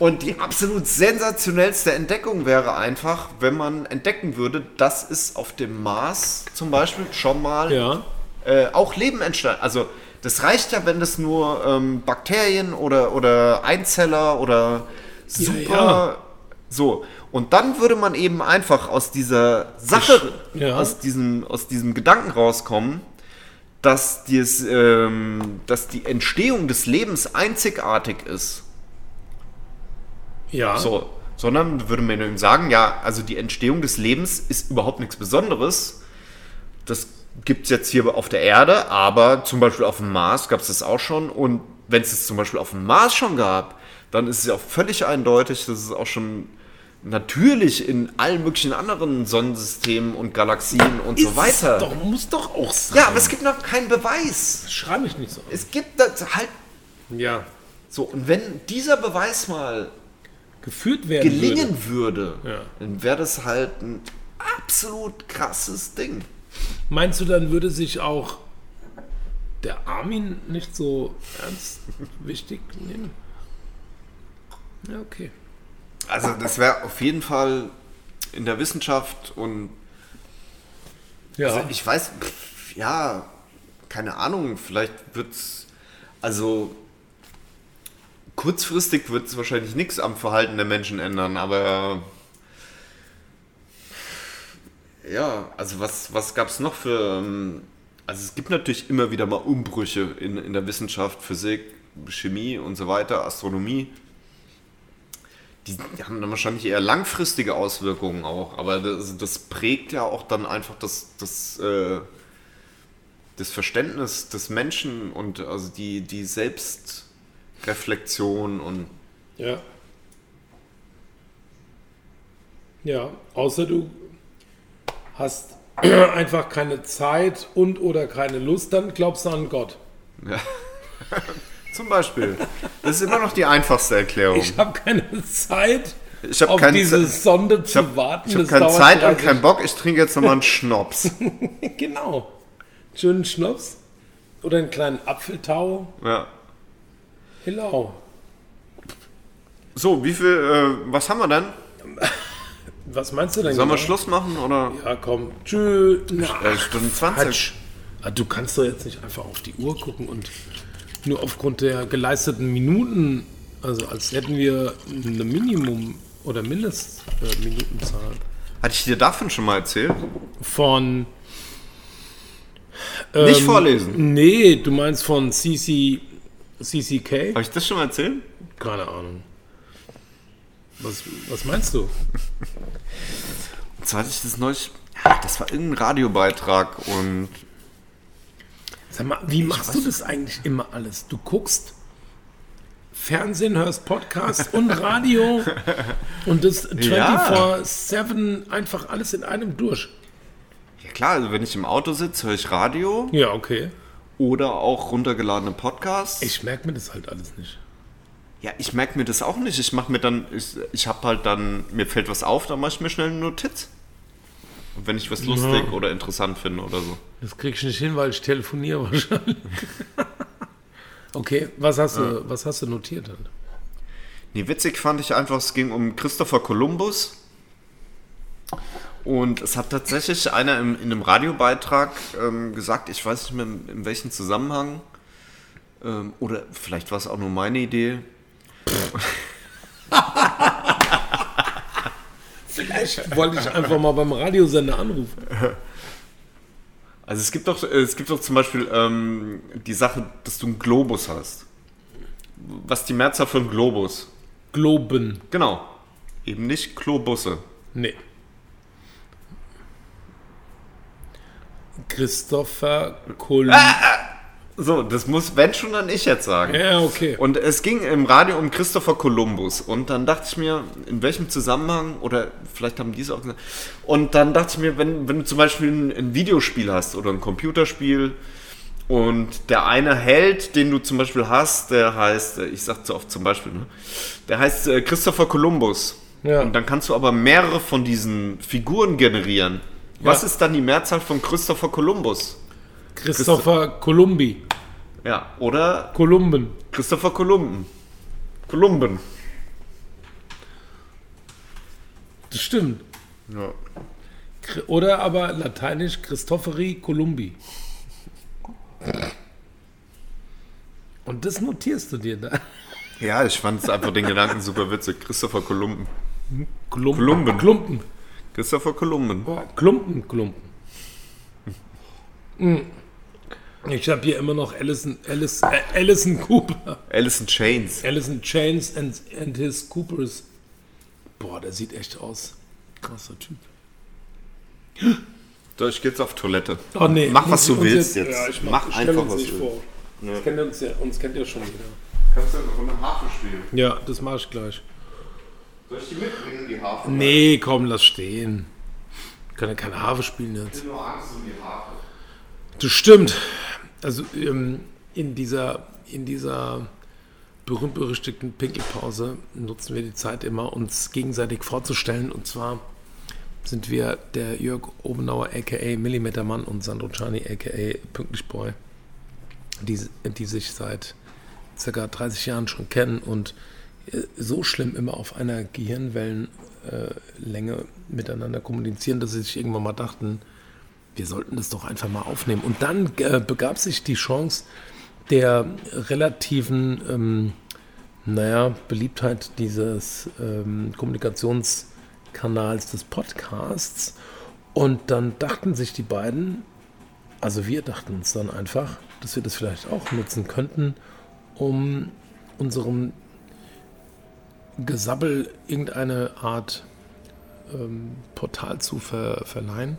S2: Und die absolut sensationellste Entdeckung wäre einfach, wenn man entdecken würde, dass es auf dem Mars zum Beispiel schon mal
S1: Ja.
S2: äh, auch Leben entsteht. Also das reicht ja, wenn das nur ähm, Bakterien oder, oder Einzeller oder super...
S1: ja.
S2: So, und dann würde man eben einfach aus dieser Sache,
S1: Ja.
S2: aus, diesem, aus diesem Gedanken rauskommen, dass, dies, ähm, dass die Entstehung des Lebens einzigartig ist.
S1: Ja.
S2: So, sondern würde man ihm sagen, ja, also die Entstehung des Lebens ist überhaupt nichts Besonderes. Das gibt es jetzt hier auf der Erde, aber zum Beispiel auf dem Mars gab es das auch schon. Und wenn es es zum Beispiel auf dem Mars schon gab, dann ist es ja auch völlig eindeutig, dass es auch schon
S3: natürlich in allen möglichen anderen Sonnensystemen und Galaxien und so weiter.
S1: Es doch, muss doch auch sein.
S3: Ja, aber es gibt noch keinen Beweis.
S1: Schrei mich nicht so an.
S3: Es gibt das halt
S1: Ja.
S3: so. Und wenn dieser Beweis mal
S1: Geführt werden würde.
S3: gelingen würde,
S1: Ja.
S3: dann wäre das halt ein absolut krasses Ding.
S1: Meinst du, dann würde sich auch der Armin nicht so ernst wichtig nehmen? Ja, okay.
S3: Also das
S2: wäre auf jeden Fall in der Wissenschaft und
S1: Ja,
S3: Also ich weiß, pff, ja, keine Ahnung, vielleicht wird's,
S2: also kurzfristig wird es wahrscheinlich nichts am Verhalten der Menschen ändern, aber äh, ja, also was, was gab es noch für, ähm, also es gibt natürlich immer wieder mal Umbrüche in, in der Wissenschaft, Physik, Chemie und so weiter, Astronomie. Die haben dann wahrscheinlich eher langfristige Auswirkungen auch, aber das, das prägt ja auch dann einfach das, das äh, das Verständnis des Menschen und also die, die Selbstreflexion und
S1: ja. Ja, außer du hast einfach keine Zeit und oder keine Lust, dann glaubst du an Gott.
S2: zum Beispiel. Das ist immer noch die einfachste Erklärung.
S1: Ich habe keine Zeit,
S2: Ich hab
S1: auf
S2: keine
S1: diese
S2: Zeit-
S1: Sonde zu
S2: Ich habe
S1: warten.
S2: hab
S1: Das
S2: keine
S1: dauert
S2: Zeit und
S1: 30
S2: keinen Bock, ich trinke jetzt nochmal einen Schnaps.
S1: Genau. Schönen Schnaps oder einen kleinen Apfeltau.
S2: Ja.
S1: Hello.
S2: So, wie viel, äh, was haben wir denn?
S1: Was meinst du denn?
S2: Sollen wir
S1: genau?
S2: Schluss machen oder?
S1: Ja, komm. Tschüss. Ah,
S2: Äh, Stunde 20.
S1: Du kannst doch jetzt nicht einfach auf die Uhr gucken und nur aufgrund der geleisteten Minuten, also als hätten wir eine Minimum- oder Mindestminutenzahl äh, Minutenzahl
S2: Hatte ich dir davon schon mal erzählt?
S1: von. ähm,
S2: Nicht vorlesen.
S1: Nee, du meinst von CC, CCK?
S2: Habe ich das schon mal erzählt?
S1: Keine Ahnung. Was, was meinst du?
S2: Und zwar hatte ich das neulich. Ja, das war irgendein Radiobeitrag und
S1: Sag mal, wie machst du das eigentlich immer alles? Du guckst Fernsehen, hörst Podcast und Radio und das 24-7 einfach alles in einem durch.
S2: ja klar, also wenn ich im Auto sitze, höre ich Radio
S1: Ja, okay.
S2: oder auch runtergeladene Podcasts.
S1: Ich merke mir das halt alles nicht.
S2: Ja, ich merke mir das auch nicht. Ich mache mir dann, ich, ich habe halt dann, mir fällt was auf, dann mache ich mir schnell eine Notiz. Und wenn ich was lustig oder interessant finde oder so.
S1: Das krieg ich nicht hin, weil ich telefoniere wahrscheinlich. Okay, was hast, du, was hast du notiert dann?
S2: Nee, witzig fand ich einfach, es ging um Christopher Columbus. Und es hat tatsächlich einer im, in einem Radiobeitrag ähm, gesagt, ich weiß nicht mehr in, in welchem Zusammenhang, ähm, oder vielleicht war es auch nur meine Idee,
S1: Vielleicht wollte ich einfach mal beim Radiosender anrufen.
S2: Also es gibt doch, es gibt doch zum Beispiel ähm, die Sache, dass du einen Globus hast. Was die Mehrzahl von Globus?
S1: Globen.
S2: Genau. Eben nicht Klobusse.
S1: Nee. Christopher Columbus.
S2: So, das muss, wenn schon, dann ich jetzt sagen.
S1: Ja, okay.
S2: Und es ging im Radio um Christopher Columbus. Und dann dachte ich mir, in welchem Zusammenhang, oder vielleicht haben die es auch gesagt. Und dann dachte ich mir, wenn, wenn du zum Beispiel ein, ein Videospiel hast oder ein Computerspiel und der eine Held, den du zum Beispiel hast, der heißt, äh, ich sag zu oft zum Beispiel, ne? der heißt äh, Christopher Columbus.
S1: Ja.
S2: Und dann kannst du aber mehrere von diesen Figuren generieren. Was
S1: Ja.
S2: ist dann die Mehrzahl von Christopher Columbus?
S1: Christopher Columbi.
S2: Ja, oder
S1: Kolumben.
S2: Christopher Kolumben. Kolumben.
S1: Das stimmt.
S2: Ja.
S1: Kri- Oder aber lateinisch Christopheri Columbi. Und das notierst du dir da.
S2: Ja, ich fand es einfach den Gedanken super witzig. Christopher Kolumben.
S1: Klumpen.
S2: Kolumben.
S1: Klumpen.
S2: Christopher Kolumben.
S1: Boah, Klumpen, Klumpen. Mm. Ich habe hier immer noch Alison, Alison, äh, Alison Cooper.
S2: Alice in Chains.
S1: Alison Chains and, and his Coopers. Boah, der sieht echt aus. Krasser Typ.
S2: So, ich geh jetzt auf Toilette.
S1: Oh, nee.
S2: Mach, was
S1: Uns- uns
S2: du willst jetzt.
S1: Ja, ich
S2: Mach
S1: mach, ich
S2: einfach,
S1: einfach uns
S2: was
S1: nicht
S2: du
S1: vor. Das kennt ihr uns, ja, uns kennt ihr schon wieder.
S2: Kannst du noch eine Harfe spielen?
S1: Ja, das mache ich gleich.
S2: Soll ich die mitbringen, die Harfe?
S1: Nee, komm, lass stehen. Wir können ja keine Harfe spielen jetzt.
S2: Ich hab nur Angst um die Harfe.
S1: Das stimmt. Also ähm, in dieser, in dieser berühmt-berüchtigten Pinkelpause nutzen wir die Zeit immer, uns gegenseitig vorzustellen. Und zwar sind wir der Jörg Obenauer, a.k.a. Millimetermann und Sandro Czani, a.k.a. Pünktlich Boy, die, die sich seit circa 30 Jahren schon kennen und äh, so schlimm immer auf einer Gehirnwellenlänge miteinander kommunizieren, dass sie sich irgendwann mal dachten, wir sollten das doch einfach mal aufnehmen. Und dann äh, begab sich die Chance der relativen, ähm, naja, Beliebtheit dieses ähm, Kommunikationskanals des Podcasts. Und dann dachten sich die beiden, also wir dachten uns dann einfach, dass wir das vielleicht auch nutzen könnten, um unserem Gesabbel irgendeine Art ähm, Portal zu ver verleihen,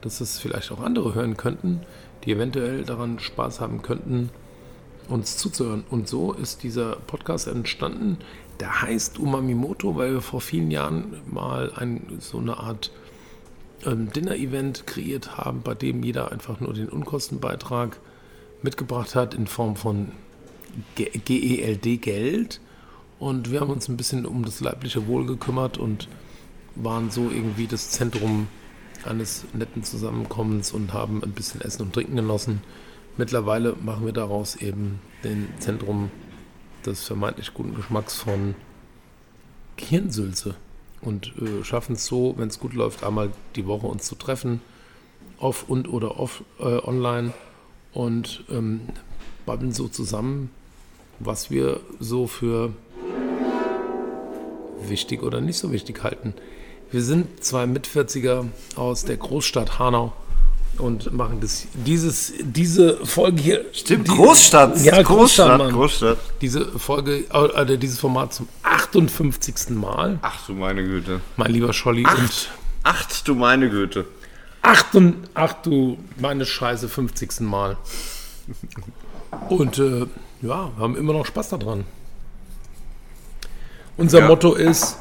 S1: dass es vielleicht auch andere hören könnten, die eventuell daran Spaß haben könnten, uns zuzuhören. Und so ist dieser Podcast entstanden. Der heißt Umamimoto, weil wir vor vielen Jahren mal ein, so eine Art ähm, Dinner-Event kreiert haben, bei dem jeder einfach nur den Unkostenbeitrag mitgebracht hat in Form von G- E GELD-Geld. Und wir haben uns ein bisschen um das leibliche Wohl gekümmert und waren so irgendwie das Zentrum eines netten Zusammenkommens und haben ein bisschen Essen und Trinken genossen. Mittlerweile machen wir daraus eben den Zentrum des vermeintlich guten Geschmacks von Hirnsülze und äh, schaffen es so, wenn es gut läuft, einmal die Woche uns zu treffen, off und oder off äh, online und ähm, babbeln so zusammen, was wir so für wichtig oder nicht so wichtig halten. Wir sind zwei Mitvierziger aus der Großstadt Hanau und machen das, dieses, diese Folge hier.
S3: Stimmt, Großstadt.
S1: Ja, Großstadt, Mann.
S3: Großstadt.
S1: Diese Folge, äh, oder dieses Format zum 58. Mal,
S2: Ach du meine Güte.
S1: mein lieber Scholli. Und
S2: Acht du meine Güte.
S1: acht und ach du meine Scheiße, 50. Mal. Und äh, ja, wir haben immer noch Spaß daran. Unser
S2: Ja.
S1: Motto ist,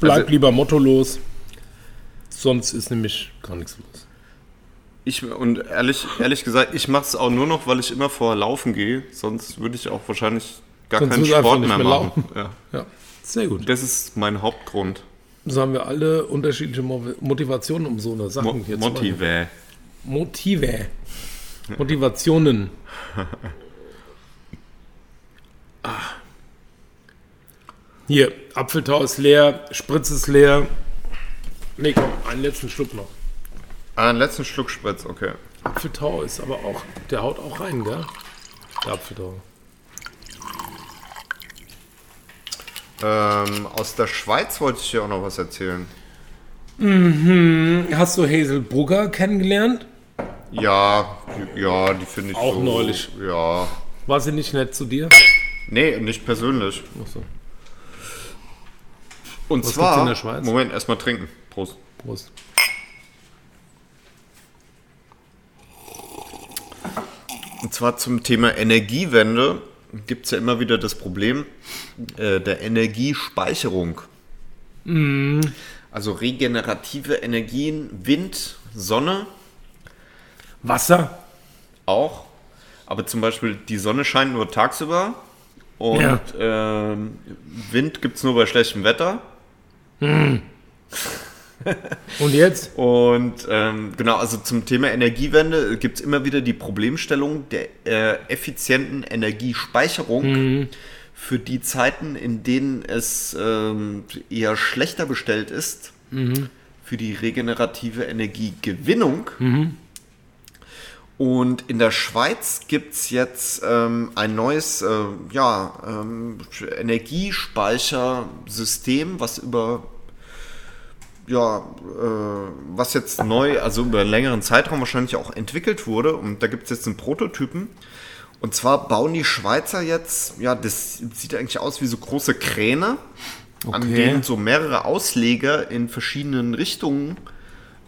S1: bleib
S2: Also-
S1: lieber mottolos, sonst ist nämlich gar nichts los.
S2: Ich, und ehrlich, ehrlich gesagt, ich mache es auch nur noch, weil ich immer vorher laufen gehe. Sonst würde ich auch wahrscheinlich gar
S1: Sonst
S2: keinen
S1: würdest du einfach
S2: Sport
S1: nicht
S2: mehr,
S1: mehr
S2: machen. Ja.
S1: Ja, sehr gut.
S2: Das ist mein Hauptgrund.
S1: So haben wir alle unterschiedliche Mo- Motivationen, um so eine Sache
S2: Mo
S1: hier zu machen.
S2: Motive.
S1: Motive. Motivationen. ah. Hier, Apfeltau ist leer, Spritz ist leer. Nee, komm, einen letzten Schluck noch.
S2: Ah, einen letzten Schluck Spritz, okay.
S1: Apfeltau ist aber auch, der haut auch rein, gell? Der Apfeltau.
S2: Ähm, aus der Schweiz wollte ich dir auch noch was erzählen.
S1: Hast du Hazel Brugger kennengelernt?
S2: Ja, die, ja, die finde ich
S1: Auch
S2: so,
S1: neulich.
S2: Ja.
S1: War sie nicht nett zu dir?
S2: Nee, nicht persönlich.
S1: Achso,
S2: Und
S1: Was
S2: zwar.
S1: gibt's in der Schweiz?
S2: Moment, erstmal trinken. Prost.
S1: Prost.
S2: Und zwar zum Thema Energiewende gibt es ja immer wieder das Problem äh, der Energiespeicherung.
S1: Mhm.
S2: Also regenerative Energien, Wind, Sonne
S1: Wasser?
S2: auch. Aber zum Beispiel die Sonne scheint nur tagsüber und
S1: Ja.
S2: ähm, Wind gibt es nur bei schlechtem Wetter.
S1: Und jetzt?
S2: Und ähm, genau, also zum Thema Energiewende gibt es immer wieder die Problemstellung der äh, effizienten Energiespeicherung für die Zeiten, in denen es ähm, eher schlechter bestellt ist, für die regenerative Energiegewinnung. Und in der Schweiz gibt es jetzt ähm, ein neues äh, ja, ähm, Energiespeichersystem, was über ja, äh, was jetzt neu, also über einen längeren Zeitraum wahrscheinlich auch entwickelt wurde. Und da gibt es jetzt einen Prototypen. Und zwar bauen die Schweizer jetzt, ja, das sieht eigentlich aus wie so große Kräne, an
S1: Okay.
S2: denen so mehrere Ausleger in verschiedenen Richtungen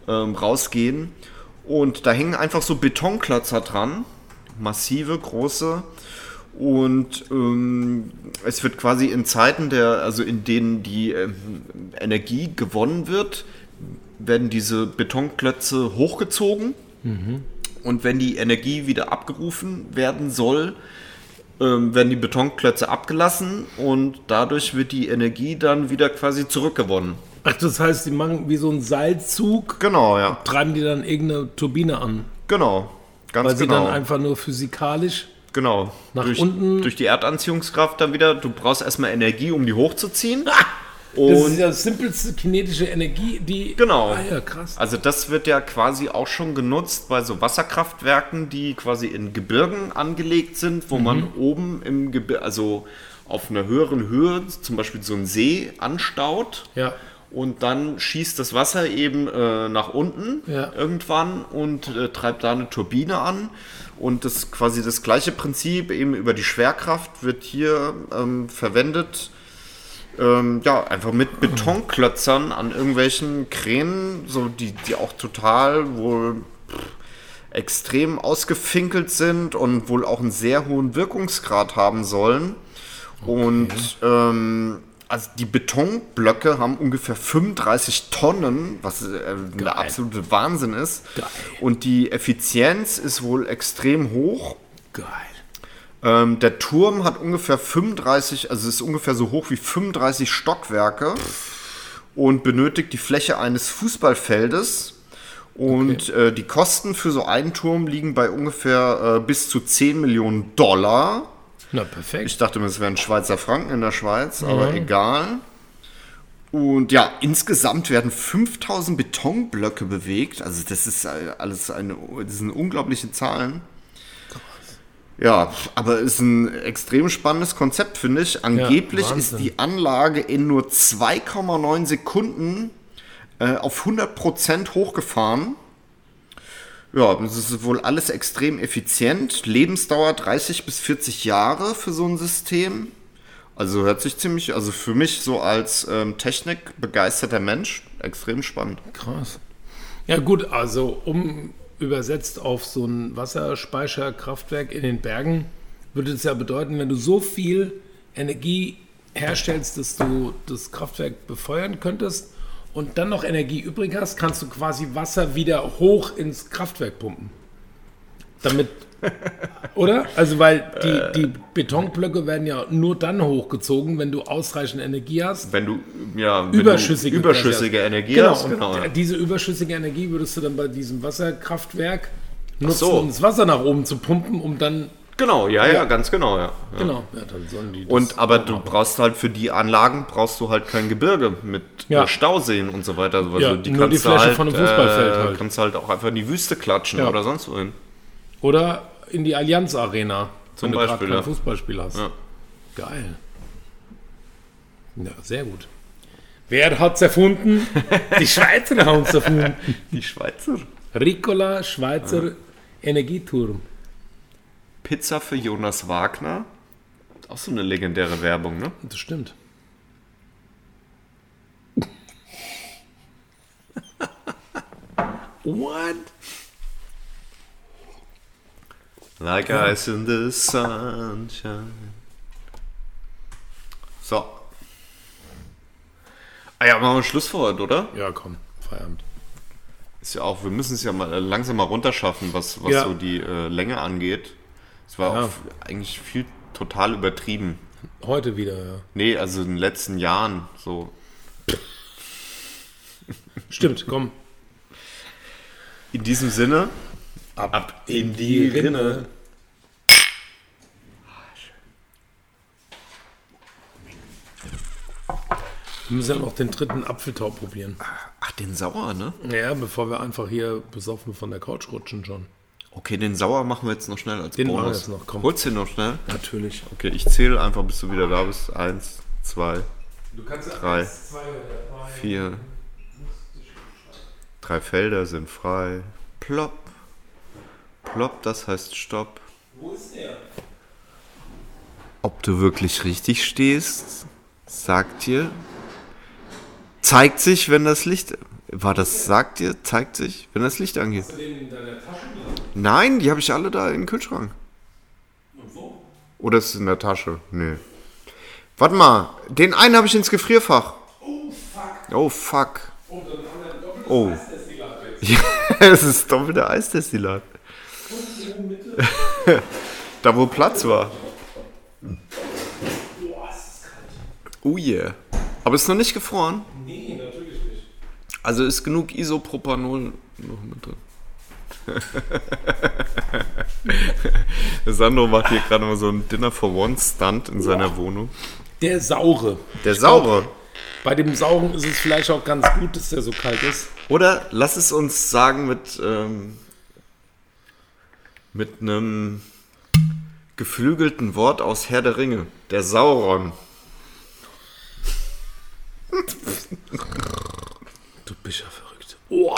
S2: ähm, rausgehen. Und da hängen einfach so Betonklötzer dran, massive, große. Und ähm, es wird quasi in Zeiten der, also in denen die ähm, Energie gewonnen wird, werden diese Betonklötze hochgezogen. Mhm. Und wenn die Energie wieder abgerufen werden soll, ähm, werden die Betonklötze abgelassen und dadurch wird die Energie dann wieder quasi zurückgewonnen.
S1: Ach, das heißt, die machen wie so einen Seilzug,
S2: Genau, ja.
S1: treiben die dann irgendeine Turbine an,
S2: Genau. Ganz
S1: weil sie
S2: genau.
S1: dann einfach nur physikalisch.
S2: Genau.
S1: Nach
S2: durch,
S1: unten.
S2: Durch die Erdanziehungskraft dann wieder. Du brauchst erstmal Energie, um die hochzuziehen.
S1: Das
S2: Und
S1: ist ja simpelste kinetische Energie, die.
S2: Genau.
S1: Ah ja, krass.
S2: also das wird ja quasi auch schon genutzt bei so Wasserkraftwerken, die quasi in Gebirgen angelegt sind, wo
S1: Mhm.
S2: man oben im Gebirge, also auf einer höheren Höhe, zum Beispiel so einen See anstaut.
S1: Ja.
S2: Und dann schießt das Wasser eben äh, nach unten
S1: Ja.
S2: irgendwann und äh, treibt da eine Turbine an. Und das quasi das gleiche Prinzip eben über die Schwerkraft wird hier ähm, verwendet. Ähm, ja, einfach mit Betonklötzern an irgendwelchen Kränen, so die, die auch total wohl pff, extrem ausgefinkelt sind und wohl auch einen sehr hohen Wirkungsgrad haben sollen. Und ähm, also die Betonblöcke haben ungefähr 35 Tonnen, was äh, der absolute Wahnsinn ist.
S1: Geil.
S2: Und die Effizienz ist wohl extrem hoch.
S1: Geil.
S2: Ähm, der Turm hat ungefähr 35, also ist ungefähr so hoch wie 35 Stockwerke und benötigt die Fläche eines Fußballfeldes. Und äh, die Kosten für so einen Turm liegen bei ungefähr äh, bis zu 10 Millionen Dollar.
S1: Na, perfekt.
S2: Ich dachte mir, es wären Schweizer Franken in der Schweiz, aber egal. Und ja, insgesamt werden 5000 Betonblöcke bewegt. Also das ist äh, alles eine, das sind unglaubliche Zahlen. Ja, aber ist ein extrem spannendes Konzept, finde ich. Angeblich ist
S1: Wahnsinn.
S2: die Anlage in nur 2,9 Sekunden äh, auf 100% hochgefahren. Ja, das ist wohl alles extrem effizient. Lebensdauer 30 bis 40 Jahre für so ein System. Also hört sich ziemlich, also für mich so als ähm, Technikbegeisterter Mensch extrem spannend.
S1: Krass. Ja, gut, also um übersetzt auf so ein Wasserspeicherkraftwerk in den Bergen, würde es ja bedeuten, wenn du so viel Energie herstellst, dass du das Kraftwerk befeuern könntest und dann noch Energie übrig hast, kannst du quasi Wasser wieder hoch ins Kraftwerk pumpen. Damit. Oder? Also, weil
S2: Äh.
S1: die, die Betonblöcke werden ja nur dann hochgezogen, wenn du ausreichend Energie hast,
S2: Wenn du ja wenn
S1: überschüssige,
S2: du überschüssige Energie
S1: genau,
S2: hast,
S1: und
S2: genau. ja.
S1: d- Diese überschüssige Energie würdest du dann bei diesem Wasserkraftwerk nutzen,
S2: so.
S1: um das Wasser nach oben zu pumpen, um dann
S2: Genau, ja, ja, ganz genau, ja. ja.
S1: genau. Ja, dann sollen die das
S2: Und aber du
S1: machen.
S2: brauchst halt für die Anlagen brauchst du halt kein Gebirge mit
S1: Ja.
S2: äh, Stauseen und so weiter. Also
S1: Ja, nur die
S2: du
S1: Fläche von einem Fußballfeld
S2: äh,
S1: halt.
S2: Kannst halt auch einfach in die Wüste klatschen
S1: Ja.
S2: oder sonst wohin.
S1: oder in die Allianz Arena,
S2: Zum
S1: wenn du
S2: Beispiel,
S1: gerade
S2: ja.
S1: kein Fußballspiel hast.
S2: Ja.
S1: Geil. Ja, sehr gut. Wer hat's erfunden? Die Schweizer haben's erfunden.
S2: Die Schweizer.
S1: Ricola Schweizer Energieturm.
S2: Pizza für Jonas Wagner. Auch so eine legendäre Werbung, ne?
S1: Das stimmt. What?
S2: Like ice in the sunshine. So. Ah ja, machen wir Schluss vor heute, oder?
S1: Ja, komm, Feierabend.
S2: Ist ja auch, wir müssen es ja mal äh, langsam mal runterschaffen, was, was
S1: Ja.
S2: so die äh, Länge angeht. Es war
S1: Ja.
S2: auch f- eigentlich viel total übertrieben.
S1: Heute wieder, ja.
S2: Nee, also in den letzten Jahren so.
S1: Stimmt, komm.
S2: In diesem Sinne,
S1: Ab,
S2: in die Rinne.
S1: Wir müssen ja noch den dritten Apfeltau probieren.
S2: ach, den Sauer, ne?
S1: Ja, bevor wir einfach hier besoffen von der Couch rutschen schon.
S2: Okay, den Sauer machen wir jetzt noch schnell als
S1: Den machen wir
S2: Bonus.
S1: jetzt noch, komm.
S2: Holst du den noch schnell?
S1: Natürlich.
S2: Okay, ich zähle einfach, bis du wieder da bist. Eins, zwei,
S1: Du kannst
S2: Drei. eins, vier. Drei Felder sind frei. Plopp. Plopp, das heißt Stopp.
S1: Wo ist der?
S2: Ob du wirklich richtig stehst, sagt dir. Zeigt sich, wenn das Licht. War das, sagt dir, zeigt sich, wenn das Licht angeht.
S1: Den in deiner Tasche?
S2: Nein, die habe ich alle da im Kühlschrank. Und wo? Oder ist es in der Tasche? Nee. Warte mal, den einen habe ich ins Gefrierfach. Oh fuck. Oh fuck. Oh. Ja, es ist doppelter Eisdestillat. da wo Platz war. Oh yeah. Aber es ist noch nicht gefroren. Also ist genug Isopropanol noch mit drin. Sandro macht hier gerade mal so einen Dinner for One Stunt in seiner Wohnung.
S1: Der saure.
S2: Der saure.
S1: Bei dem sauren ist es vielleicht auch ganz gut, dass der so kalt ist.
S2: Oder lass es uns sagen mit, ähm, mit einem geflügelten Wort aus Herr der Ringe. Der Sauron.
S1: Du bist ja verrückt. Oh.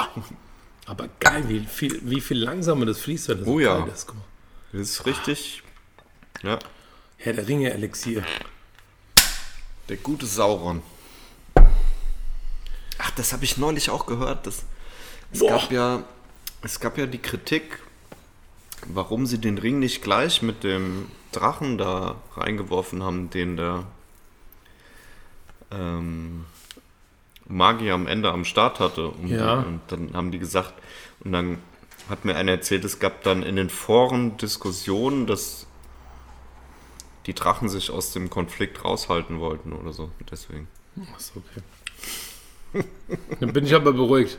S1: Aber geil, wie viel, wie viel langsamer das fließt, wenn das so
S2: Oh ja.
S1: kalt ist. Guck mal.
S2: Das ist richtig. Ja.
S1: Herr der Ringe Elixier.
S2: Der gute Sauron. Ach, das habe ich neulich auch gehört. Das, es,
S1: Boah.
S2: gab ja, es gab ja die Kritik, warum sie den Ring nicht gleich mit dem Drachen da reingeworfen haben, den der ähm, Magier am Ende am Start hatte. Und,
S1: Ja.
S2: und dann haben die gesagt, und dann hat mir einer erzählt, es gab dann in den Foren Diskussionen, dass die Drachen sich aus dem Konflikt raushalten wollten oder so. Deswegen.
S1: Achso, okay. Dann bin ich aber beruhigt.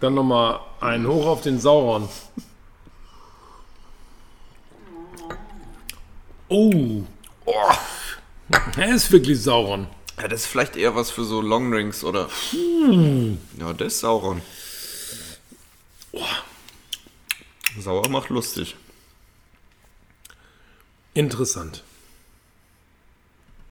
S1: Dann nochmal ein Hoch auf den Sauron. Oh. Er ist wirklich Sauron.
S2: Ja, das ist vielleicht eher was für so Longrings oder. Ja, das ist Sauron. Sauer macht lustig.
S1: Interessant.